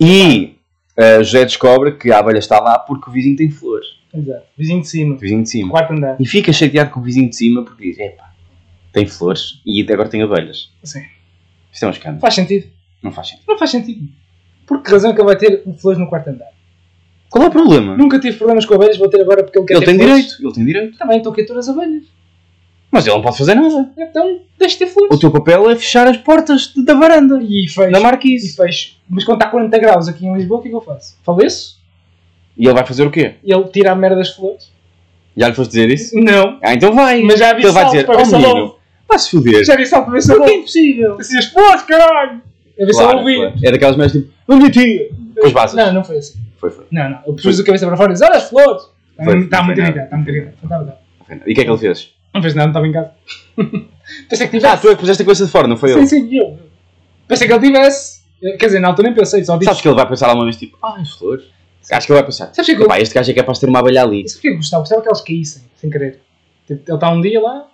Speaker 3: E eh, José descobre que a abelha está lá porque o vizinho tem flores.
Speaker 2: Exato. Vizinho de cima.
Speaker 3: O vizinho de cima.
Speaker 2: Quarto andar.
Speaker 3: E fica chateado com o vizinho de cima porque diz, epá, tem flores e até agora tem abelhas.
Speaker 2: Sim.
Speaker 3: Isto é um escândalo.
Speaker 2: Assim. Faz sentido.
Speaker 3: Não faz sentido.
Speaker 2: Não faz sentido. Por que razão é que ele vai ter um flores no quarto andar?
Speaker 3: Qual é o problema?
Speaker 2: Nunca tive problemas com abelhas, vou ter agora porque ele quer
Speaker 3: Ele
Speaker 2: ter
Speaker 3: tem
Speaker 2: flores.
Speaker 3: direito, ele tem direito.
Speaker 2: Também estou quieto as abelhas.
Speaker 3: Mas ele não pode fazer nada.
Speaker 2: Então, deixa de ter flores.
Speaker 3: O teu papel é fechar as portas da varanda,
Speaker 2: E fecho.
Speaker 3: da
Speaker 2: E
Speaker 3: marquise.
Speaker 2: fecho. Mas quando está 40 graus aqui em Lisboa, o que é que eu faço? Faleço?
Speaker 3: E ele vai fazer o quê?
Speaker 2: E ele tira a merda das flores?
Speaker 3: Já lhe foste dizer isso?
Speaker 2: Não.
Speaker 3: Ah, então vai.
Speaker 2: Mas já vi
Speaker 3: Ele vai
Speaker 2: salto
Speaker 3: dizer,
Speaker 2: para ver se
Speaker 3: oh
Speaker 2: ele
Speaker 3: menino, vai-se foder.
Speaker 2: Já vi só para ver se eu
Speaker 3: é
Speaker 2: ouvi.
Speaker 3: impossível.
Speaker 2: Assim, as flores, caralho! A ver se eu
Speaker 3: Claro,
Speaker 2: ouvi.
Speaker 3: claro. É daquelas mulheres tipo, a minha tia. Depois vazas.
Speaker 2: Não, não foi assim.
Speaker 3: Foi, foi.
Speaker 2: Não, não. Eu pus a cabeça para fora e disse, olha as flores!
Speaker 3: Foi,
Speaker 2: Está
Speaker 3: foi,
Speaker 2: muito
Speaker 3: não.
Speaker 2: irritado, está muito irritado. Está, está, está.
Speaker 3: E o que é que ele fez?
Speaker 2: Não fez nada, não estava em casa. Pensei que
Speaker 3: Ah,
Speaker 2: tivesse.
Speaker 3: tu é que puseste a coisa de fora, não foi
Speaker 2: sim,
Speaker 3: ele?
Speaker 2: sim, eu. Pensei que ele tivesse. Quer dizer, na altura nem pensei, só disse.
Speaker 3: Sabes que ele vai pensar lá uma vez tipo, ah, as flores. Acho que ele vai pensar.
Speaker 2: Sabes o que é que eu-
Speaker 3: Pá, este gajo é capaz de ter uma abelha ali.
Speaker 2: Isso porque eu gostava, gostava que elas caíssem, sem querer. Tipo, ele está um dia lá,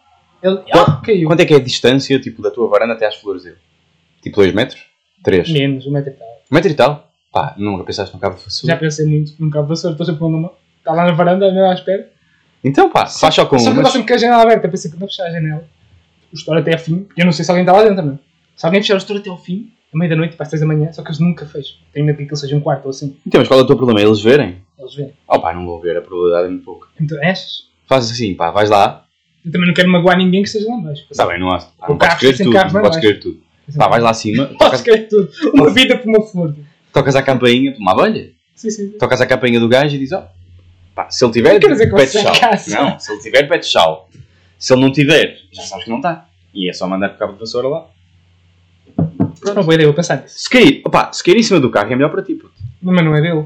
Speaker 2: ele. Ah, caiu.
Speaker 3: Quanto é que é a distância tipo, da tua varanda até às flores dele? Tipo 2 metros? 3? Um
Speaker 2: Menos, um metro e tal.
Speaker 3: metro e tal? Pá, nunca pensaste num cabo de vassoura?
Speaker 2: Já pensei muito, nunca passou, estou sempre com uma. Está lá na varanda, não à espera.
Speaker 3: Então pá, faz só com
Speaker 2: Só que eu
Speaker 3: uma.
Speaker 2: estou sempre com a janela aberta, pensei que não fechar a janela. O estouro até ao fim, e eu não sei se alguém está lá dentro, não. Se alguém fechar o estouro até ao fim, à meia da noite, para as três da manhã, só que eles nunca fecham. Tenho medo que aquilo seja um quarto ou assim,
Speaker 3: Então, mas qual é o teu problema? Eles verem?
Speaker 2: eles verem.
Speaker 3: Oh pá, não vou ver, a probabilidade é muito pouca.
Speaker 2: Então, estas.
Speaker 3: Fazes assim, pá, vais lá,
Speaker 2: Eu também não quero magoar ninguém que esteja lá embaixo.
Speaker 3: Está bem, não há. pá, Não
Speaker 2: O
Speaker 3: podes
Speaker 2: carro
Speaker 3: querer
Speaker 2: sem
Speaker 3: tudo,
Speaker 2: carro
Speaker 3: não
Speaker 2: vai é.
Speaker 3: podes
Speaker 2: baixo.
Speaker 3: querer tudo. Pá, vais lá acima,
Speaker 2: Posso
Speaker 3: tocas,
Speaker 2: querer é tudo. Uma vida por uma flor.
Speaker 3: tocas à campainha, uma abelha,
Speaker 2: Sim, sim. sim.
Speaker 3: tocas à campainha do gajo e dizes, ó, pá, se ele tiver,
Speaker 2: Não quer dizer que
Speaker 3: pede
Speaker 2: você é
Speaker 3: chau.
Speaker 2: casa.
Speaker 3: Não, se ele tiver, pede chau. Se ele não tiver, já sabes que não está. E é só mandar com o cabo de vassoura lá.
Speaker 2: Pronto, uma boa ideia, vou pensar nisso.
Speaker 3: Se cair, opá, se cair em cima do carro é melhor para ti, puto.
Speaker 2: Mas não é dele.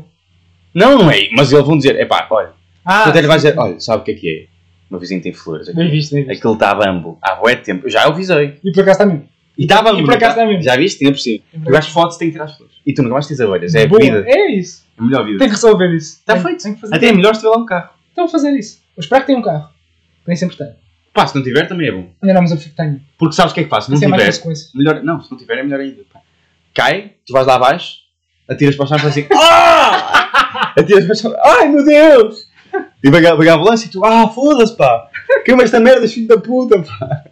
Speaker 3: Não, não é, mas eles vão dizer, é pá, olha,
Speaker 2: Ah,
Speaker 3: tu até lhe vais
Speaker 2: sim,
Speaker 3: dizer,
Speaker 2: sim.
Speaker 3: olha, sabe o que é que é? O meu vizinho tem flores.
Speaker 2: Bem
Speaker 3: Aquilo,
Speaker 2: visto, bem visto.
Speaker 3: aquilo está a bambo. Há bué de tempo. Eu já avisei.
Speaker 2: E por acaso está mesmo.
Speaker 3: E está a bambo.
Speaker 2: E por
Speaker 3: não
Speaker 2: acaso
Speaker 3: está?
Speaker 2: está mesmo.
Speaker 3: Já viste? Ainda por cima.
Speaker 2: É
Speaker 3: Tu
Speaker 2: verdade.
Speaker 3: gastas fotos, tem que tirar as flores. E tu nunca mais tens abelhas. É a
Speaker 2: Boa,
Speaker 3: vida.
Speaker 2: É isso.
Speaker 3: A melhor vida.
Speaker 2: Tem que resolver isso.
Speaker 3: Está
Speaker 2: Tem-
Speaker 3: feito.
Speaker 2: Tem que fazer.
Speaker 3: Até é melhor se tiver lá um carro.
Speaker 2: Então vou fazer isso. Vou esperar que tenha um carro. Nem sempre tem.
Speaker 3: Pá, se não tiver também é bom.
Speaker 2: Ainda não, mas eu fico que tenho.
Speaker 3: Porque sabes o que é que faz? Se não
Speaker 2: Isso é mais
Speaker 3: tiver,
Speaker 2: consequência.
Speaker 3: melhor... Não, se não tiver é melhor ainda. pá. Cai, tu vais lá abaixo, atiras para o chão e faz assim... Ah! Atiras para o chão. Ai, meu Deus! E vai vai a ambulância e tu... Ah, foda-se, pá! Queima esta merda, filho da puta, pá!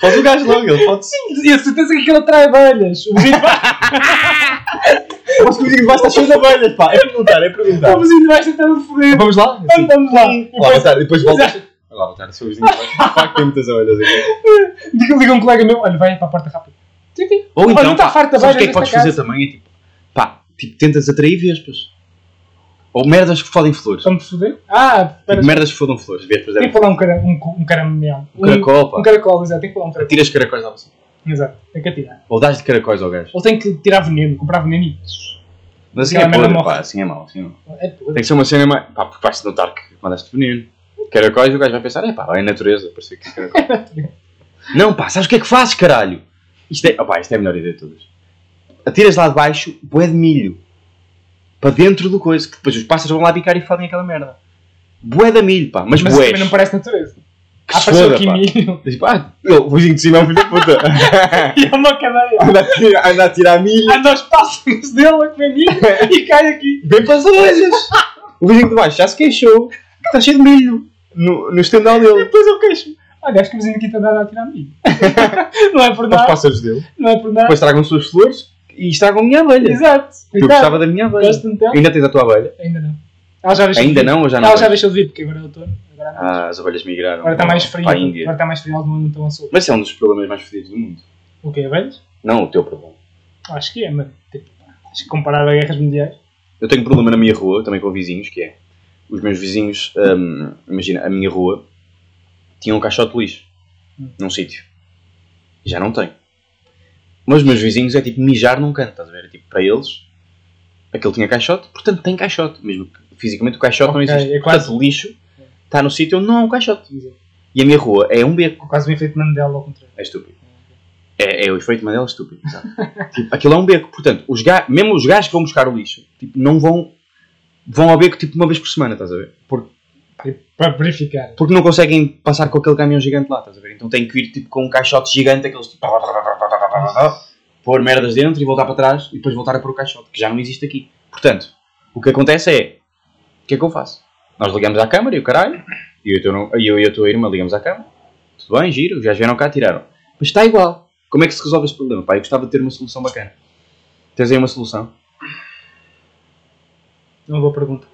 Speaker 3: Faz o gajo logo, ele pode...
Speaker 2: E a certeza que aquilo atrai abelhas. O vizinho vai-
Speaker 3: Mas que o vizinho basta cheio de abelhas, pá! É perguntar, é perguntar.
Speaker 2: o vizinho vai tentar de foder.
Speaker 3: Vamos lá? Assim.
Speaker 2: Vamos lá.
Speaker 3: Lá,
Speaker 2: E
Speaker 3: boa
Speaker 2: depois
Speaker 3: tarde. Depois voltas... Vai lá, boa tarde. Sou o vizinho de baixo. De facto, tem muitas abelhas aqui.
Speaker 2: digo- Liga um colega meu, olha, vai para a porta rápido. Sim, sim.
Speaker 3: Ou
Speaker 2: Olha,
Speaker 3: então,
Speaker 2: não está
Speaker 3: pá,
Speaker 2: farta de
Speaker 3: sabes o que é que
Speaker 2: abelhas
Speaker 3: podes
Speaker 2: nesta
Speaker 3: fazer também? É tipo, pá, tipo, tentas atrair vespas. Ou merdas que fodem flores.
Speaker 2: Estão-me foder? Ah, espera.
Speaker 3: Tipo, merdas que fodam flores. Vespas
Speaker 2: Tem
Speaker 3: é
Speaker 2: que falar um cara- um cu- um caramel.
Speaker 3: um caracol,
Speaker 2: Um
Speaker 3: pá.
Speaker 2: caracol, exato. Tem que falar um caracol.
Speaker 3: Tiras caracóis lá para cima.
Speaker 2: Exato. Tem que atirar.
Speaker 3: Ou dás de caracóis ao gajo.
Speaker 2: Ou tem que tirar veneno, comprar veneno e...
Speaker 3: Mas assim
Speaker 2: Aquela
Speaker 3: é
Speaker 2: merda
Speaker 3: podre,
Speaker 2: morre.
Speaker 3: pá. Assim é mau, assim é mau.
Speaker 2: É podre.
Speaker 3: Tem que ser uma cena mais... Pá, porque vais-te notar que mandaste veneno. Caracóis, o gajo vai pensar, é pá, é natureza. Parece que é caracol. Não, pá, sabes o que é que fazes, caralho? Isto é... Opá, isto é a melhor ideia de todas. Atiras lá de baixo, boé de milho. Para dentro do coisa. Que depois os pássaros vão lá bicar e fodem aquela merda. Bué da milho, pá. Mas,
Speaker 2: Mas
Speaker 3: bué.
Speaker 2: também não parece natureza.
Speaker 3: Que
Speaker 2: Ah,
Speaker 3: se
Speaker 2: apareceu
Speaker 3: foda,
Speaker 2: aqui
Speaker 3: pá.
Speaker 2: milho.
Speaker 3: Diz, pá, o vizinho de cima é um filho da puta.
Speaker 2: E é uma cadeia.
Speaker 3: anda, a tirar, anda a tirar milho.
Speaker 2: Anda aos passos dele a comer milho e cai aqui.
Speaker 3: Vem para as orelhas. O vizinho de baixo já se queixou. que Está cheio de milho. No, no estendal dele.
Speaker 2: Depois eu queixo. Olha, acho que o vizinho aqui está a dar a tirar milho. não é por
Speaker 3: Para os
Speaker 2: nada.
Speaker 3: pássaros dele.
Speaker 2: Não é por nada.
Speaker 3: Depois tragam suas flores e estragam a minha abelha.
Speaker 2: Exato.
Speaker 3: Eu
Speaker 2: Coitado.
Speaker 3: gostava da minha abelha.
Speaker 2: Gosto de dela?
Speaker 3: Ainda tens a tua abelha?
Speaker 2: Ainda não. Ela já deixou
Speaker 3: Ainda
Speaker 2: de vir.
Speaker 3: não ou já não?
Speaker 2: Ela já
Speaker 3: tens?
Speaker 2: deixou de vir porque agora é outono. Agora, não.
Speaker 3: Ah, as abelhas migraram.
Speaker 2: agora está mais
Speaker 3: para
Speaker 2: frio.
Speaker 3: a Índia.
Speaker 2: Agora está mais frio. Elas não estão a sul.
Speaker 3: Mas esse é um dos problemas mais fodidos do mundo.
Speaker 2: O que é, velhos?
Speaker 3: Não o teu problema.
Speaker 2: Acho que é, mas tipo, acho que comparado a guerras mundiais.
Speaker 3: Eu tenho um problema na minha rua, também com vizinhos, que é os meus vizinhos, hum, imagina, a minha rua tinha um caixote de lixo num sítio. E Já não tem. Mas os meus vizinhos é tipo mijar num canto, estás a ver? É, tipo, para eles, aquele tinha caixote, portanto tem caixote. Mesmo que fisicamente o caixote não
Speaker 2: Ok,
Speaker 3: existe.
Speaker 2: é
Speaker 3: portanto,
Speaker 2: quase-
Speaker 3: o lixo está no sítio onde não há um caixote. E a minha rua é um beco.
Speaker 2: Quase o efeito Mandela ao contrário.
Speaker 3: É estúpido. É, é o efeito Mandela estúpido. sabe? tipo, aquilo é um beco. Portanto, os ga- mesmo os gajos que vão buscar o lixo tipo, não vão, vão ao beco tipo, uma vez por semana, estás a ver? Porque,
Speaker 2: Tipo, Para verificar.
Speaker 3: porque não conseguem passar com aquele caminhão gigante lá, estás a ver? Então têm que vir tipo, com um caixote gigante, aqueles tipo. pôr merdas dentro e voltar para trás e depois voltar a pôr o caixote, que já não existe aqui. Portanto, o que acontece é. O que é que eu faço? Nós ligamos à câmara e o caralho, e eu, e o teu não- eu e a tua irmã ligamos à câmara, tudo bem, giro, já vieram cá, tiraram. Mas está igual. Como é que se resolve este problema? Pá, eu gostava de ter uma solução bacana. Tens aí uma solução?
Speaker 2: é Uma boa pergunta.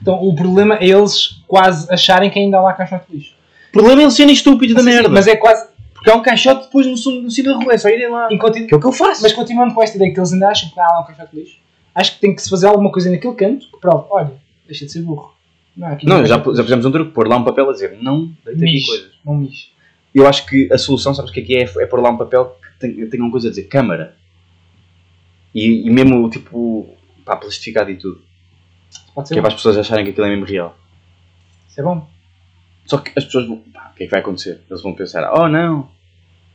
Speaker 2: Então, o problema é eles quase acharem que ainda há lá caixote de lixo.
Speaker 3: O problema é eles serem estúpidos da merda.
Speaker 2: Mas é quase.
Speaker 3: porque há um caixote depois no, sul- no sítio da rua, é só irem lá.
Speaker 2: e continu-
Speaker 3: Que é o que eu faço.
Speaker 2: Mas continuando com esta ideia que eles ainda acham que há lá um caixote de lixo, acho que tem que se fazer alguma coisa naquele canto que prove: olha, deixa de ser burro. Não, é aqui
Speaker 3: não,
Speaker 2: tem
Speaker 3: já,
Speaker 2: caixote
Speaker 3: já fizemos um truque, pôr lá um papel a dizer não
Speaker 2: de
Speaker 3: deita aqui
Speaker 2: lixo.
Speaker 3: coisas.
Speaker 2: Não mixe.
Speaker 3: Eu acho que a solução, sabes o que é que é? É pôr lá um papel que tem- tenha uma coisa a dizer câmara. E, e mesmo, tipo, pá, plastificado e tudo.
Speaker 2: Pode
Speaker 3: Que é
Speaker 2: ser
Speaker 3: para
Speaker 2: bom.
Speaker 3: as pessoas acharem que aquilo é mesmo real.
Speaker 2: Isso é bom.
Speaker 3: Só que as pessoas vão, pá, o que é que vai acontecer? Eles vão pensar, oh não,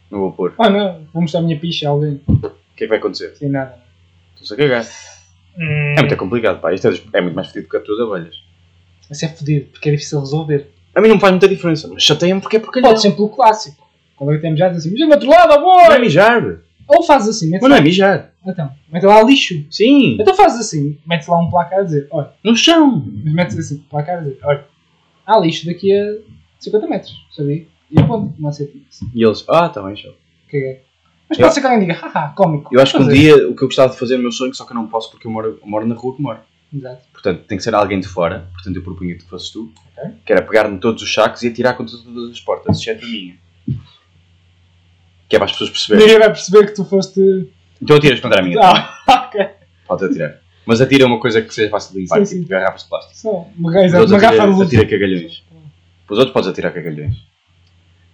Speaker 3: não vou pôr.
Speaker 2: Ah, não, vou mostrar a minha picha a alguém.
Speaker 3: O que é que vai acontecer?
Speaker 2: Sem nada.
Speaker 3: Estou-se a cagar. É muito complicado, pá. Isto é, é muito mais fedido que as tuas abelhas.
Speaker 2: Isso é fodido, porque é difícil resolver.
Speaker 3: A mim não me faz muita diferença, mas chateia-me porque é porque
Speaker 2: Pode ser pelo clássico. Quando alguém tem mijado, diz assim: mija no outro lado, amor!
Speaker 3: Não é mijar.
Speaker 2: Ou faz assim, mete
Speaker 3: Mas
Speaker 2: lá.
Speaker 3: não é mijar.
Speaker 2: Então, mete lá lixo.
Speaker 3: Sim,
Speaker 2: Então faz assim, mete lá um placar a dizer: olha,
Speaker 3: no chão.
Speaker 2: mas metes assim, placar a dizer: olha, há lixo daqui a 50 metros, sabia? E aponta, não sei assim,
Speaker 3: E eles, ah, tá bem, show.
Speaker 2: que é. Mas
Speaker 3: Eu-
Speaker 2: pode ser que alguém diga: haha, cómico.
Speaker 3: Eu acho que um
Speaker 2: Fazer.
Speaker 3: dia o que eu gostava de fazer é o meu sonho, só que eu não posso porque eu moro, eu moro na rua que moro.
Speaker 2: Exato.
Speaker 3: Portanto, tem que ser alguém de fora. Portanto, eu propunha-te que fosses tu.
Speaker 2: Ok.
Speaker 3: Que era pegar-me todos os sacos e atirar contra todas as portas, exceto a minha. Que é para as pessoas perceberem.
Speaker 2: Ninguém vai perceber que tu foste.
Speaker 3: Então atiras contra a minha.
Speaker 2: Ah, ok.
Speaker 3: Pode atirar. Mas atira uma coisa que seja fácil de limpar,
Speaker 2: Sim,
Speaker 3: tipo
Speaker 2: sim.
Speaker 3: garrafas de plástico.
Speaker 2: Só uma, gaja-
Speaker 3: Os
Speaker 2: uma
Speaker 3: outros
Speaker 2: garrafa
Speaker 3: atira,
Speaker 2: de luz.
Speaker 3: atira cagalhões. Para os outros podes atirar cagalhões.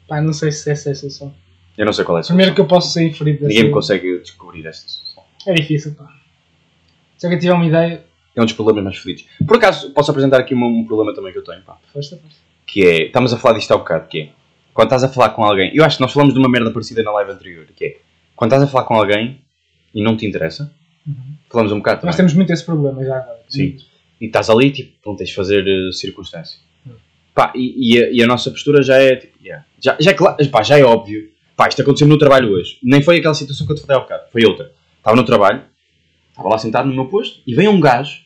Speaker 2: Pá, não sei se essa é a solução.
Speaker 3: Eu não sei qual é a solução.
Speaker 2: Primeiro que assim. eu posso ser inferido dessa-
Speaker 3: Ninguém me consegue descobrir esta solução.
Speaker 2: É difícil, pá. Se alguém tiver uma ideia,
Speaker 3: É um dos problemas mais felizes. Por acaso, posso apresentar aqui um, um problema também que eu tenho, pá.
Speaker 2: força, força.
Speaker 3: que é. Estamos a falar disto há bocado, que é. Quando estás a falar com alguém. Eu acho que nós falamos de uma merda parecida na live anterior, que é. Quando estás a falar com alguém e não te interessa,
Speaker 2: Uhum.
Speaker 3: falamos um bocado
Speaker 2: Nós
Speaker 3: também,
Speaker 2: temos muito esse problema já agora.
Speaker 3: Sim. e estás ali tipo, não tens de fazer eh, circunstância.
Speaker 2: Uhum.
Speaker 3: Pá, e, e a, e a nossa postura já é. Tipo, yeah. já, já, é cla- pá, já é óbvio. Pá, isto aconteceu no trabalho hoje. Nem foi aquela situação que eu te falei há bocado, foi outra. Estava no trabalho, estava lá sentado no meu posto e vem um gajo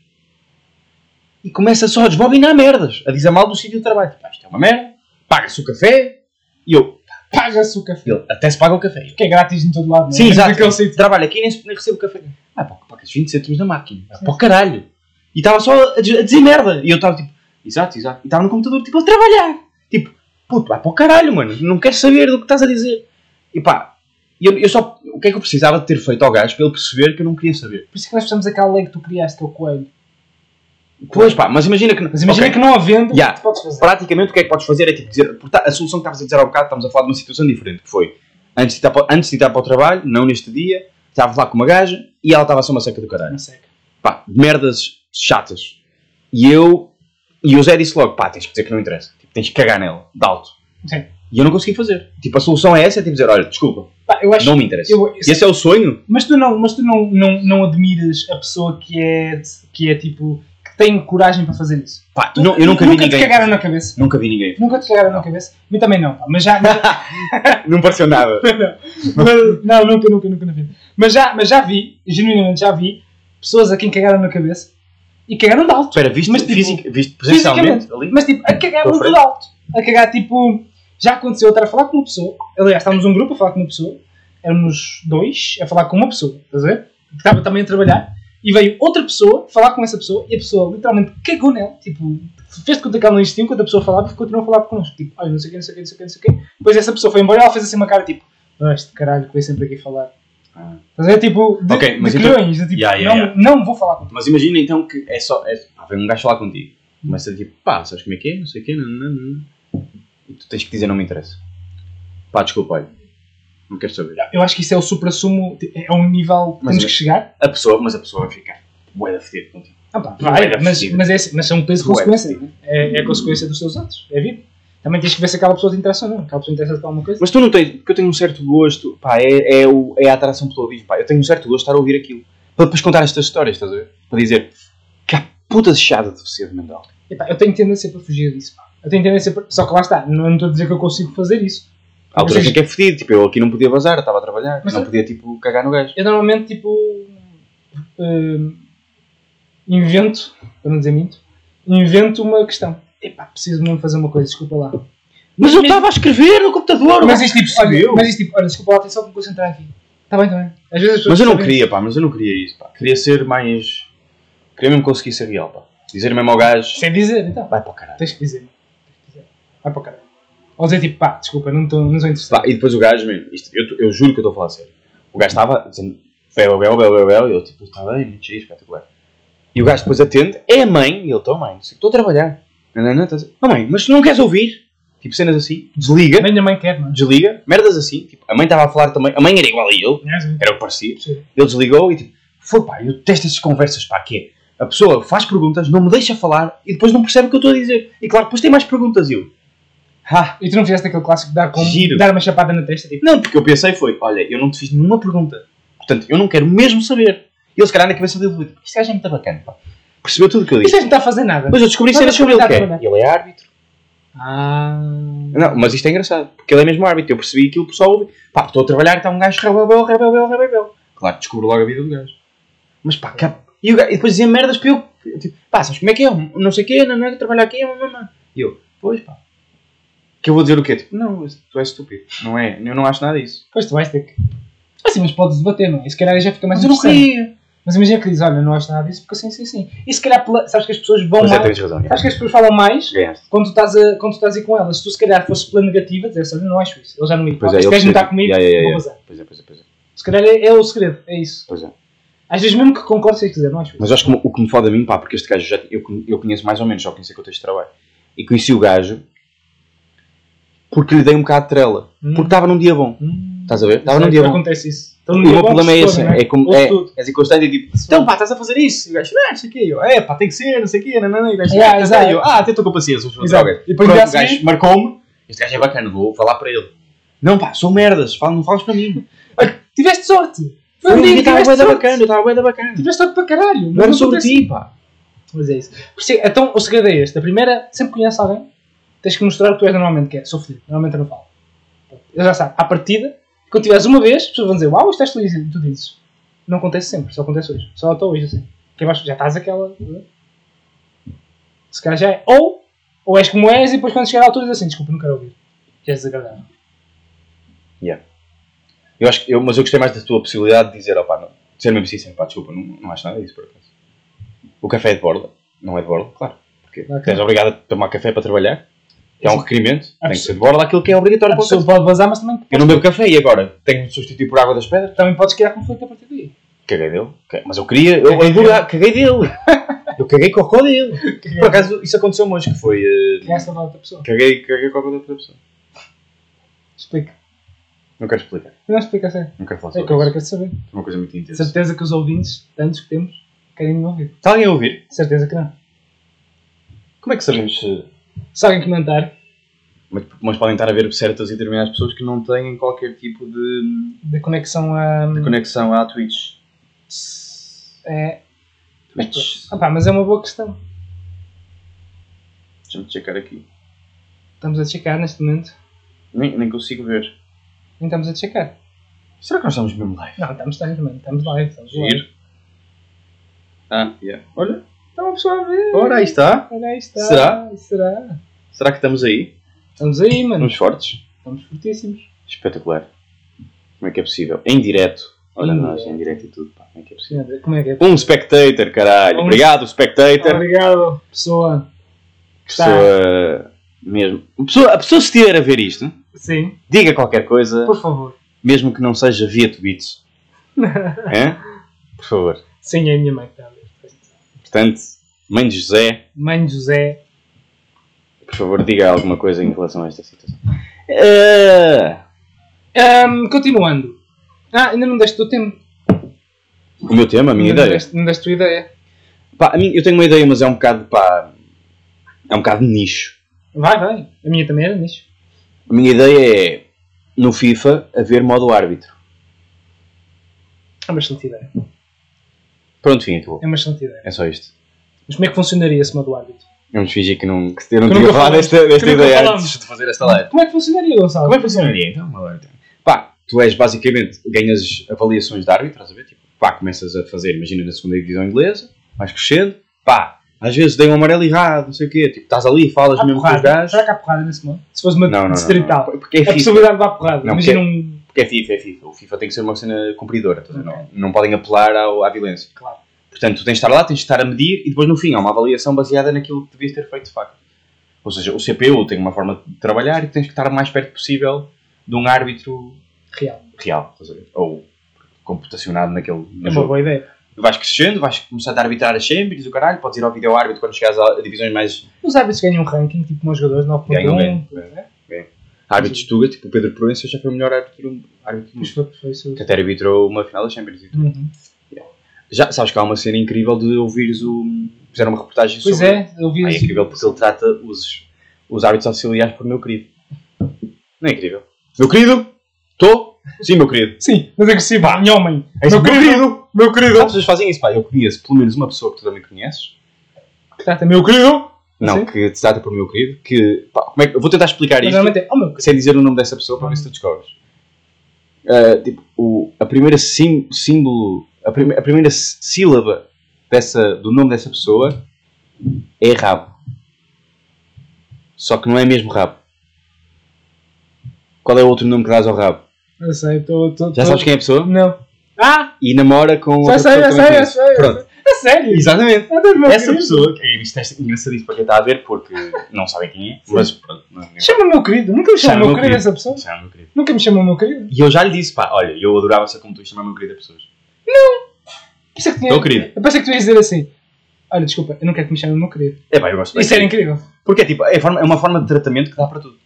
Speaker 3: e começa só a desbobinar merdas, a dizer mal do sítio de trabalho. Pá, isto é uma merda, paga-se o café e eu.
Speaker 2: Paga-se o café.
Speaker 3: Ele até se paga o café.
Speaker 2: Que é grátis em todo lado, não é?
Speaker 3: Sim,
Speaker 2: Menos
Speaker 3: exato.
Speaker 2: naquele sítio.
Speaker 3: Trabalho aqui e nem, se- nem recebo café. Ah, pá, pagas 20 cêntimos na máquina. Ah, pá, caralho. E estava só a dizer, a dizer merda. E eu estava tipo, exato, exato. E estava no computador, tipo, a trabalhar. Tipo, puto, vai para o caralho, mano. Não queres saber do que estás a dizer. E pá, eu, eu só. O que é que eu precisava de ter feito ao gajo para ele perceber que eu não queria saber?
Speaker 2: Por isso é que nós precisamos daquela lei que tu criaste, que é o coelho.
Speaker 3: Pois pá, mas imagina que.
Speaker 2: Mas imagina que não havendo,
Speaker 3: Yeah.
Speaker 2: o que tu podes fazer?
Speaker 3: praticamente o que é que podes fazer é tipo dizer, porta- a solução que estavas a dizer há bocado, estamos a falar de uma situação diferente, que foi antes de, estar para, antes de ir para o trabalho, não neste dia, estava lá com uma gaja e ela estava só uma seca do caralho.
Speaker 2: Não sei.
Speaker 3: Pá, merdas chatas. E eu, e o Zé disse logo, pá, tens que dizer que não interessa, tipo, tens que cagar nela, de alto.
Speaker 2: Sim.
Speaker 3: E eu não consegui fazer. Tipo, a solução é essa, é tipo dizer, olha, desculpa,
Speaker 2: Pá, eu acho...
Speaker 3: não me interessa.
Speaker 2: eu-
Speaker 3: E esse é o sonho?
Speaker 2: Mas tu, não, mas tu não, não, não admiras a pessoa que é, que é tipo... Que tem coragem para fazer isso.
Speaker 3: Pá,
Speaker 2: Tu-
Speaker 3: não- eu nunca, vi
Speaker 2: te
Speaker 3: ninguém.
Speaker 2: cagaram na cabeça.
Speaker 3: Nunca vi ninguém.
Speaker 2: Nunca te cagaram na cabeça. Mas também não, pá. Mas já... mas-
Speaker 3: Não pareceu nada.
Speaker 2: Mas- não, nunca, nunca, nunca na vida. Mas já, mas já vi, genuinamente já vi, pessoas a quem cagaram na cabeça e cagaram de alto.
Speaker 3: Espera, viste,
Speaker 2: Mas, tipo,
Speaker 3: física- viste presencialmente
Speaker 2: Fisicamente.
Speaker 3: ali?
Speaker 2: Mas tipo, a cagar
Speaker 3: Tua
Speaker 2: muito
Speaker 3: frente.
Speaker 2: de alto. A cagar tipo. Já aconteceu, eu estar a falar com uma pessoa. Aliás, estávamos um grupo a falar com uma pessoa. Éramos dois a falar com uma pessoa, estás a ver? Que estava também a trabalhar. E veio outra pessoa falar com essa pessoa e a pessoa literalmente cagou nela. Tipo, fez de conta que ela não existia enquanto a pessoa falava e continuou a falar connosco. Tipo, olha, não sei o quê, não sei o quê, não sei o quê, não sei o quê. Depois essa pessoa foi embora e ela fez assim uma cara tipo, "Ah, este caralho que veio sempre aqui falar.
Speaker 3: Ah.
Speaker 2: Estás a ver? Tipo, de,
Speaker 3: Ok,
Speaker 2: de
Speaker 3: mas então-
Speaker 2: colhões. de tipo,
Speaker 3: Yeah, yeah,
Speaker 2: não, não vou falar com
Speaker 3: Mas imagina então que é só. É, ah, vem um gajo falar contigo. Começa tipo, pá, sabes como é que é? Não sei o quê, não, não, não. E tu tens que dizer, não me interessa. Pá, desculpa, olha. Não quero saber.
Speaker 2: Eu acho que isso é o supra-sumo, é um nível que
Speaker 3: Mas
Speaker 2: temos
Speaker 3: é-
Speaker 2: que chegar.
Speaker 3: A pessoa, mas a pessoa vai ficar. Bué da fedida contigo.
Speaker 2: Ah, pá,
Speaker 3: Não
Speaker 2: vai,
Speaker 3: era
Speaker 2: mas,
Speaker 3: possível.
Speaker 2: mas, é, assim- mas é um peso de
Speaker 3: Não era
Speaker 2: consequência. É, é a consequência dos seus atos, é vida. Também tens que ver se aquela pessoa te interessa ou não. Aquela pessoa interessa-te para alguma coisa.
Speaker 3: Mas tu não tens, porque eu tenho um certo gosto, pá, é, é, o- é a atração pelo ouvido, pá, eu tenho um certo gosto de estar a ouvir aquilo. Para depois contar estas histórias, estás a ver? Para dizer, que a puta de chada de ser mental.
Speaker 2: Epá, eu tenho tendência para fugir disso. pá. Eu tenho tendência para... Só que lá está, não não estou a dizer que eu consigo fazer isso.
Speaker 3: Há alturas em
Speaker 2: Mas-
Speaker 3: que é fedido, tipo, eu aqui não podia vazar, eu estava a trabalhar,
Speaker 2: Mas
Speaker 3: não
Speaker 2: eu-
Speaker 3: podia, tipo, cagar no gajo.
Speaker 2: Eu normalmente, tipo, hum, invento, para não dizer minto, invento uma questão. Epá, preciso mesmo fazer uma coisa, desculpa lá.
Speaker 3: Mas eu estava a escrever no computador,
Speaker 2: Mas
Speaker 3: mas,
Speaker 2: isto tipo, olha, mas isto tipo, olha, desculpa lá, tenho só que me concentrar aqui. Está bem, está bem. Às vezes as pessoas
Speaker 3: eu não
Speaker 2: sabem-
Speaker 3: queria, pá, mas eu não queria isso, pá. Queria ser mais. Queria mesmo conseguir ser real, pá. Dizer mesmo ao gajo,
Speaker 2: Sem dizer, então.
Speaker 3: vai para o caralho.
Speaker 2: Tens que dizer. Tens que dizer. Vai para o caralho. Ou dizer tipo, pá, desculpa, não estou não sou interessado.
Speaker 3: Pá, e depois o gajo, mesmo, isto, eu, eu juro que eu estou a falar sério. O gajo estava dizendo bel, bel, bel, bel, bel, e eu tipo, está bem, muito giro, espetacular. E o gajo depois atende, é a mãe, e ele, estou mãe, disse, estou a trabalhar. Não, não, não, estás a- "Ó, mãe, mas tu não queres ouvir? Tipo, cenas assim, desliga,
Speaker 2: Nem a mãe quer, não é?
Speaker 3: desliga, merdas assim. Tipo, a mãe estava a falar também, a mãe era igual a ele, era o que parecia.
Speaker 2: Sim.
Speaker 3: Ele desligou e tipo, foi pá, eu testo essas conversas, pá, que é? A pessoa faz perguntas, não me deixa falar e depois não percebe o que eu estou a dizer. E claro, depois tem mais perguntas e eu. Ah,
Speaker 2: E tu não fizeste aquele clássico de dar, com,
Speaker 3: Giro.
Speaker 2: dar uma chapada na testa, tipo,
Speaker 3: Não, porque eu pensei foi, olha, eu não te fiz nenhuma pergunta. Portanto, eu não quero mesmo saber. E ele, se calhar, na cabeça dele, tipo, este gajo é muito bacana, pá. Percebeu tudo o que eu
Speaker 2: isto
Speaker 3: disse.
Speaker 2: não está a fazer nada.
Speaker 3: Mas eu descobri
Speaker 2: Mas
Speaker 3: cenas
Speaker 2: é
Speaker 3: sobre ele que é.
Speaker 2: verdade,
Speaker 3: Ele é árbitro.
Speaker 2: Ah.
Speaker 3: Não, mas isto é engraçado, porque ele é mesmo árbitro. Eu percebi aquilo, o pessoal ouve. Pá, estou a trabalhar, está um gajo rebel, rebel, rebel, rebel. Claro, descubro logo a vida do gajo. Mas pá, cá... E, o gajo- e depois dizia merdas para eu... Tipo, pá, sabes como é que é? Não sei o quê, não, não é que trabalhar aqui, mamãe. E eu, pois pá. Que eu vou dizer o quê? Tipo, não, tu és estúpido. Não é, eu não acho nada disso.
Speaker 2: Pois tu vais ter que. Ah, sim, mas podes debater, não é? E se calhar já fica mais
Speaker 3: Mas eu não
Speaker 2: interessante.
Speaker 3: queria.
Speaker 2: Mas imagina que dizes, olha, não acho nada disso, porque assim, assim, assim. E se calhar, pela- sabes que as pessoas vão
Speaker 3: Mas é,
Speaker 2: mais.
Speaker 3: tens razão.
Speaker 2: Sabes que as pessoas falam mais
Speaker 3: Ganhaste.
Speaker 2: quando tu estás, a, quando tu estás aí com elas. Se tu se calhar fosse pela negativa, dizes, olha, não acho isso. Eu já não ligo.
Speaker 3: Pois
Speaker 2: Pois
Speaker 3: é,
Speaker 2: este
Speaker 3: ele
Speaker 2: gajo não
Speaker 3: percebe.
Speaker 2: está comigo,
Speaker 3: Ya, ya, ya,
Speaker 2: vou
Speaker 3: ya.
Speaker 2: vazar.
Speaker 3: Pois é, pois é, pois é.
Speaker 2: Se calhar é, é o segredo, é isso.
Speaker 3: Pois é.
Speaker 2: Às vezes mesmo que concordes, se quiser, não acho isso.
Speaker 3: Mas acho que o que me foda a mim, pá, porque este gajo já, eu, con- eu conheço mais ou menos, já conheci que eu tenho de trabalho. E conheci o gajo porque lhe dei um bocado de trela.
Speaker 2: Hum.
Speaker 3: Porque estava num dia bom.
Speaker 2: Hum,
Speaker 3: Estás a ver? Estava
Speaker 2: sei
Speaker 3: num
Speaker 2: que
Speaker 3: dia bom.
Speaker 2: Acontece isso. Então,
Speaker 3: O
Speaker 2: num dia
Speaker 3: meu
Speaker 2: bom,
Speaker 3: problema é
Speaker 2: se
Speaker 3: esse,
Speaker 2: torna, não
Speaker 3: é como
Speaker 2: Ouve
Speaker 3: é,
Speaker 2: tudo.
Speaker 3: és inconstante e tipo, então pá, estás a fazer isso? E o gajo, não, não sei o quê, E eu, é pá, tem que ser, não sei o quê, não, não, não, E o gajo,
Speaker 2: Yeah,
Speaker 3: "Ah,
Speaker 2: exato.
Speaker 3: tá." E eu, ah, até estou com paciência, vamos fazer
Speaker 2: Exato.
Speaker 3: algo.
Speaker 2: E depois
Speaker 3: Pronto,
Speaker 2: já
Speaker 3: o gajo
Speaker 2: assim-
Speaker 3: marcou-me, este gajo é bacana, vou falar para ele. Não pá, sou merdas, fala- não falas para mim.
Speaker 2: Tiveste sorte. Foi
Speaker 3: Eu
Speaker 2: um dia que
Speaker 3: estava
Speaker 2: tiveste
Speaker 3: bué da
Speaker 2: sorte.
Speaker 3: bacana, eu estava bué da bacana.
Speaker 2: Tiveste sorte para caralho.
Speaker 3: Não era
Speaker 2: Mas
Speaker 3: sobre
Speaker 2: acontece
Speaker 3: ti, pá.
Speaker 2: Mas é isso. Por isso, então, o segredo é este. A primeira, sempre que conheces alguém, tens que mostrar o que tu és normalmente, que é, sou feliz. Normalmente eu não falo. Pronto. Ele já sabe. À partida, quando tiveres uma vez, as pessoas vão dizer, uau, isto és feliz. E tu dizes. Não acontece sempre, só acontece hoje. Só até hoje, assim. Que eu acho que já estás aquela... né? Se calhar já é. Ou, ou és como és e depois quando chegar à altura dizes assim, desculpa, não quero ouvir. Já és desagradável.
Speaker 3: Eu acho que eu, mas eu gostei mais da tua possibilidade de dizer, opá, não, de ser mesmo sincero, pá, desculpa, não, não acho nada disso, por acaso. O café é de borda, não é de borda, claro. Porque
Speaker 2: Claro que
Speaker 3: tens obrigado a tomar café para trabalhar, que é um requerimento, tem que
Speaker 2: pessoa-
Speaker 3: ser de borda aquilo que é obrigatório
Speaker 2: A
Speaker 3: para o
Speaker 2: pessoa
Speaker 3: café.
Speaker 2: pode vazar, mas também,
Speaker 3: Eu não bebo café e agora tenho de substituir por água das pedras?
Speaker 2: também podes criar conflito a partir daí.
Speaker 3: Caguei dele, ca- mas eu queria, eu
Speaker 2: Caguei
Speaker 3: caguei, caguei dele, eu caguei com a cor dele. Por acaso, isso aconteceu-me hoje, que foi, eh,
Speaker 2: Criaste a outra pessoa.
Speaker 3: caguei, caguei com a cor da outra pessoa.
Speaker 2: Explica.
Speaker 3: Não quero explicar,
Speaker 2: Não explica sério.
Speaker 3: não quero falar
Speaker 2: É
Speaker 3: sobre
Speaker 2: que eu agora
Speaker 3: isso.
Speaker 2: quero saber.
Speaker 3: É uma coisa muito
Speaker 2: De
Speaker 3: intensa.
Speaker 2: certeza que os ouvintes, tantos que temos, querem me ouvir.
Speaker 3: Está alguém a ouvir?
Speaker 2: De certeza que não.
Speaker 3: Como é que sabemos se...
Speaker 2: Se alguém comentar
Speaker 3: Mas, mas podem estar a ver certas e determinadas pessoas que não têm qualquer tipo de,
Speaker 2: da conexão a.
Speaker 3: de conexão à Twitch.
Speaker 2: hum, É,
Speaker 3: Twitch.
Speaker 2: opá, mas é uma boa questão.
Speaker 3: Deixa-me checar aqui.
Speaker 2: Estamos a checar neste momento.
Speaker 3: Nem, nem consigo ver.
Speaker 2: Nem estamos a checar.
Speaker 3: Será que nós estamos mesmo live?
Speaker 2: Não, estamos live, mano. Estamos live. Estamos live.
Speaker 3: Giro. Ah, yeah. Olha.
Speaker 2: Está uma pessoa a ver.
Speaker 3: Ora, aí está.
Speaker 2: Olha, aí está.
Speaker 3: Será?
Speaker 2: Será?
Speaker 3: Será que estamos aí?
Speaker 2: Estamos aí, mano.
Speaker 3: Estamos fortes?
Speaker 2: Estamos fortíssimos.
Speaker 3: Espetacular. Como é que é possível? Em direto. Olha
Speaker 2: Em
Speaker 3: nós,
Speaker 2: direto.
Speaker 3: em direto e tudo. pá, Como é que é possível?
Speaker 2: Senhora, Como é que é?
Speaker 3: Um spectator, caralho.
Speaker 2: Um-
Speaker 3: Obrigado, spectator.
Speaker 2: Obrigado, pessoa. está.
Speaker 3: Pessoa mesmo. Uma pessoa- a pessoa se estiver a ver isto,
Speaker 2: Sim,
Speaker 3: diga qualquer coisa.
Speaker 2: por favor.
Speaker 3: mesmo que não seja via tweets. Hã? Por favor.
Speaker 2: Sim, é a minha mãe que está a ver.
Speaker 3: Portanto, Mãe de José,
Speaker 2: Mãe de José.
Speaker 3: por favor, diga alguma coisa em relação a esta situação.
Speaker 2: Eh,
Speaker 3: Ah,
Speaker 2: Ahm, continuando. Ah, ainda não deste o teu tempo.
Speaker 3: o meu tema, a minha
Speaker 2: ainda não é
Speaker 3: ideia.
Speaker 2: deste- Não deste a tua ideia.
Speaker 3: Pá, a mim- eu tenho uma ideia, mas é um bocado, pá, é um bocado nicho.
Speaker 2: Vai, vai. A minha também era nisso.
Speaker 3: A minha ideia é, no FIFA, haver modo árbitro.
Speaker 2: É uma excelente ideia.
Speaker 3: Pronto, fim, acabou.
Speaker 2: É uma excelente ideia.
Speaker 3: É só isto.
Speaker 2: Mas como é que funcionaria esse modo árbitro?
Speaker 3: Vamos fingir que não, que eu não
Speaker 2: Que
Speaker 3: tinha
Speaker 2: nunca
Speaker 3: falado
Speaker 2: falamos.
Speaker 3: desta, desta
Speaker 2: Que nunca
Speaker 3: ideia
Speaker 2: falamos.
Speaker 3: antes de fazer esta live.
Speaker 2: Como é que funcionaria, Gonçalo?
Speaker 3: Como é que funcionaria então? uma live? Pá, tu és basicamente, ganhas avaliações de árbitro, estás a ver? Tipo, pá, começas a fazer, imagina na segunda divisão inglesa, vais crescendo, pá, às vezes dei um amarelo errado, não sei o quê, tipo, estás ali, falas
Speaker 2: Há
Speaker 3: mesmo com os
Speaker 2: porrada.
Speaker 3: gajos.
Speaker 2: Será que há porrada nesse modo? Se fosse uma
Speaker 3: Não, não, não,
Speaker 2: distrital.
Speaker 3: não. Porque é
Speaker 2: A
Speaker 3: FIFA.
Speaker 2: possibilidade de dar porrada.
Speaker 3: Não,
Speaker 2: Imagina um.
Speaker 3: Porque é FIFA, é FIFA. O FIFA tem que ser uma cena cumpridora, estás a ver? não, não podem apelar ao- à violência.
Speaker 2: Claro.
Speaker 3: Portanto, tu tens de estar lá, tens de estar a medir e depois no fim há uma avaliação baseada naquilo que devias ter feito de facto. Ou seja, o CPU tem uma forma de trabalhar e tens que estar o mais perto possível de um árbitro
Speaker 2: Real.
Speaker 3: real, estás a ver? Ou computacionado naquele no
Speaker 2: É uma
Speaker 3: jogo.
Speaker 2: boa ideia.
Speaker 3: Vais crescendo, vais começar a arbitrar a Champions, o caralho, podes ir ao vídeo árbitro quando chegares a a divisões mais. um
Speaker 2: Os árbitros ganham um ranking, tipo como os jogadores, 9.1.
Speaker 3: Ganham bem.
Speaker 2: né?
Speaker 3: É, Árbitros Tuga, tipo o Pedro Proença já foi o melhor árbitro, árbitro do
Speaker 2: Mas
Speaker 3: mundo.
Speaker 2: foi, foi isso.
Speaker 3: Que até arbitrou uma final da Champions.
Speaker 2: Uhum.
Speaker 3: Já sabes que há uma cena incrível de ouvires o. Fizeram uma reportagem
Speaker 2: Pois
Speaker 3: sobre.
Speaker 2: é, eu vi
Speaker 3: Ah, é
Speaker 2: isso.
Speaker 3: incrível porque ele trata os, os árbitros auxiliares por meu querido. Não é incrível? Meu querido? Estou? Sim, meu querido.
Speaker 2: Sim, mas agressivo, ah, minha homem.
Speaker 3: É isso,
Speaker 2: meu querido, meu querido.
Speaker 3: As pessoas fazem isso, pá. Eu conheço pelo menos uma pessoa que tu também conheces.
Speaker 2: Que
Speaker 3: Tá,
Speaker 2: trata meu querido.
Speaker 3: Não,
Speaker 2: Sim.
Speaker 3: que te trata por meu querido. Que, pá, como é que, eu vou tentar explicar
Speaker 2: Mas
Speaker 3: isto
Speaker 2: normalmente é, oh meu querido.
Speaker 3: sem dizer o nome dessa pessoa para ver se tu descobres. Ah, tipo, o, a primeira sim- símbolo, a, prime- a primeira s- sílaba dessa, do nome dessa pessoa é rabo. Só que não é mesmo rabo. Qual é o outro nome que dás ao rabo?
Speaker 2: Eu sei, estou.
Speaker 3: Já sabes quem é a pessoa?
Speaker 2: Não. Ah!
Speaker 3: E namora com outra
Speaker 2: Já sei,
Speaker 3: pessoa
Speaker 2: já
Speaker 3: que também
Speaker 2: sei, já
Speaker 3: conheces.
Speaker 2: sei.
Speaker 3: Pronto.
Speaker 2: É sério?
Speaker 3: Exatamente.
Speaker 2: Nada de meu
Speaker 3: Essa
Speaker 2: querido.
Speaker 3: pessoa, que isto é engraçadíssimo para quem está a ver, porque não sabem quem é, mas pronto, não, não,
Speaker 2: Chama meu querido. Nunca me
Speaker 3: Chama
Speaker 2: chamou meu
Speaker 3: meu
Speaker 2: querido
Speaker 3: querido.
Speaker 2: essa pessoa.
Speaker 3: não, não, meu querido.
Speaker 2: Nunca me chamou meu querido.
Speaker 3: E eu já lhe disse, pá, olha, eu adorava ser como tu e chamar meu querido a pessoas.
Speaker 2: Pensei que tinha-
Speaker 3: Meu querido.
Speaker 2: Eu pensei que tu ias dizer assim. Olha, desculpa, eu não quero que me chamem meu querido.
Speaker 3: É pá, eu gosto
Speaker 2: Isso era incrível.
Speaker 3: Porque é, tipo, é, forma- é uma forma de tratamento que dá para tudo.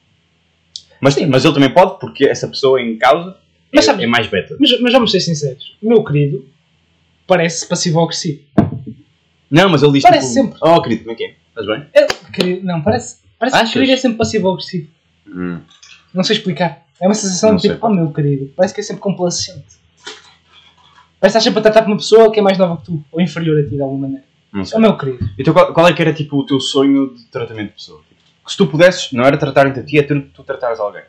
Speaker 3: Mas, mas ele também pode, porque essa pessoa em causa
Speaker 2: Mas
Speaker 3: é,
Speaker 2: sabe-
Speaker 3: é mais beta.
Speaker 2: Mas, mas vamos ser sinceros. Meu querido parece passivo-agressivo.
Speaker 3: Não, mas ele diz
Speaker 2: Parece
Speaker 3: tipo,
Speaker 2: sempre.
Speaker 3: Oh, querido, como é que é? Estás bem?
Speaker 2: É, querido, não, parece, parece
Speaker 3: Achas? Hum.
Speaker 2: que querido é sempre passivo-agressivo. Não sei explicar. É uma sensação
Speaker 3: Não
Speaker 2: de tipo,
Speaker 3: sei.
Speaker 2: oh meu querido, parece que é sempre complacente. Parece que estás sempre a tratar de uma pessoa que é mais nova que tu, ou inferior a ti de alguma maneira.
Speaker 3: Não sei.
Speaker 2: Oh meu querido.
Speaker 3: Então qual, qual é que era tipo o teu sonho de tratamento de pessoa? Tipo, se tu pudesses, não era tratarem-te a ti, é tu, tu tratares alguém.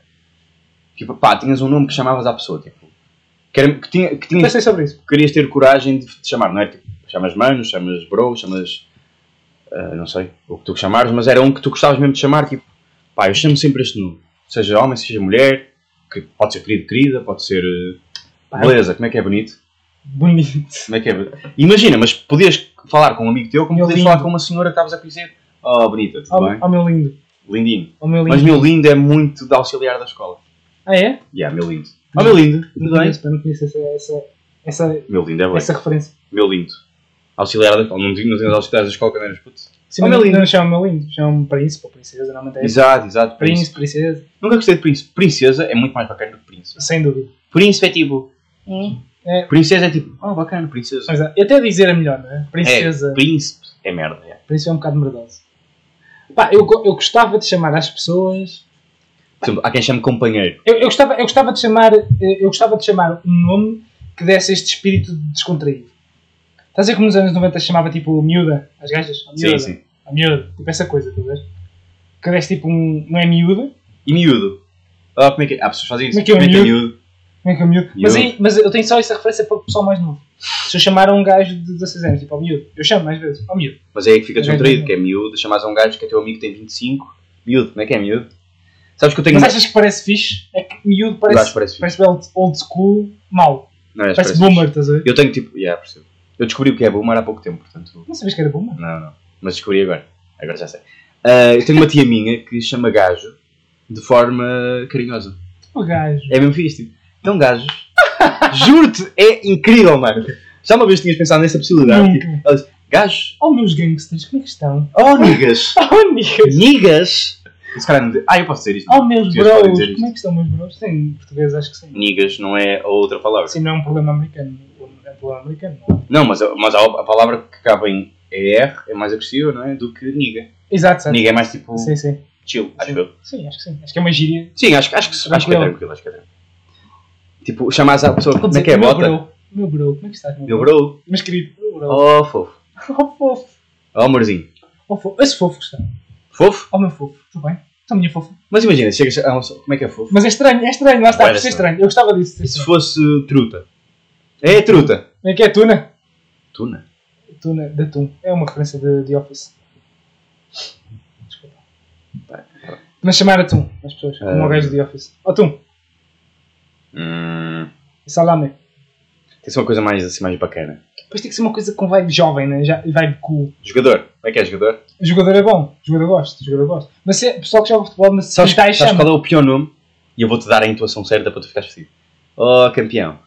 Speaker 3: Tipo, pá, tinhas um nome que chamavas à pessoa, tipo... Que, era- que tinha, que tinhas
Speaker 2: Pensei sobre isso.
Speaker 3: que querias ter coragem de te chamar, não é? Tipo, chamas mano, chamas bro, chamas. ah, não sei, o que tu chamares, mas era um que tu gostavas mesmo de chamar, tipo, pá, eu chamo sempre este nome. Seja homem, seja mulher, que pode ser querido, querida, pode ser. ah, beleza, como é que é bonito?
Speaker 2: Bonito.
Speaker 3: Como é que é bonito? Imagina, mas podias falar com um amigo teu como
Speaker 2: Meu
Speaker 3: podias
Speaker 2: lindo.
Speaker 3: falar com uma senhora que estavas a conhecer. Oh, bonita, tudo
Speaker 2: Oh,
Speaker 3: bem?
Speaker 2: oh, meu lindo.
Speaker 3: Lindinho.
Speaker 2: Oh meu lindo.
Speaker 3: Mas meu lindo é muito de auxiliar da escola.
Speaker 2: Ah é?
Speaker 3: Yeah, meu lindo. Oh, meu lindo, tudo bem?
Speaker 2: Não conheço essa, essa, essa,
Speaker 3: Meu lindo é bem.
Speaker 2: essa referência.
Speaker 3: Meu lindo. Auxiliar da escola. Não tinhas auxiliar da escola quando eras puto? Oh,
Speaker 2: Sim, mas
Speaker 3: meu lindo.
Speaker 2: não chama meu lindo, chama príncipe ou princesa, normalmente é
Speaker 3: Exato, exato. Príncipe.
Speaker 2: Príncipe, princesa,
Speaker 3: Nunca gostei de príncipe. Princesa é muito mais bacana do que príncipe.
Speaker 2: sem dúvida.
Speaker 3: Príncipe é tipo.
Speaker 2: É.
Speaker 3: Princesa é tipo. Oh, bacana, princesa.
Speaker 2: Mas, ah, eu até dizer é melhor, não é? Princesa.
Speaker 3: É, príncipe é merda. É.
Speaker 2: Príncipe é um bocado merdoso. Pá, eu, go- eu gostava de chamar às pessoas.
Speaker 3: Por exemplo, há quem chame companheiro.
Speaker 2: Eu, eu, gostava, eu, gostava de chamar, eh, eu gostava de chamar um nome que desse este espírito descontraído. Estás a ver como nos anos 90 se chamava tipo miúda, as gajas? A miúda,
Speaker 3: Sim, sim.
Speaker 2: A miúda, tipo essa coisa, estás a ver? Que desse tipo um. Não é miúda?
Speaker 3: E miúdo. Ah, como é que é? Há pessoas que fazem isso.
Speaker 2: Como é que é o
Speaker 3: miúdo?
Speaker 2: Não é que é miúdo? Mas,
Speaker 3: Miúdo.
Speaker 2: aí, mas eu tenho só essa referência para o pessoal mais novo. Se eu chamar um gajo de 16 anos, tipo ao miúdo, eu chamo mais vezes, ao miúdo.
Speaker 3: Mas é aí que fica
Speaker 2: Mas é
Speaker 3: descontraído,
Speaker 2: miúdo.
Speaker 3: que é miúdo. Chamas a um gajo que é teu amigo que tem 25. Miúdo, como é que é miúdo? Sabes que eu tenho.
Speaker 2: Mas achas que parece fixe? É que
Speaker 3: Eu
Speaker 2: miúdo
Speaker 3: acho
Speaker 2: parece,
Speaker 3: que parece fixe.
Speaker 2: parece old, old school, mau.
Speaker 3: Não, acho que
Speaker 2: Parece
Speaker 3: parece fixe.
Speaker 2: boomer, estás a ver?
Speaker 3: Eu tenho tipo. Yeah, percebo. Eu descobri o que é boomer há pouco tempo, portanto.
Speaker 2: Não sabias que era boomer?
Speaker 3: Não, não. Mas descobri agora. Agora já sei. Ah, eu tenho uma tia minha que chama gajo de forma carinhosa.
Speaker 2: O Oh, gajo.
Speaker 3: É mesmo fixe, tipo. Então, gajos. Juro-te, é incrível, mano. Já uma vez tinhas pensado nessa possibilidade.
Speaker 2: Nunca.
Speaker 3: Tipo, ela diz, Gajos.
Speaker 2: Oh, meus gangsters, como é que estão?
Speaker 3: Oh, niggas.
Speaker 2: Oh, niggas.
Speaker 3: niggas. Esse cara não diz- Ah, eu posso dizer isto.
Speaker 2: Oh, meus
Speaker 3: Português pode
Speaker 2: bros,
Speaker 3: dizer isto.
Speaker 2: como é que estão, meus bros? Sim, em português acho que sim.
Speaker 3: Niggas não é a outra palavra.
Speaker 2: Sim, não é um problema americano. É um problema americano, não é?
Speaker 3: Não, mas, a- mas a, a palavra que acaba em ER é mais agressiva, não é? Do que niga.
Speaker 2: Exato, exato.
Speaker 3: Niga é mais tipo
Speaker 2: Sim, sim.
Speaker 3: chill, acho
Speaker 2: Sim.
Speaker 3: eu.
Speaker 2: Sim, acho que sim. Acho que é uma gíria.
Speaker 3: Sim, acho, acho, que, acho que é
Speaker 2: Tranquilo.
Speaker 3: tranquilo, acho que é tranquilo. Tipo, chamas à pessoa, como é
Speaker 2: Dizer,
Speaker 3: que é,
Speaker 2: meu
Speaker 3: bota?
Speaker 2: bro, Meu bro, como é que estás, meu
Speaker 3: Meu
Speaker 2: bro?
Speaker 3: bro.
Speaker 2: Mas querido, meu bro.
Speaker 3: Oh, fofo.
Speaker 2: Oh, fofo.
Speaker 3: Oh, amorzinho.
Speaker 2: Oh, fofo. Esse fofo que está.
Speaker 3: Fofo?
Speaker 2: Oh, meu fofo. Tudo bem? Está a minha fofa.
Speaker 3: Mas imagina, chegas a um... Como é que é fofo?
Speaker 2: Mas é estranho, é estranho. Lá está,
Speaker 3: Olha
Speaker 2: por ser
Speaker 3: só.
Speaker 2: estranho. Eu gostava disso. ser
Speaker 3: E se
Speaker 2: estranho.
Speaker 3: fosse truta? É truta.
Speaker 2: Como é que é? Tuna?
Speaker 3: Tuna.
Speaker 2: Tuna, da Tun. É uma referência de, de Office. Desculpa. Mas chamar a Tun, as pessoas. Como
Speaker 3: Ah.
Speaker 2: o gajo de Office. Oh, Tun.
Speaker 3: Hum,
Speaker 2: Salame.
Speaker 3: tem que ser uma coisa mais, assim, mais bacana.
Speaker 2: Depois tem que ser uma coisa com vibe jovem, né? Já, vibe cool.
Speaker 3: Jogador. Como é que é jogador?
Speaker 2: Jogador é bom. Jogador gosto. Jogador gosto. Mas se, é pessoal que joga futebol, mas
Speaker 3: Sabes,
Speaker 2: se dá e
Speaker 3: sabes
Speaker 2: chama.
Speaker 3: qual é o pior nome? E eu vou-te dar a intuação certa para tu ficares feliz. Oh, campeão.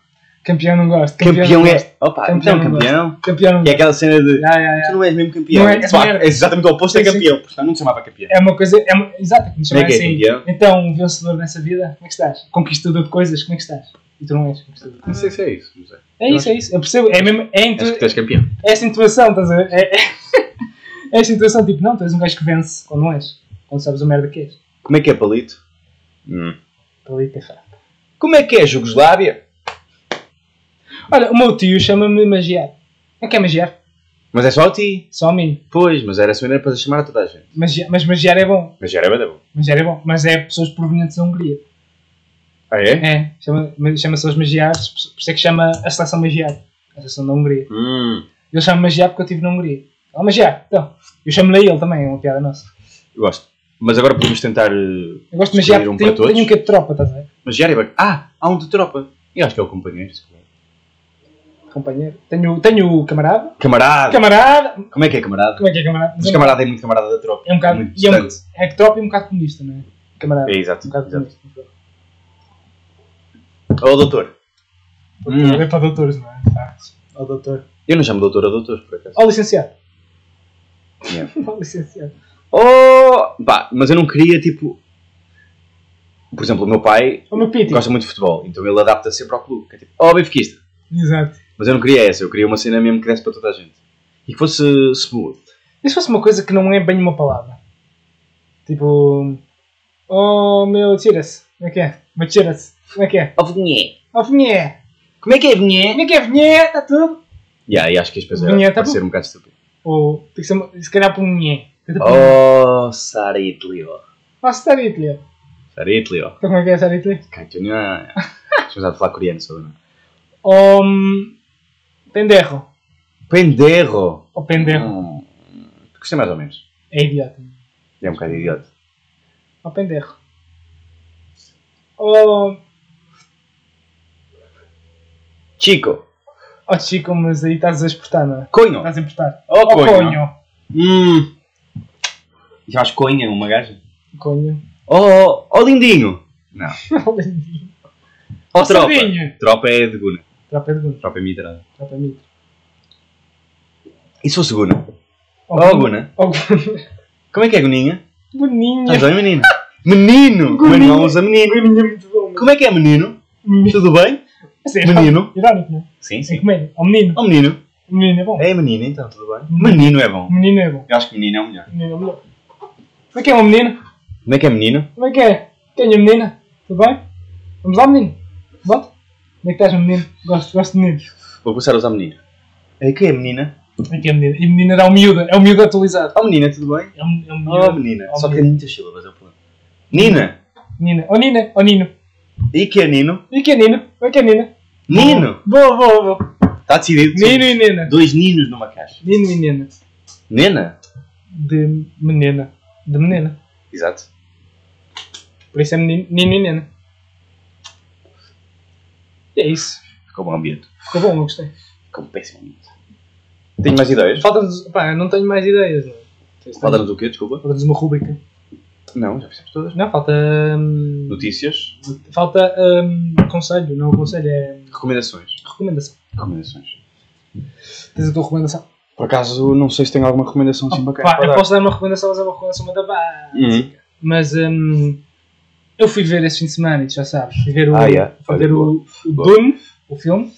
Speaker 2: Campeão não gosto.
Speaker 3: Campeão,
Speaker 2: não gosto.
Speaker 3: é... Opa,
Speaker 2: Campeão
Speaker 3: então
Speaker 2: não
Speaker 3: campeão.
Speaker 2: Campeão não
Speaker 3: E é
Speaker 2: gosto.
Speaker 3: aquela cena de...
Speaker 2: Já, já, já.
Speaker 3: Tu não és mesmo campeão.
Speaker 2: Não é-
Speaker 3: Pá,
Speaker 2: merda.
Speaker 3: é exatamente o oposto, é
Speaker 2: Sim, sim.
Speaker 3: campeão. Portanto, não te chamava campeão.
Speaker 2: É uma coisa. É uma, exato, como
Speaker 3: Como
Speaker 2: chamar
Speaker 3: é que é
Speaker 2: assim.
Speaker 3: campeão?
Speaker 2: Então, um vencedor nessa vida, como é que estás? Conquistador de coisas, como é que estás? E tu não és conquistador.
Speaker 3: Não sei se é isso, não sei. Então,
Speaker 2: É isso, é isso. Eu percebo. É, mesmo, é, intu-
Speaker 3: Acho que tu és campeão.
Speaker 2: é essa intuação, estás a ver? É, é, é essa intuação, tipo, não, tu és um gajo que vence, quando não és. Quando sabes a merda que és.
Speaker 3: Como é que é palito?
Speaker 2: Para ali ter fraco.
Speaker 3: Como é que é Jugoslávia?
Speaker 2: Olha, o meu tio chama-me Magiar. Não quer Magiar?
Speaker 3: Mas é só a ti.
Speaker 2: Só a mim.
Speaker 3: Pois, mas era só era para chamar a toda a gente.
Speaker 2: Magiar, mas Magiar é bom.
Speaker 3: Mas já era bem bom.
Speaker 2: Magiar é bom. Mas é pessoas provenientes da Hungria.
Speaker 3: Ah, é?
Speaker 2: É, chama- mas chama-se os Magiares, por isso é que chama a seleção Magiar. A seleção da Hungria.
Speaker 3: Hum,
Speaker 2: Eu chamo Magiar porque eu estive na Hungria. Ó, Magiar, então. Eu chamo-lhe a ele também, é uma piada nossa.
Speaker 3: eu gosto. Mas agora podemos tentar. eh,
Speaker 2: Eu gosto de magiar
Speaker 3: Escolher um
Speaker 2: porque tem,
Speaker 3: para todos?
Speaker 2: tem um que de tropa, estás a ver?
Speaker 3: Mas já era bem. Ah, há um de tropa. Eu acho que é o companheiro. se calhar.
Speaker 2: Companheiro. Tenho, tenho o camarada.
Speaker 3: Camarada.
Speaker 2: Camarada!
Speaker 3: Como é que é camarada?
Speaker 2: Como é que é camarada? Mas
Speaker 3: Ah. Mas
Speaker 2: é-
Speaker 3: camarada é muito camarada da tropa.
Speaker 2: É um bocado-
Speaker 3: Muito
Speaker 2: e é um-
Speaker 3: distante.
Speaker 2: É que tropa e um bocado comunista, não é? Camarada.
Speaker 3: É,
Speaker 2: Um
Speaker 3: exato.
Speaker 2: bocado
Speaker 3: exato.
Speaker 2: comunista.
Speaker 3: Oh, doutor. Hum.
Speaker 2: É para doutores, não é? Tá. Ó doutor.
Speaker 3: Eu não chamo doutor a doutor, por acaso.
Speaker 2: Ó licenciado.
Speaker 3: Yeah.
Speaker 2: Ó licenciado.
Speaker 3: Oh! Pá, mas eu não queria, tipo. Por exemplo, o meu pai
Speaker 2: Ó meu piti.
Speaker 3: gosta muito de futebol, então ele adapta sempre ao clube. Que é tipo, oh, benfiquista.
Speaker 2: Exato.
Speaker 3: Mas eu não queria essa, eu queria uma cena mesmo que desse para toda a gente. E que fosse smooth.
Speaker 2: E se fosse uma coisa que não é bem uma palavra? Tipo... Oh meu, tira-se. Como é que é? Mas tira-se. Como é que é?
Speaker 3: Ó, vinhé.
Speaker 2: Ó vinhé.
Speaker 3: Como é que é vinhé?
Speaker 2: Como é que é vinhé? Está tudo?
Speaker 3: Yeah, e acho que as pessoas
Speaker 2: Vinhé, tá
Speaker 3: vai ser um bocado estúpido.
Speaker 2: Ou tem que ser, uma- se calhar para um nhé. Tenta pôr um nhé.
Speaker 3: Oh, Saritlio.
Speaker 2: Posso estar aí, Tia?
Speaker 3: Saritlio.
Speaker 2: Então como é que é essa letra?
Speaker 3: Cantonha. Deixa eu usar de falar coreano, só não. é?
Speaker 2: Um, penderro.
Speaker 3: Penderro.
Speaker 2: Ou penderro.
Speaker 3: Hum, Gostei mais ou menos.
Speaker 2: É idiota.
Speaker 3: É um bocado idiota.
Speaker 2: Ou penderro. Ou
Speaker 3: Chico.
Speaker 2: oh, Chico, mas aí estás a exportar, não é?
Speaker 3: Coino.
Speaker 2: Estás a importar.
Speaker 3: Oh,
Speaker 2: Ou
Speaker 3: coino.
Speaker 2: conho.
Speaker 3: Hum. Já acho coinha, uma gaja.
Speaker 2: Conho.
Speaker 3: Oh, oh, lindinho. Não. Oh,
Speaker 2: Ó,
Speaker 3: tropa.
Speaker 2: sardinha.
Speaker 3: Tropa é de Guna.
Speaker 2: Tropa de Guna.
Speaker 3: Tropa é mitrada.
Speaker 2: Tropa é mito.
Speaker 3: E se fosse Guna?
Speaker 2: Ó,
Speaker 3: Oh, Guna.
Speaker 2: ó, Guna.
Speaker 3: Como é que é Guninha? Estás
Speaker 2: Boninha.
Speaker 3: bem, menino? Menino! Como é que não usa menino?
Speaker 2: Boninha é muito bom.
Speaker 3: Como é que é, menino? Tudo bem?
Speaker 2: Mas é
Speaker 3: Menino.
Speaker 2: Irónico, não é?
Speaker 3: Sim,
Speaker 2: É comédia. Ó, menino.
Speaker 3: Oh, menino.
Speaker 2: O menino é bom.
Speaker 3: É menino, então, tudo bem? Menino é bom.
Speaker 2: O menino é bom.
Speaker 3: Eu acho que menino é o melhor.
Speaker 2: O menino é melhor. Como é que é, uma menina?
Speaker 3: Como é que é menino?
Speaker 2: Como é que é? Tenho a menina? Tudo bem? Vamos lá, menino? Bota? Como é que estás, meu menino? Gosto, gosto de meninos.
Speaker 3: Vou começar a usar menino. É que é menina?
Speaker 2: Como é que é, menino? E menino era o miúdo, é o miúdo atualizado.
Speaker 3: Oh, menina, tudo bem?
Speaker 2: É um, é um
Speaker 3: Oh,
Speaker 2: miúdo.
Speaker 3: menina.
Speaker 2: Oh,
Speaker 3: Só que tem
Speaker 2: menino.
Speaker 3: muitas sílabas, é o problema. Nina.
Speaker 2: Nina. Oh, Nina, oh, Nino.
Speaker 3: E que é Nino?
Speaker 2: E que é Nino? Como é que é Nina?
Speaker 3: Nino!
Speaker 2: Boa, boa, boa.
Speaker 3: Está decidido.
Speaker 2: Nino e Nina.
Speaker 3: Dois ninos numa caixa.
Speaker 2: Nino e Nina.
Speaker 3: Nena?
Speaker 2: De menina. De menina.
Speaker 3: Exato.
Speaker 2: Por isso é menino, Nino e Nina. E é isso.
Speaker 3: Ficou bom ambiente.
Speaker 2: Ficou bom, eu gostei.
Speaker 3: Ficou um péssimo ambiente. Tenho mais ideias?
Speaker 2: Falta-nos. Pá, eu não tenho mais ideias. não. é?
Speaker 3: Falta-nos o quê? Desculpa.
Speaker 2: Falta-nos uma rubrica.
Speaker 3: Não, já fizemos todas.
Speaker 2: Não, falta. hum,
Speaker 3: Notícias.
Speaker 2: Falta hum, conselho, não conselho, é
Speaker 3: Recomendações.
Speaker 2: recomendação.
Speaker 3: Recomendações.
Speaker 2: Tens a tua recomendação.
Speaker 4: Por acaso, não sei se tenho alguma recomendação assim bacana.
Speaker 2: Pá,
Speaker 4: para
Speaker 2: eu
Speaker 4: dar.
Speaker 2: posso dar uma recomendação, mas é uma recomendação muito básica.
Speaker 3: Uhum.
Speaker 2: Mas hum, eu fui ver esse fim de semana, e tu já sabes. Fui ver o,
Speaker 3: Ah, yeah.
Speaker 2: fui ver o, o
Speaker 3: Boa.
Speaker 2: Dune, o filme.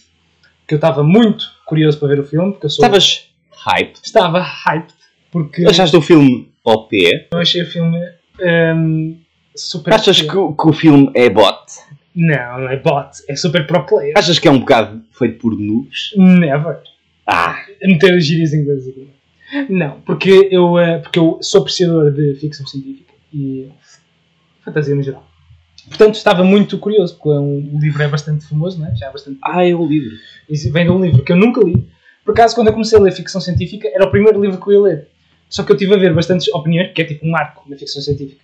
Speaker 2: Que eu estava muito curioso para ver o filme. Porque eu sou,
Speaker 4: Estavas.
Speaker 3: Hype.
Speaker 2: estava hyped. Porque
Speaker 3: Achaste o filme OP?
Speaker 2: eu achei o filme hum, super.
Speaker 3: Achas que, o- que o filme é bot?
Speaker 2: Não, não é bot. É super pro player.
Speaker 3: Achas que é um bocado feito por noobs?
Speaker 2: Never.
Speaker 3: Ah,
Speaker 2: meter os gírias inglesas aqui. Não, porque eu, eh, porque eu sou apreciador de ficção científica e fantasia no geral. Portanto, estava muito curioso, porque é um, o livro é bastante famoso, né? já é bastante.
Speaker 4: Ah, é o
Speaker 3: um
Speaker 4: livro.
Speaker 2: e Vem de um livro que eu nunca li. Por acaso, quando eu comecei a ler ficção científica, era o primeiro livro que eu ia ler. Só que eu tive a ver bastantes opiniões, que é tipo um marco na ficção científica.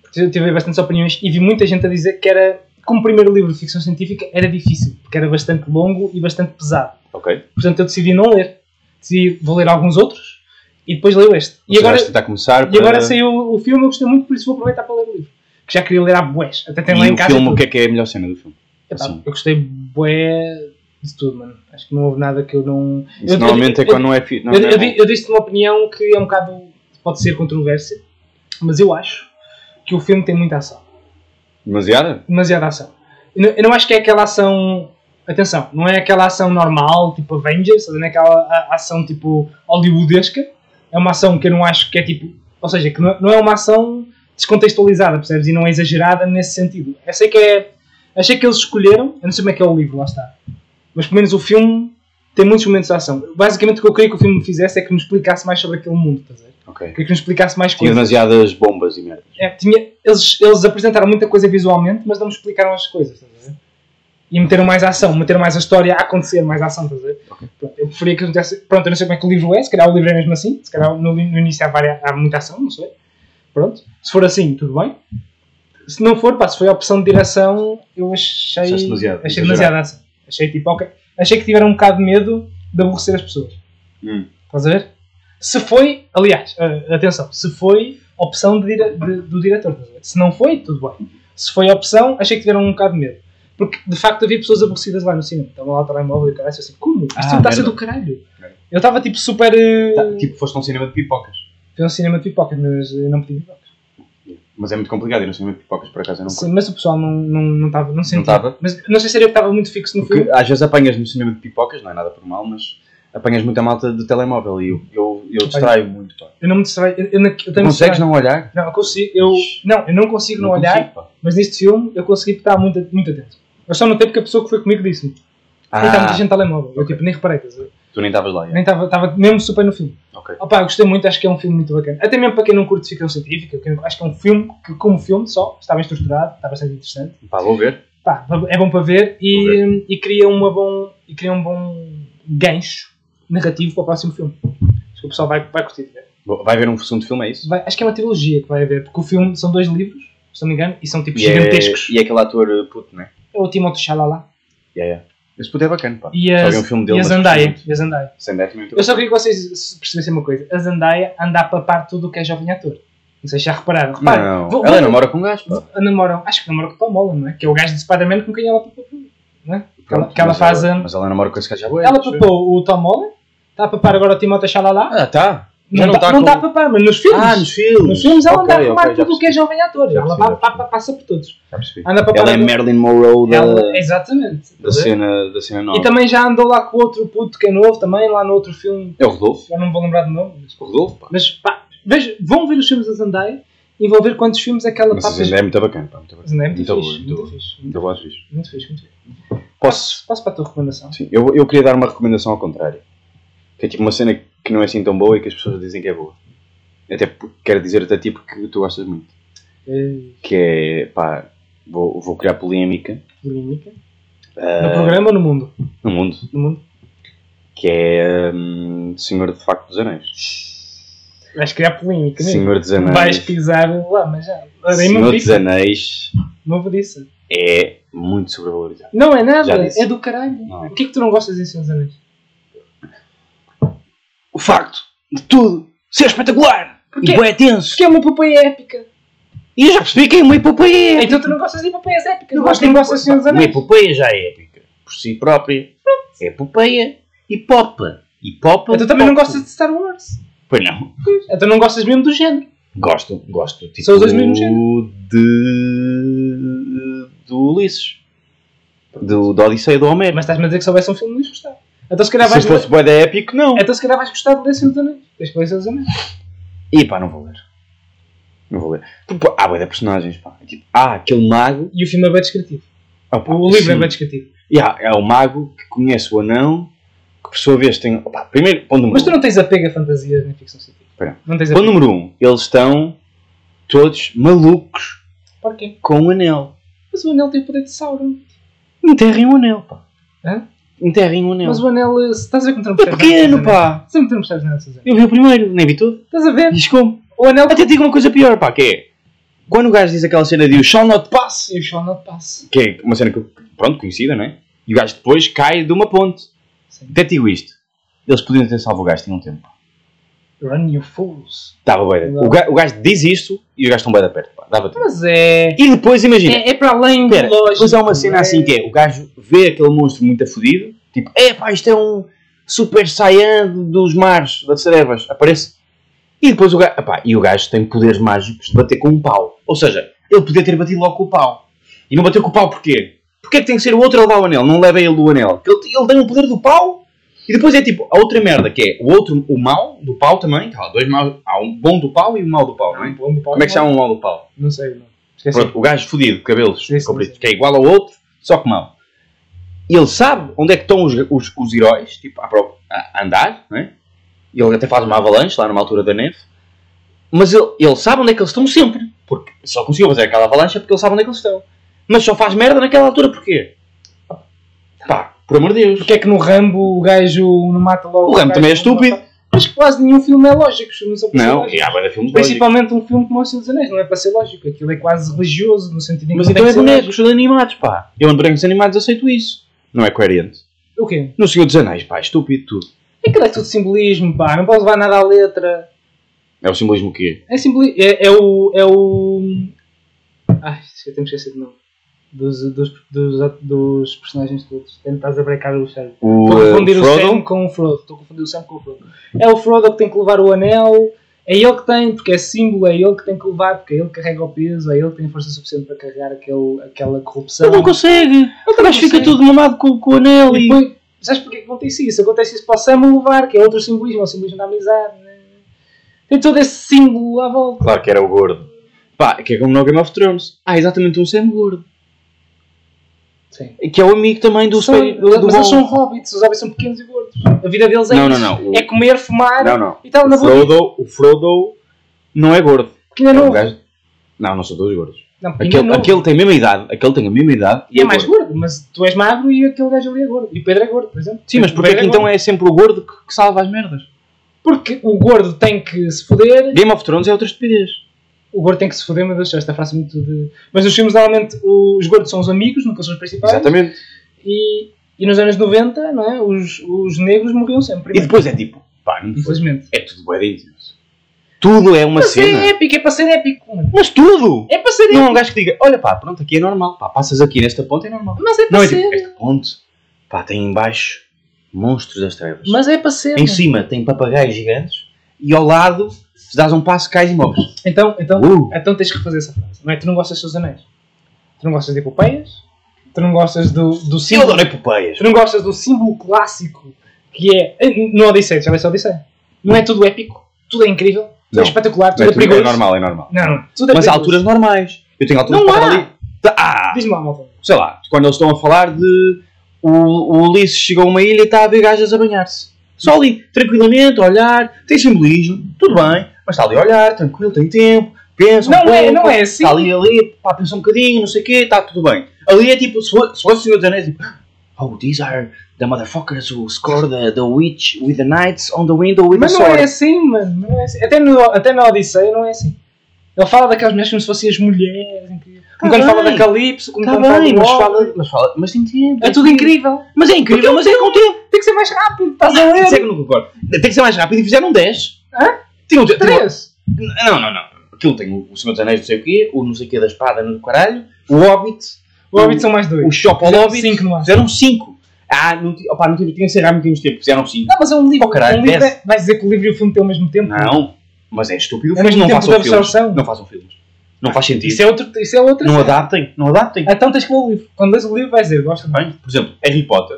Speaker 2: Porque eu tive a ver bastantes opiniões e vi muita gente a dizer que era, como primeiro livro de ficção científica, era difícil, porque era bastante longo e bastante pesado.
Speaker 3: ok.
Speaker 2: Portanto, eu decidi não ler. Decidi, vou ler alguns outros e depois leio este. E agora,
Speaker 3: Está
Speaker 4: tá
Speaker 3: a começar
Speaker 2: e agora
Speaker 3: para-
Speaker 2: saiu o filme, eu gostei muito, por isso vou aproveitar para ler o livro. Que já queria ler há bués. Até tem lá
Speaker 3: E
Speaker 2: em
Speaker 3: o
Speaker 2: casa. e
Speaker 3: filme, o
Speaker 2: tudo.
Speaker 3: que é que é a melhor cena do filme? Assim,
Speaker 2: Epá,
Speaker 3: Sim.
Speaker 2: eu gostei bué de tudo, mano. Acho que não houve nada que eu não...
Speaker 4: Isso
Speaker 2: Eu-
Speaker 4: normalmente
Speaker 2: eu-
Speaker 4: é quando não é fi- não
Speaker 2: eu,
Speaker 4: não é
Speaker 2: eu,
Speaker 4: bom.
Speaker 2: di- eu disse uma opinião que é um bocado... Pode ser controvérsia, mas eu acho que o filme tem muita ação.
Speaker 3: Demasiada?
Speaker 2: demasiada ação. Eu não, eu não acho que é aquela ação. Atenção, não é aquela ação normal, tipo Avengers, não é aquela a- ação tipo hollywoodesca. É uma ação que eu não acho que é tipo. Ou seja, que não não é uma ação descontextualizada, percebes? E não é exagerada nesse sentido. Eu sei que é. Achei que eles escolheram. Eu não sei como é que é o livro, lá está. Mas pelo menos o filme tem muitos momentos de ação. Basicamente o que eu queria que o filme fizesse é que me explicasse mais sobre aquele mundo, estás a ver?
Speaker 3: Ok.
Speaker 2: Queria que me explicasse mais
Speaker 3: Tinha
Speaker 2: coisas.
Speaker 3: demasiadas bombas e merda.
Speaker 2: É, tinha- eles, eles apresentaram muita coisa visualmente, mas não me explicaram as coisas, estás a ver? E meteram mais ação, meteram mais a história a acontecer, mais ação, estás a ver? Pronto, eu preferia que acontecesse. Pronto, eu não sei como é que o livro é, se calhar o livro é mesmo assim, se calhar no, no início há, várias, há muita ação, não sei. Pronto, se for assim, tudo bem. Se não for, pá, se foi a opção de direção, eu achei.
Speaker 3: Achaste demasiado,
Speaker 2: Achei
Speaker 3: exagerado.
Speaker 2: demasiado ação. Achei tipo, ok. Achei que tiveram um bocado de medo de aborrecer as pessoas.
Speaker 3: Hum.
Speaker 2: Estás a ver? Se foi, aliás, eh, atenção, se foi opção de dire- de- do diretor, estás a ver? se não foi, tudo bem. Se foi opção, achei que tiveram um bocado de medo. Porque de facto havia pessoas aborrecidas lá no cinema. Estavam lá o telemóvel e o caralho, eu assim, como? Isto
Speaker 3: Ah,
Speaker 2: está a ser
Speaker 3: merda.
Speaker 2: do caralho. Eu estava tipo super. eh,
Speaker 3: Tá, tipo, foste a um cinema de pipocas.
Speaker 2: Fui um cinema de pipocas, mas eu não pedi pipocas.
Speaker 3: Mas é muito complicado ir a um cinema de pipocas, por acaso eu não
Speaker 2: Sim, mas o pessoal não, não, não estava, não sentia.
Speaker 3: estava?
Speaker 2: Mas não sei se era eu que estava muito fixo no
Speaker 3: Porque
Speaker 2: filme.
Speaker 3: às vezes apanhas no cinema de pipocas, não é nada por mal, mas apanhas muita malta de telemóvel e eu, eu, eu distraio muito. Pá.
Speaker 2: Eu não me distraio. Eu, eu, na- eu
Speaker 3: Tu
Speaker 2: tenho
Speaker 3: consegues não olhar?
Speaker 2: Não, eu consigo. Eu, não, eu não consigo não, olhar,
Speaker 3: consigo, pá.
Speaker 2: mas neste filme eu consegui estar muito, muito atento. Eu só notei porque a pessoa que foi comigo disse-me. Ah, está muita
Speaker 3: Ah,
Speaker 2: gente no telemóvel. Eu tipo, nem reparei. estás a ver?
Speaker 3: tu nem estavas lá. já.
Speaker 2: Nem estava, estava mesmo super no filme.
Speaker 3: Ok.
Speaker 2: Opa, eu gostei muito, acho que é um filme muito bacana. Até mesmo para quem não curte ficção científica, quem não- acho que é um filme que, como filme só, está bem estruturado, está bastante interessante.
Speaker 3: Pá, vou ver.
Speaker 2: pá, é bom para ver e, e cria, uma bom, e cria um bom gancho narrativo para o próximo filme. Acho que o pessoal vai, vai curtir. de ver.
Speaker 3: Vou- Vai ver um segundo filme, é isso?
Speaker 2: Vai- acho que é uma trilogia que vai haver, porque o filme são dois livros, se não me engano, e são tipo
Speaker 3: E é,
Speaker 2: gigantescos.
Speaker 3: e é aquele ator eh, puto, né?
Speaker 2: É o Timothée Xalala
Speaker 3: Yeah, yeah. Esse puto é bacana, pá.
Speaker 2: e
Speaker 3: Só
Speaker 2: a,
Speaker 3: vi um filme dele,
Speaker 2: e a
Speaker 3: mas
Speaker 2: Zendaya.
Speaker 3: gostei
Speaker 2: E a Zendaya.
Speaker 3: muito. Zendaya também é muito
Speaker 2: Eu só
Speaker 3: bacana.
Speaker 2: queria que vocês se- percebessem uma coisa. A Zendaya anda a papar tudo o que é jovem ator. Não sei se já repararam. Reparem,
Speaker 3: Não,
Speaker 2: vou-
Speaker 3: ela
Speaker 2: vou-
Speaker 3: namora com um gajo, pá.
Speaker 2: a namoram, acho que namora com o Tom Holland, não é? Que é o gajo de Spider-Man com quem ela papou. Não é? Que ela-
Speaker 3: Pronto,
Speaker 2: que ela
Speaker 3: mas
Speaker 2: faz a-
Speaker 3: Mas ela namora com esse gajo já boa.
Speaker 2: Ela papou o Tom Holland, está a papar agora o Timothée Xalala
Speaker 3: Ah, tá.
Speaker 2: Não, dá,
Speaker 3: tá
Speaker 2: não
Speaker 3: com-
Speaker 2: dá para papar, mas nos filmes.
Speaker 3: Ah, nos filmes.
Speaker 2: Nos filmes ela
Speaker 3: Ok,
Speaker 2: anda a arrumar
Speaker 3: ok, já
Speaker 2: tudo o que é
Speaker 3: percebi,
Speaker 2: jovem ator.
Speaker 3: Já
Speaker 2: Ela
Speaker 3: percebi,
Speaker 2: pa-
Speaker 3: já
Speaker 2: pa- passa por todos.
Speaker 3: já percebi.
Speaker 2: Anda para
Speaker 3: Ela é Marilyn Monroe da,
Speaker 2: Ela, exatamente.
Speaker 3: é da, cena, da cena nova.
Speaker 2: E também já andou lá com outro puto que é novo, também lá no outro filme.
Speaker 3: É o Rodolfo.
Speaker 2: Já não me vou lembrar do nome. Mas,
Speaker 3: O Rodolfo, pá.
Speaker 2: mas pá, veja, vão ver os filmes da Zendaya e vão ver quantos filmes aquela
Speaker 3: Mas a
Speaker 2: papa.
Speaker 3: Zendaya é muito bacana, pá. Muito bacana.
Speaker 2: Zendaya é muito,
Speaker 3: boa,
Speaker 2: fixe,
Speaker 3: muito
Speaker 2: muito,
Speaker 3: boa.
Speaker 2: fixe. Muito,
Speaker 3: Muito boa, fixe.
Speaker 2: muito fixe, muito fixe.
Speaker 3: Posso?
Speaker 2: Passo para a tua recomendação.
Speaker 3: Sim, eu, eu queria dar uma recomendação ao contrário. Que é tipo uma cena que não é assim tão boa e que as pessoas dizem que é boa. Até porque, quero dizer até tipo que tu gostas muito.
Speaker 2: Eh,
Speaker 3: Que é, pá, vou, vou criar polémica ah,
Speaker 2: Polémica. No programa ou no mundo?
Speaker 3: no mundo.
Speaker 2: No mundo.
Speaker 3: Que é hum, Senhor de Facto dos Anéis.
Speaker 2: Vais criar polémica mesmo.
Speaker 3: Senhor dos Anéis.
Speaker 2: Vais pisar lá, mas já. Areia
Speaker 3: Senhor dos
Speaker 2: movediça.
Speaker 3: Anéis
Speaker 2: Movediça.
Speaker 3: é muito sobrevalorizado.
Speaker 2: Não é
Speaker 3: Já
Speaker 2: nada,
Speaker 3: disse.
Speaker 2: é do caralho.
Speaker 3: Não é.
Speaker 2: O que é que tu não gostas em Senhor dos Anéis?
Speaker 4: O facto de tudo ser espetacular
Speaker 2: Porquê?
Speaker 4: e bem tenso.
Speaker 2: Porque é uma epopeia épica.
Speaker 4: E eu já percebi que é uma epopeia.
Speaker 3: tipo-
Speaker 2: Então tu não gostas de epopeias épicas.
Speaker 4: Eu
Speaker 2: mas
Speaker 4: gosto
Speaker 2: quem
Speaker 4: de-
Speaker 2: gosta de Senhor dos
Speaker 4: Uma
Speaker 2: Anéis.
Speaker 4: epopeia já é épica, por si própria. É epopeia e popa.
Speaker 3: É E pop.
Speaker 2: Então também não
Speaker 3: pop.
Speaker 2: gostas de Star Wars.
Speaker 3: Pois não.
Speaker 2: Então não gostas mesmo do género.
Speaker 3: Gosto, gosto. Tipo,
Speaker 2: São os dois mesmos
Speaker 3: de... Do Ulisses. Do, do Odisseia do Homero.
Speaker 2: Mas estás-me a dizer que se houvesse um filme não ias gostar. Então se calhar
Speaker 3: Se
Speaker 2: vais,
Speaker 3: fosse boa da épico, não.
Speaker 2: então, se calhar vais gostar do Lenço dos Anéis. Tens que ler Senhor dos Anéis.
Speaker 3: E pá, não vou ler. Não vou ler. Porque, pá, há boa de personagens, pá. É Tipo, há aquele mago.
Speaker 2: E o filme é bem descritivo.
Speaker 3: Ah, pá,
Speaker 2: O livro é
Speaker 3: sim.
Speaker 2: bem descritivo.
Speaker 3: E há, há o mago que conhece o anão, que por sua vez tem. Opá, primeiro, ponto número
Speaker 2: Mas tu não tens apego a fantasias nem ficção científica.
Speaker 3: Pera.
Speaker 2: Não tens
Speaker 3: um. Ponto
Speaker 2: apego.
Speaker 3: número um. Eles estão todos malucos
Speaker 2: Porquê?
Speaker 3: com o anel.
Speaker 2: Mas o anel tem o poder de Sauron.
Speaker 3: Enterrem o anel, pá.
Speaker 2: Hã?
Speaker 3: Enterrem o anel.
Speaker 2: Mas o anel, eh, se estás a ver como tu não
Speaker 3: É
Speaker 2: percebes nada
Speaker 3: pequeno,
Speaker 2: desses anéis.
Speaker 3: pá.
Speaker 2: Sempre tu não percebes nada desses um anéis.
Speaker 3: Eu vi o primeiro, nem vi tudo.
Speaker 2: Estás a ver?
Speaker 3: E chegou-me.
Speaker 2: O anel
Speaker 3: Até te digo uma coisa pior, pá, que é. Quando o gajo diz aquela cena de o shall not pass,
Speaker 2: e o Shall Not Pass.
Speaker 3: que é uma cena que, pronto, conhecida, não é? E o gajo depois cai de uma ponte.
Speaker 2: Sim.
Speaker 3: Até te digo isto. Eles podiam ter salvo o gajo, tinham um tempo.
Speaker 2: Run you fools.
Speaker 3: Dava bué da-
Speaker 2: Não.
Speaker 3: o, ga- o gajo diz isto e o gajo está um bué da perto, pá. Dava tempo.
Speaker 2: Mas é.
Speaker 3: E depois, imagina.
Speaker 2: É, é para além do
Speaker 3: Espera,
Speaker 2: lógico.
Speaker 3: depois há uma cena
Speaker 2: é?
Speaker 3: assim que é, o gajo vê aquele monstro muito afudido, tipo, é pá, isto é um super saiyan dos mares, das trevas, aparece. E depois o gajo, epá, e o gajo tem poderes mágicos de bater com um pau. Ou seja, ele podia ter batido logo com o pau. E não bateu com o pau porquê? Porquê é que tem que ser o outro a levar o anel? Não leva ele o anel. Porque Ele, ele tem o poder do pau. E depois é tipo, a outra merda que é, o outro, o mau do pau também, que há dois maus, há um bom do pau e um mau do pau, não é? Como é que chama o mau do pau?
Speaker 2: Não sei, não. Esqueci.
Speaker 3: Pronto, o gajo fodido, cabelos
Speaker 2: Sim, sim,
Speaker 3: compridos,
Speaker 2: sim.
Speaker 3: que é igual ao outro, só que mau. Ele sabe onde é que estão os, os, os heróis, tipo, à pro- a, a andar, não é? E Ele até faz uma avalanche lá numa altura da neve. Mas ele, ele sabe onde é que eles estão sempre. Porque só conseguiu fazer aquela avalanche porque ele sabe onde é que eles estão. Mas só faz merda naquela altura, porquê? Pá, por amor de Deus.
Speaker 2: Porque é que no Rambo o gajo não mata logo.
Speaker 3: O Rambo
Speaker 2: gajo
Speaker 3: também é
Speaker 2: não
Speaker 3: estúpido.
Speaker 2: mata? Mas quase nenhum filme é lógico. Não, são
Speaker 3: Não,
Speaker 2: lógicos.
Speaker 3: e há bué de filmes lógicos.
Speaker 2: Principalmente um filme como O Senhor dos Anéis, não é para ser lógico. Aquilo é quase religioso, no sentido em que
Speaker 3: Mas
Speaker 2: não tem
Speaker 3: então
Speaker 2: que
Speaker 3: é
Speaker 2: ser
Speaker 3: bonecos animados, pá. Eu ando bonecos animados, aceito isso. Não é coerente.
Speaker 2: lógico. O quê?
Speaker 3: No Senhor dos Anéis, pá, estúpido tudo.
Speaker 2: Aquilo é tudo simbolismo, pá. Não podes levar nada à letra.
Speaker 3: É o simbolismo que é.
Speaker 2: É simbolismo. É, é o. É o. Ai, eu tenho esquecido de nome. Dos, dos, dos, dos personagens todos. Estás a brecar o cérebro.
Speaker 3: O,
Speaker 2: Estou a confundir
Speaker 3: eh,
Speaker 2: o Sam com o Frodo. Estou a confundir o Sam com o Frodo. É o Frodo que tem que levar o anel. É ele que tem, porque é símbolo, é ele que tem que levar, porque é ele que carrega o peso, é ele que tem força suficiente para carregar aquele, aquela corrupção.
Speaker 4: Ele não consegue. O gajo fica
Speaker 2: consegue.
Speaker 4: todo mamado com, com o anel
Speaker 2: E
Speaker 4: e...
Speaker 2: depois, sabes porquê que acontece isso? Acontece isso para o Sam a levar, que é outro simbolismo, é o simbolismo da amizade. né? Tem todo esse símbolo à volta.
Speaker 3: Claro que era o gordo. Pá, que é como no Game of Thrones. Há exatamente um Sam gordo.
Speaker 2: Sim.
Speaker 3: Que é o amigo também do
Speaker 2: São,
Speaker 3: Sam. Do, do
Speaker 2: mas eles
Speaker 3: Bom.
Speaker 2: são hobbits, os hobbits são pequenos e gordos. A vida deles é
Speaker 3: Não, não,
Speaker 2: isso.
Speaker 3: não. O-
Speaker 2: É comer, fumar
Speaker 3: Não, não.
Speaker 2: e tal, na
Speaker 3: O
Speaker 2: boa.
Speaker 3: Frodo, o Frodo não é gordo.
Speaker 2: Porque ainda
Speaker 3: É um
Speaker 2: não.
Speaker 3: gajo... Não, não são todos gordos.
Speaker 2: Não, porque ainda
Speaker 3: Aquele,
Speaker 2: não.
Speaker 3: aquele tem a mesma idade. Aquele tem a mesma idade.
Speaker 2: E é mais gordo. mas tu és magro e aquele gajo ali é gordo. E o Pedro é gordo, por exemplo.
Speaker 3: Sim, mas
Speaker 2: O
Speaker 3: porquê é
Speaker 2: Pedro
Speaker 3: que então
Speaker 2: gordo.
Speaker 3: é sempre o gordo que, que salva as merdas?
Speaker 2: Porque o gordo tem que se foder,
Speaker 3: Game of Thrones é outra estupidez.
Speaker 2: o gordo tem que se foder, meu Deus, esta frase é muito de... Mas nos filmes, normalmente, os gordos são os amigos, nunca são os principais.
Speaker 3: Exatamente.
Speaker 2: E, e nos anos 90, não é? Os, os negros morriam sempre.
Speaker 3: E
Speaker 2: primeiro.
Speaker 3: depois é tipo... Pá, não foi.
Speaker 2: Infelizmente.
Speaker 3: É tudo bué de intenso. Tudo é uma
Speaker 2: Mas
Speaker 3: cena.
Speaker 2: é épico, é para ser épico. mano.
Speaker 3: Mas tudo!
Speaker 2: É para ser épico.
Speaker 3: Não há um gajo que diga, olha pá, pronto, aqui é normal, pá, passas aqui nesta ponte é normal.
Speaker 2: Mas é para
Speaker 3: Não, é tipo,
Speaker 2: ser.
Speaker 3: esta ponte, pá, tem embaixo monstros das trevas.
Speaker 2: Mas é para ser.
Speaker 3: Em
Speaker 2: mano.
Speaker 3: cima tem papagaios gigantes e ao lado, se dás um passo, cais e morres.
Speaker 2: Então, então,
Speaker 3: Uh.
Speaker 2: então tens que refazer essa frase. Não é? Tu não gostas dos seus anéis. Tu não gostas de epopeias. Tu não gostas do, do
Speaker 3: Sim, eu
Speaker 2: símbolo
Speaker 3: adoro epopeias.
Speaker 2: Tu não gostas do símbolo clássico que é. No Odisseia, já leste a Odisseia? Não é tudo épico, tudo é incrível, tudo
Speaker 3: Não.
Speaker 2: é espetacular, tudo
Speaker 3: Não,
Speaker 2: é perigoso.
Speaker 3: normal, é normal.
Speaker 2: Não, não, tudo é
Speaker 3: Mas há
Speaker 2: perigoso.
Speaker 3: alturas normais. Eu tenho alturas
Speaker 2: Não
Speaker 3: para
Speaker 2: há.
Speaker 3: estar ali. Tá- Ah,
Speaker 2: Diz-me lá, malta.
Speaker 3: sei lá, quando eles estão a falar de o, o Ulisses chegou a uma ilha e está a ver gajas a banhar-se. Só ali, tranquilamente, a olhar, tem simbolismo, tudo bem, mas está ali a olhar, tranquilo, tem tempo, pensa um
Speaker 2: Não
Speaker 3: pouco,
Speaker 2: é, não é assim.
Speaker 3: está ali, ali, pá, pensa um bocadinho, não sei o quê, está tudo bem. Ali é tipo, se fo- se fosse o Senhor dos Anéis, tipo, oh, these are the motherfuckers who score the, the witch with the knights on the window with
Speaker 2: Mas
Speaker 3: the
Speaker 2: não
Speaker 3: sword.
Speaker 2: é assim, mano. Não é assim. Até, no, até na Odisseia não é assim. Ele fala daquelas mulheres como se fossem as mulheres. incrível. Como
Speaker 3: Tá
Speaker 2: quando fala
Speaker 3: bem.
Speaker 2: da Calypso, como
Speaker 3: Está
Speaker 2: quando fala
Speaker 3: Tá bem,
Speaker 2: do
Speaker 3: mas
Speaker 2: Orbe.
Speaker 3: fala, mas fala, mas tem tempo.
Speaker 2: tá É tudo incrível.
Speaker 3: Mas é incrível, mas é com tempo.
Speaker 2: Tem que ser mais rápido, estás a
Speaker 3: Isso é que
Speaker 2: ler?
Speaker 3: eu não concordo. Tem que ser mais rápido e fizeram 10.
Speaker 2: Hã?
Speaker 3: Tinham, tinham-
Speaker 2: Três.
Speaker 3: um- não, não, não. Aquilo tem o o Senhor dos Anéis não sei o quê, o não sei o quê da espada no caralho, o Hobbit,
Speaker 2: O Hobbit são mais dois.
Speaker 3: o Shop ao
Speaker 2: Fizeram
Speaker 3: Hobbit.
Speaker 2: cinco no máximo.
Speaker 3: Fizeram 5. Ah, não, ti- opá, não tive, tinha que ser há muito menos tempo, fizeram 5.
Speaker 2: Não, mas é um livro.
Speaker 3: Oh, caralho,
Speaker 2: um livro
Speaker 3: dez.
Speaker 2: é- vais dizer que o livro e o filme têm ao mesmo tempo?
Speaker 3: Não, mas é estúpido.
Speaker 2: É
Speaker 3: Mas
Speaker 2: muito
Speaker 3: não
Speaker 2: tempo
Speaker 3: façam
Speaker 2: de
Speaker 3: filmes.
Speaker 2: absorção.
Speaker 3: Não façam filmes. Não faz sentido.
Speaker 2: Isso é outro. Isso é outra
Speaker 3: Não
Speaker 2: cena.
Speaker 3: adaptem, não adaptem.
Speaker 2: Então tens que ler o livro. Quando lês o livro, vais dizer, gosto mais.
Speaker 3: Bem, por exemplo, Harry Potter.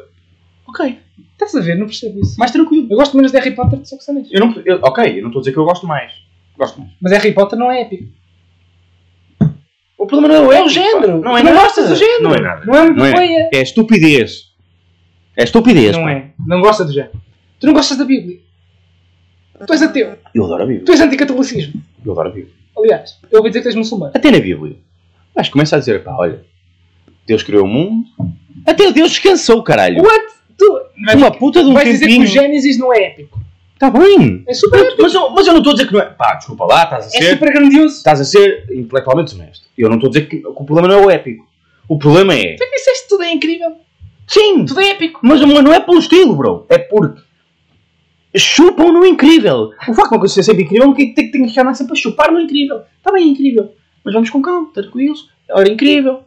Speaker 3: Ok,
Speaker 2: Estás a ver? Não percebo isso.
Speaker 3: mais tranquilo.
Speaker 2: Eu gosto menos de Harry Potter do que Senhor dos Anéis.
Speaker 3: Eu não, eu- ok, eu não estou a dizer que eu gosto mais. Gosto mais.
Speaker 2: Mas Harry Potter não é épico.
Speaker 3: O problema não
Speaker 2: É um
Speaker 3: épico,
Speaker 2: género.
Speaker 3: pá. Não é
Speaker 2: Tu não
Speaker 3: nada.
Speaker 2: gostas do género.
Speaker 3: Não é nada.
Speaker 2: Não é uma
Speaker 3: Não é.
Speaker 2: boia.
Speaker 3: É estupidez. É estupidez.
Speaker 2: Não
Speaker 3: pá.
Speaker 2: é. Não gosta do género. Tu não gostas da Bíblia. Tu és ateu.
Speaker 3: Eu adoro a Bíblia.
Speaker 2: Tu és anticatolicismo.
Speaker 3: Eu adoro a Bíblia.
Speaker 2: Aliás, eu ouvi dizer que és muçulmano.
Speaker 3: Até na Bíblia. Mas começa a dizer, pá, olha, Deus criou o mundo. Até Deus descansou, caralho.
Speaker 2: What? Tu
Speaker 3: Uma puta de um
Speaker 2: vais dizer que o
Speaker 3: tempinho.
Speaker 2: Gênesis não é épico.
Speaker 3: Está bem.
Speaker 2: É super épico.
Speaker 3: Mas eu, mas eu não estou a dizer que não é. Pá, desculpa lá, estás a
Speaker 2: É
Speaker 3: ser.
Speaker 2: super grandioso.
Speaker 3: Estás a ser intelectualmente honesto. Eu não estou a dizer que, que o problema não é o épico. O problema é.
Speaker 2: Tu disseste tudo é incrível.
Speaker 3: Sim!
Speaker 2: Tudo é épico.
Speaker 3: Mas mas não é pelo estilo, bro. É porque chupam no incrível. O facto de uma coisa ser sempre incrível, é um que tem, tem que ficar sempre a chupar no incrível. Está bem, é incrível. Mas vamos com calma, tranquilos. Olha, incrível.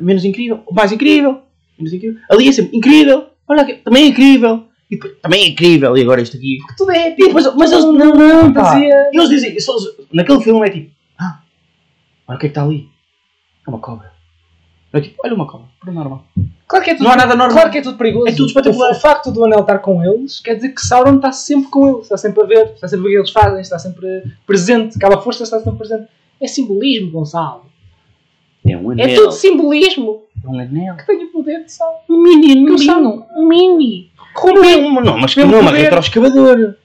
Speaker 3: Menos incrível. Mais incrível. Menos incrível. Ali é sempre incrível. Olha, aqui, também é incrível. E depois, também é incrível. E agora este aqui.
Speaker 2: Tudo
Speaker 3: E
Speaker 2: é épico.
Speaker 3: depois, mas eles não, não, pá.
Speaker 2: Fantasia.
Speaker 3: Eles dizem, eles- eles- naquele filme é tipo, ah, olha o que é que está ali. É uma cobra. É tipo, olha uma cobra. Tudo normal.
Speaker 2: Claro que é tudo
Speaker 3: Não há nada normal.
Speaker 2: Claro que é tudo perigoso.
Speaker 3: É tudo espetacular.
Speaker 2: O, o facto do anel estar com eles quer dizer que Sauron está sempre com eles, está sempre a ver, está sempre a ver o que eles fazem, está sempre presente, aquela força está sempre presente. É simbolismo, Gonçalo.
Speaker 3: É um
Speaker 2: É tudo simbolismo
Speaker 3: É um anel.
Speaker 2: que tem o poder de Sauron.
Speaker 4: Um menino,
Speaker 2: Que
Speaker 4: um
Speaker 2: eles
Speaker 4: menino.
Speaker 2: são.
Speaker 4: Um mini.
Speaker 3: Como é um, não, mas que
Speaker 2: Mesmo
Speaker 3: não é uma
Speaker 2: poder.
Speaker 3: retroescavadora.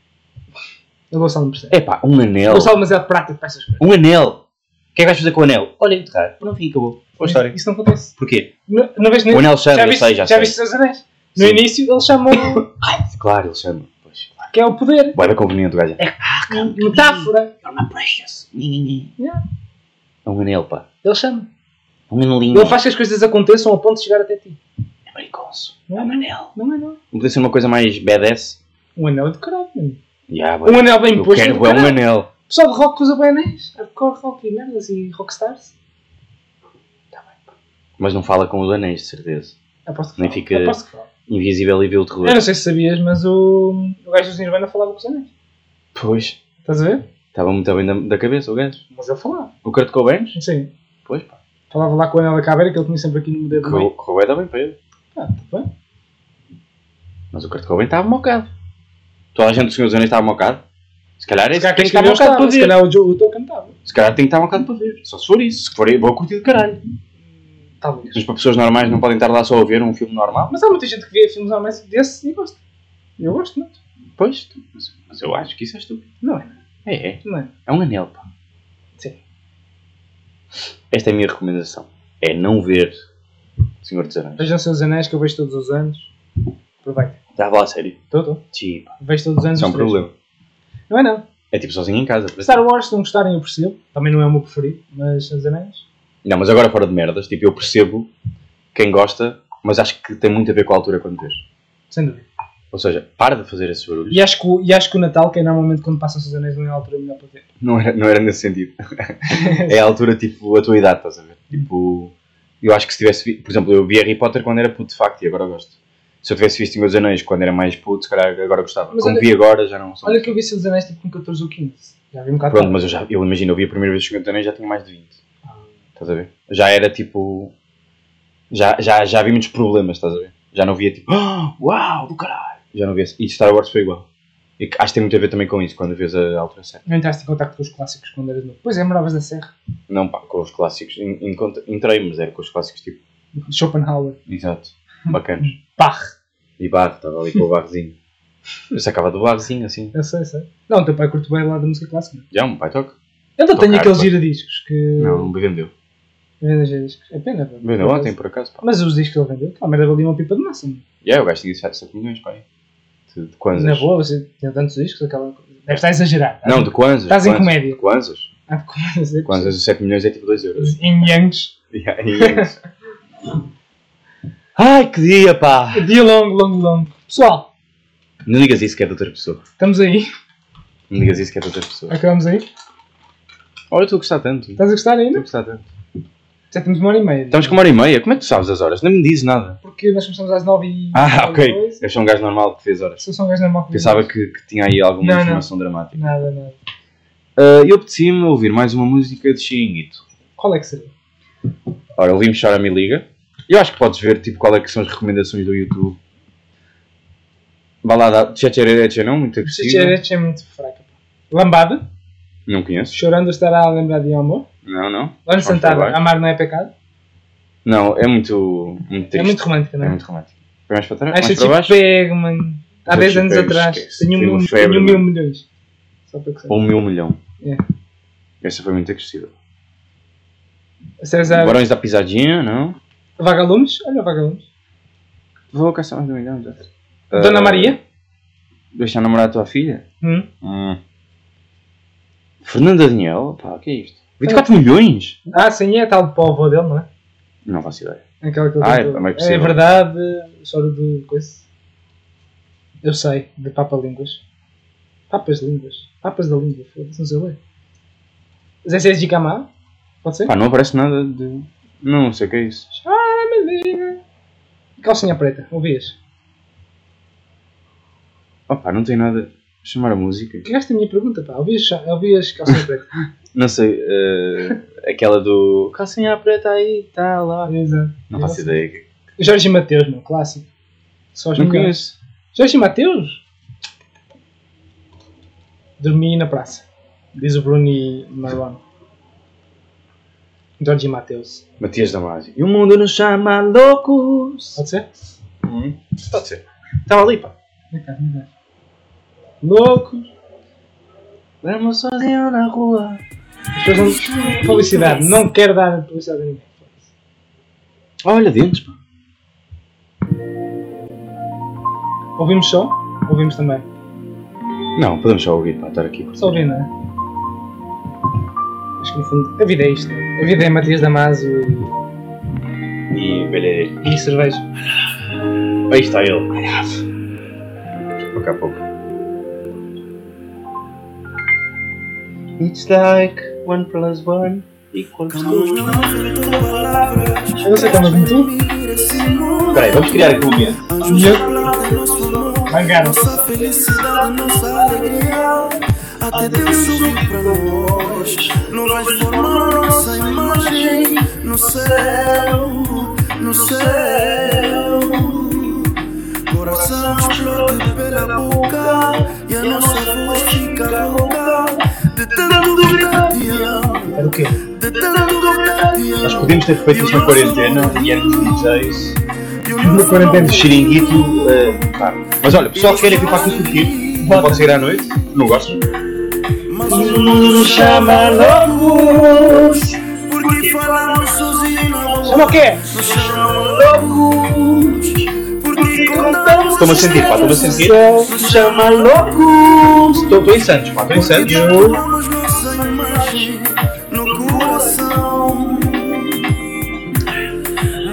Speaker 2: O Gonçalo não percebe.
Speaker 3: É pá, um anel.
Speaker 2: Gonçalo, mas é prático para essas coisas.
Speaker 3: Um anel. O que é que vais fazer com o anel? Olha, enterrar. Por um fim, acabou. Boa história.
Speaker 2: Isso não acontece.
Speaker 3: Porquê?
Speaker 2: Não, não vês nem.
Speaker 3: O anel chama,
Speaker 2: Hum. Já
Speaker 3: eu
Speaker 2: viste,
Speaker 3: sei, já, sei.
Speaker 2: viste os anéis? No
Speaker 3: Sim.
Speaker 2: início ele chamou
Speaker 3: Claro, ele chama. Pois.
Speaker 2: que é o poder.
Speaker 3: Boa, era conveniente o gajo. É
Speaker 2: Metáfora.
Speaker 3: uma precious.
Speaker 2: Yeah.
Speaker 3: É um anel, pá.
Speaker 2: Ele chama.
Speaker 3: Um anelinho.
Speaker 2: Ele faz que as coisas aconteçam ao ponto de chegar até ti.
Speaker 3: É mariconso.
Speaker 2: Não,
Speaker 3: É um anel.
Speaker 2: Não é não.
Speaker 3: Não podia ser uma coisa mais badass?
Speaker 2: Um anel de caralho, mano.
Speaker 3: Yeah, boy.
Speaker 2: Um anel bem
Speaker 3: eu
Speaker 2: posto.
Speaker 3: quero
Speaker 2: do
Speaker 3: bué um
Speaker 2: caralho.
Speaker 3: anel.
Speaker 2: O pessoal de rock usa bem anéis. Hardcore rock e merdas e rockstars.
Speaker 3: Mas não fala com os anéis, de certeza.
Speaker 2: Aposto que
Speaker 3: Nem
Speaker 2: fala.
Speaker 3: fica-
Speaker 2: Aposto que fala.
Speaker 3: Invisível e vê o
Speaker 2: Eu
Speaker 3: terror.
Speaker 2: não sei se sabias, mas o, o gajo dos Nirvana falava com os anéis.
Speaker 3: Pois.
Speaker 2: Estás a ver?
Speaker 3: Estava muito bem da, da cabeça o gajo.
Speaker 2: Mas ele falava.
Speaker 3: O Kurt Cobain?
Speaker 2: Sim.
Speaker 3: Pois, pá.
Speaker 2: Falava lá com o anel da caveira que ele tinha sempre aqui no dedo do
Speaker 3: Correu
Speaker 2: meio.
Speaker 3: correu bué da bem para ele.
Speaker 2: Ah, tá bem.
Speaker 3: Mas o Kurt Cobain estava mocado. Toda a gente dos Senhores Anéis estava mocado. Se calhar
Speaker 2: Se
Speaker 3: esse
Speaker 2: calhar
Speaker 3: tem
Speaker 2: quem
Speaker 3: que estar
Speaker 2: escreveu
Speaker 3: mocado para
Speaker 2: estava. um Se
Speaker 3: ver.
Speaker 2: calhar o Joe Lutou cantava.
Speaker 3: Se calhar tem que estar mocado para ver. Só se for isso. Se for eu vou curtir de caralho.
Speaker 2: Talvez.
Speaker 3: Mas para pessoas normais não podem estar lá só a ver um filme normal.
Speaker 2: Tá Mas há muita gente que vê filmes normais desse e gosta. Eu gosto, não?
Speaker 3: Pois, mas, mas eu acho que isso é estúpido.
Speaker 2: Não é?
Speaker 3: É, é.
Speaker 2: Não é?
Speaker 3: É um anel, pá.
Speaker 2: Sim.
Speaker 3: Esta é a minha recomendação. É não ver Senhor dos Anéis.
Speaker 2: Vejam seus anéis que eu vejo todos os anos. Aproveitem.
Speaker 3: Está a falar a sério.
Speaker 2: Tudo?
Speaker 3: Sim, pá.
Speaker 2: Vejo todos os anos.
Speaker 3: Isso é um
Speaker 2: os três.
Speaker 3: problema.
Speaker 2: Não é não.
Speaker 3: É tipo sozinho em casa. por
Speaker 2: Star
Speaker 3: exemplo.
Speaker 2: Wars, se não gostarem, eu percebo. Também não é o meu preferido, mas os anéis.
Speaker 3: Não, mas agora fora de merdas. Tipo, eu percebo quem gosta, mas acho que tem muito a ver com a altura quando vês.
Speaker 2: Sem dúvida.
Speaker 3: Ou seja, para de fazer esses barulhos.
Speaker 2: E acho que, o- e acho que o Natal, que é normalmente quando passam os anéis, não é a altura melhor para ver.
Speaker 3: Não era, não era nesse sentido. é a altura, tipo, a tua idade, estás a ver? Tipo, eu acho que se tivesse visto, por exemplo, eu vi Harry Potter quando era puto de facto e agora gosto. Se eu tivesse visto Meus Anéis quando era mais puto, se calhar agora gostava.
Speaker 2: Mas
Speaker 3: Como
Speaker 2: olha-
Speaker 3: vi agora, já não sou.
Speaker 2: Olha que eu vi Seus Anéis tipo com 14 ou 15. Já vi um bocado.
Speaker 3: Pronto, mas eu já, eu imagino, eu vi a primeira vez que Meus Anéis já tinha mais de 20.
Speaker 2: Ah,
Speaker 3: Estás a ver? Já era tipo. Já, já, já vi muitos problemas, estás a ver? Já não via tipo. "Ah, uau, do caralho! Já não via. E Star Wars foi igual. E que acho que tem muito a ver também com isso, quando vês a altura certa.
Speaker 2: Não entraste em contacto com os clássicos quando eras novo. Pois é, moravas na Serra.
Speaker 3: Não, pá, com os clássicos. en- encont- Entrei, mas era com os clássicos tipo.
Speaker 2: Schopenhauer.
Speaker 3: Exato. Bacanas.
Speaker 2: Barre.
Speaker 3: E barro, estava ali com o barrozinho. Eu sacava do barrozinho assim.
Speaker 2: Eu sei, sei. Não, o teu pai curte bem lá da música clássica.
Speaker 3: Já, um pai toque.
Speaker 2: Eu não tenho
Speaker 3: Tocar,
Speaker 2: aqueles
Speaker 3: pá.
Speaker 2: giradiscos que.
Speaker 3: Não, não me vendeu.
Speaker 2: Vendem os giradiscos. É pena, pá.
Speaker 3: Vendeu ontem, por acaso, pá.
Speaker 2: Mas os discos que ele vendeu, aquela merda valia uma pipa de massa. mano.
Speaker 3: Já, yeah, eu gastei 7 "Ah, milhões, pá. aí. De, de Kwanzas.
Speaker 2: Na boa, você tinha tantos discos, aquela coisa. Deve estar a exagerar.
Speaker 3: é. Não, de Kwanzas.
Speaker 2: Estás em
Speaker 3: Kwanzas.
Speaker 2: comédia.
Speaker 3: Kwanzas.
Speaker 2: Há de começar.
Speaker 3: Kwanzas, os 7 milhões é tipo 2 euros.
Speaker 2: Ah, Em Yangs.
Speaker 3: Yeah, e é isso. Ai, que dia, pá!
Speaker 2: Dia longo, longo, longo. Pessoal,
Speaker 3: Não digas isso que é de outra pessoa.
Speaker 2: estamos aí.
Speaker 3: Não digas isso que é de outra pessoa.
Speaker 2: Acabamos aí.
Speaker 3: Olha, eu estou a gostar tanto. Estou
Speaker 2: Estás a gostar
Speaker 3: a
Speaker 2: ainda?
Speaker 3: gostar tanto.
Speaker 2: Já temos uma hora e meia.
Speaker 3: Estamos com uma hora e meia. Como é que tu sabes as horas? Nem me dizes nada.
Speaker 2: Porque nós começamos às 9 e
Speaker 3: Ah,
Speaker 2: qualquer
Speaker 3: ok.
Speaker 2: coisa.
Speaker 3: Eu sou um gajo normal que fez horas.
Speaker 2: Se eu sou um gajo normal que
Speaker 3: Pensava que, que tinha aí alguma
Speaker 2: Não, não.
Speaker 3: informação dramática.
Speaker 2: Nada, nada.
Speaker 3: Ah, eu pedi-me a ouvir mais uma música de Chiringuito.
Speaker 2: Qual é que seria?
Speaker 3: Ora, o Limo Chora Me Liga. Eu acho que podes ver tipo, qual é que são as recomendações do YouTube. Balada Tchatcherereche é não? Muito agressiva.
Speaker 2: Chichirete é muito fraca. pá. Lambada.
Speaker 3: Não conheço.
Speaker 2: Chorando estará a lembrar de amor.
Speaker 3: Não, não.
Speaker 2: Lá no
Speaker 3: Vamos
Speaker 2: Santana,
Speaker 3: falar.
Speaker 2: amar não é pecado.
Speaker 3: Não, é muito, muito triste.
Speaker 2: É muito romântica, não
Speaker 3: É
Speaker 2: é?
Speaker 3: muito romântico. Vai mais para trás?
Speaker 2: Acho
Speaker 3: mais
Speaker 2: que
Speaker 3: para
Speaker 2: tipo
Speaker 3: baixo?
Speaker 2: pego, mano. Há
Speaker 3: Mas
Speaker 2: 10
Speaker 3: eu
Speaker 2: anos
Speaker 3: pego,
Speaker 2: atrás.
Speaker 3: esquece.
Speaker 2: Tenho
Speaker 3: Tenho
Speaker 2: mil,
Speaker 3: febre, né?
Speaker 2: tenho mil
Speaker 3: mano.
Speaker 2: milhões. Só para que saiba.
Speaker 3: Ou um mil milhão.
Speaker 2: É.
Speaker 3: Essa foi muito agressiva.
Speaker 2: César
Speaker 3: Barões da Pisadinha, não?
Speaker 2: Vagalumes. Olha o Vagalumes.
Speaker 3: Vou caçar mais um milhão. já.
Speaker 2: Dona
Speaker 3: Ah,
Speaker 2: Maria.
Speaker 3: Deixar namorar a tua filha?
Speaker 2: Hum.
Speaker 3: Hum. Fernanda Daniel? Pá, o que é isto? 24 milhões?
Speaker 2: Ah, sim, é a tal de povo dele, não é?
Speaker 3: Não faço ideia.
Speaker 2: Aquela que ele
Speaker 3: Ah, é,
Speaker 2: cantou.
Speaker 3: não é
Speaker 2: é
Speaker 3: possível.
Speaker 2: verdade. Choro de coisa. Eu sei, de Papa Línguas. Papas Línguas. Papas da Língua. Foda-se, não sei ler. Zé César de Camar. Pode ser?
Speaker 3: Pá, não aparece nada de. Não sei o que é isso.
Speaker 2: Ah, Calcinha preta, ouvias?
Speaker 3: Oh, pá, não tem nada. Chamar a música.
Speaker 2: Cagaste a minha pergunta, pá. Ouvias, ouvias calcinha preta?
Speaker 3: Não sei. eh, aquela do. Calcinha preta aí, tá lá.
Speaker 2: Exato.
Speaker 3: Não faço ideia.
Speaker 2: Jorge Mateus, meu, clássico. Só os
Speaker 3: Não
Speaker 2: melhores.
Speaker 3: conheço.
Speaker 2: Jorge Mateus? Dormi na praça. Diz o Bruno e Marlon. Jorge Mateus.
Speaker 3: Matias Damasio. E o mundo nos chama loucos.
Speaker 2: Pode ser?
Speaker 3: Hum, pode ser. Estava ali, pá.
Speaker 2: Vem cá, vem cá. Louco.
Speaker 3: Vamos sozinho na rua.
Speaker 2: Depois não... Publicidade. Não quero dar publicidade a ninguém.
Speaker 3: Olha, dentes, pá.
Speaker 2: Ouvimos só? Ouvimos também.
Speaker 3: Não, podemos só ouvir, pá, estar aqui.
Speaker 2: Só ouvir, não é? Acho que no fundo. A vida é isto. A vida é Matias Damasio e-
Speaker 3: E velha.
Speaker 2: e cerveja.
Speaker 3: Aí está ele. Pouco a pouco. It's like one plus one equals two.
Speaker 2: Eu não sei como é que tu.
Speaker 3: Espera aí, vamos criar aqui um ambiente.
Speaker 2: Mangaram.
Speaker 5: Nossa felicidade, nossa alegria. Até Deus sorriu pra nós. Não vai formar nossa imagem no céu, no céu. Coração explode pela boca e a nossa voz fica louca. De tanto gritar te amo,
Speaker 2: Era o quê?
Speaker 5: de tanto gritar te
Speaker 3: Nós
Speaker 5: amo.
Speaker 3: podemos ter feito isto na quarentena e éramos DJs. Tipo,
Speaker 5: E o nosso
Speaker 2: quarentena.
Speaker 3: Xiringuito. eh, pá. Mas olha, pessoal que querem vir para aqui curtir, não pode sair à noite, não gostas?
Speaker 5: Mas o mundo nos chama loucos Porque falamos sozinhos
Speaker 2: Chama o quê?
Speaker 5: Nos chama loucos Porque contamos
Speaker 3: Estou-me a sentir, pá, estou-me a sentir.
Speaker 5: Nos chama loucos
Speaker 3: Estou estou em Santos, pá, estou em
Speaker 5: Porque
Speaker 3: Santos.
Speaker 5: formamos nossa imagem No coração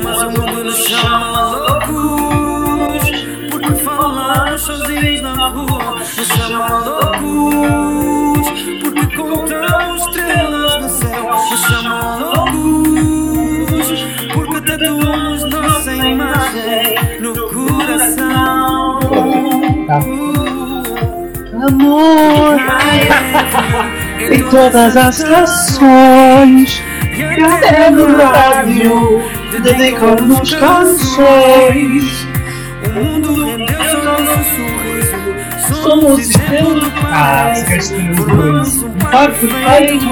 Speaker 5: Mas o mundo nos chama loucos Porque falamos sozinhos na rua Nos chama loucos Porque contamos estrelas no céu Nos chama loucos Porque tatuamos nossa imagem No coração Uh.
Speaker 2: Tá.
Speaker 4: Amor em todas as estações. E até no rádio dedicamos canções.
Speaker 5: O mundo rendeu ao nosso riso.
Speaker 4: Somos
Speaker 5: irmãos do
Speaker 2: Ah,
Speaker 5: país.
Speaker 2: se queres que não
Speaker 5: Formamos um par perfeito.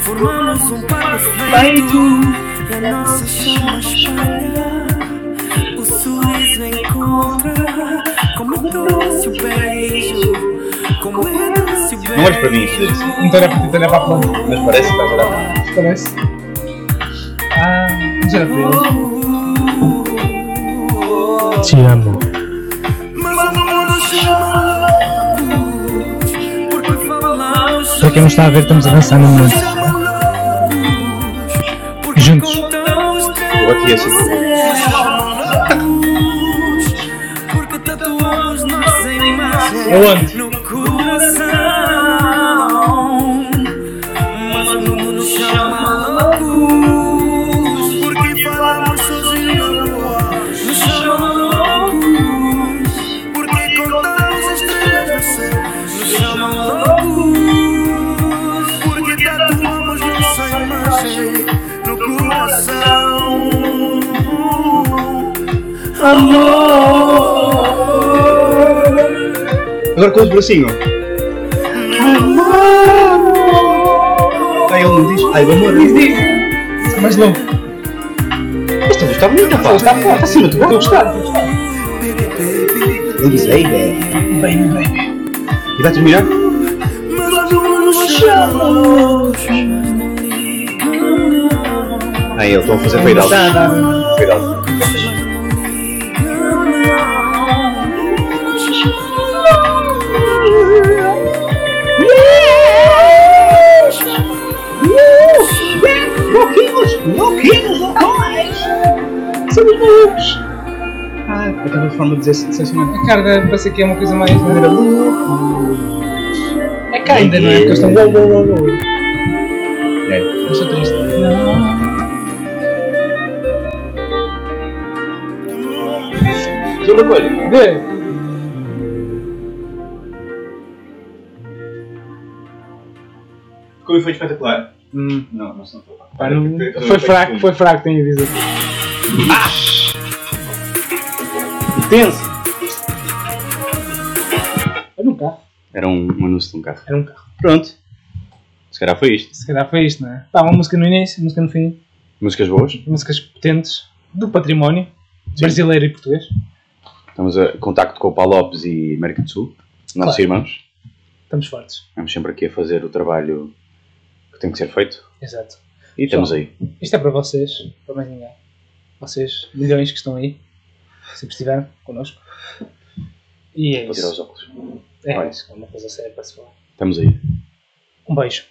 Speaker 5: Formamos um par perfeito. E a nossa chama espalha. O sorriso encontra. Como é doce o beijo. Como é doce o beijo.
Speaker 3: Não olhes para mim, Felipe.
Speaker 2: Não estou a repetir, olha para a planta.
Speaker 3: Mas parece que está a dar.
Speaker 2: Parece. Ah, já vi. Te amo.
Speaker 5: Para
Speaker 2: quem não está a ver, estamos a dançar no momento. Juntos.
Speaker 3: Eu aqui assim.
Speaker 5: Porque tatuamos nossa imagem
Speaker 2: Aonde?
Speaker 5: no coração. Mas o mundo nos chama loucos. mexer no coração.
Speaker 4: Amor,
Speaker 3: Agora com o bracinho. Ai, ele não diz. Ai, vamos amor.
Speaker 2: Diz, diz. É mais longo.
Speaker 3: Esta música está bonita, pá.
Speaker 2: Está forte.
Speaker 3: Está acima, tu
Speaker 2: Estou a
Speaker 3: gostas?
Speaker 2: gostar.
Speaker 3: Ele diz, ei, velho.
Speaker 2: Bem, bem.
Speaker 3: E vai terminar? Ai, eu estou a fazer fade out.
Speaker 2: Dá, dá.
Speaker 3: Fade out. Ah, aquela forma de dizer sensacional.
Speaker 2: assim, A carga parece que é uma coisa mais. É cá ainda, não é? Porque eles estão.
Speaker 3: Yeah.
Speaker 2: Uou, uou, uou, uou.
Speaker 3: É.
Speaker 2: Eu sou triste. Não.
Speaker 3: Diz uma coisa.
Speaker 2: Vê.
Speaker 3: Como foi espetacular?
Speaker 2: Hum,
Speaker 3: Não, não se não foi.
Speaker 2: pá, não- Foi fraco, foi fraco, tenho a dizer.
Speaker 3: Tenso.
Speaker 2: Era um carro.
Speaker 3: Era um, um anúncio de um carro.
Speaker 2: Era um carro.
Speaker 3: Pronto. Se calhar foi isto.
Speaker 2: Se calhar foi isto, não é? Pá, uma música no início, música no fim.
Speaker 3: Músicas boas.
Speaker 2: músicas potentes do património brasileiro e português.
Speaker 3: Estamos a contacto com o Paulo Lopes e América do Sul. Nossos
Speaker 2: Claro.
Speaker 3: irmãos.
Speaker 2: Estamos fortes.
Speaker 3: Estamos sempre aqui a fazer o trabalho que tem que ser feito.
Speaker 2: Exato.
Speaker 3: E estamos aí.
Speaker 2: Isto é para vocês, para mais ninguém. Vocês, milhões que estão aí, sempre estiveram connosco. E é
Speaker 3: Vou tirar
Speaker 2: isso.
Speaker 3: os óculos.
Speaker 2: É
Speaker 3: Vai.
Speaker 2: isso, é uma coisa séria para se falar.
Speaker 3: Estamos aí.
Speaker 2: Um beijo.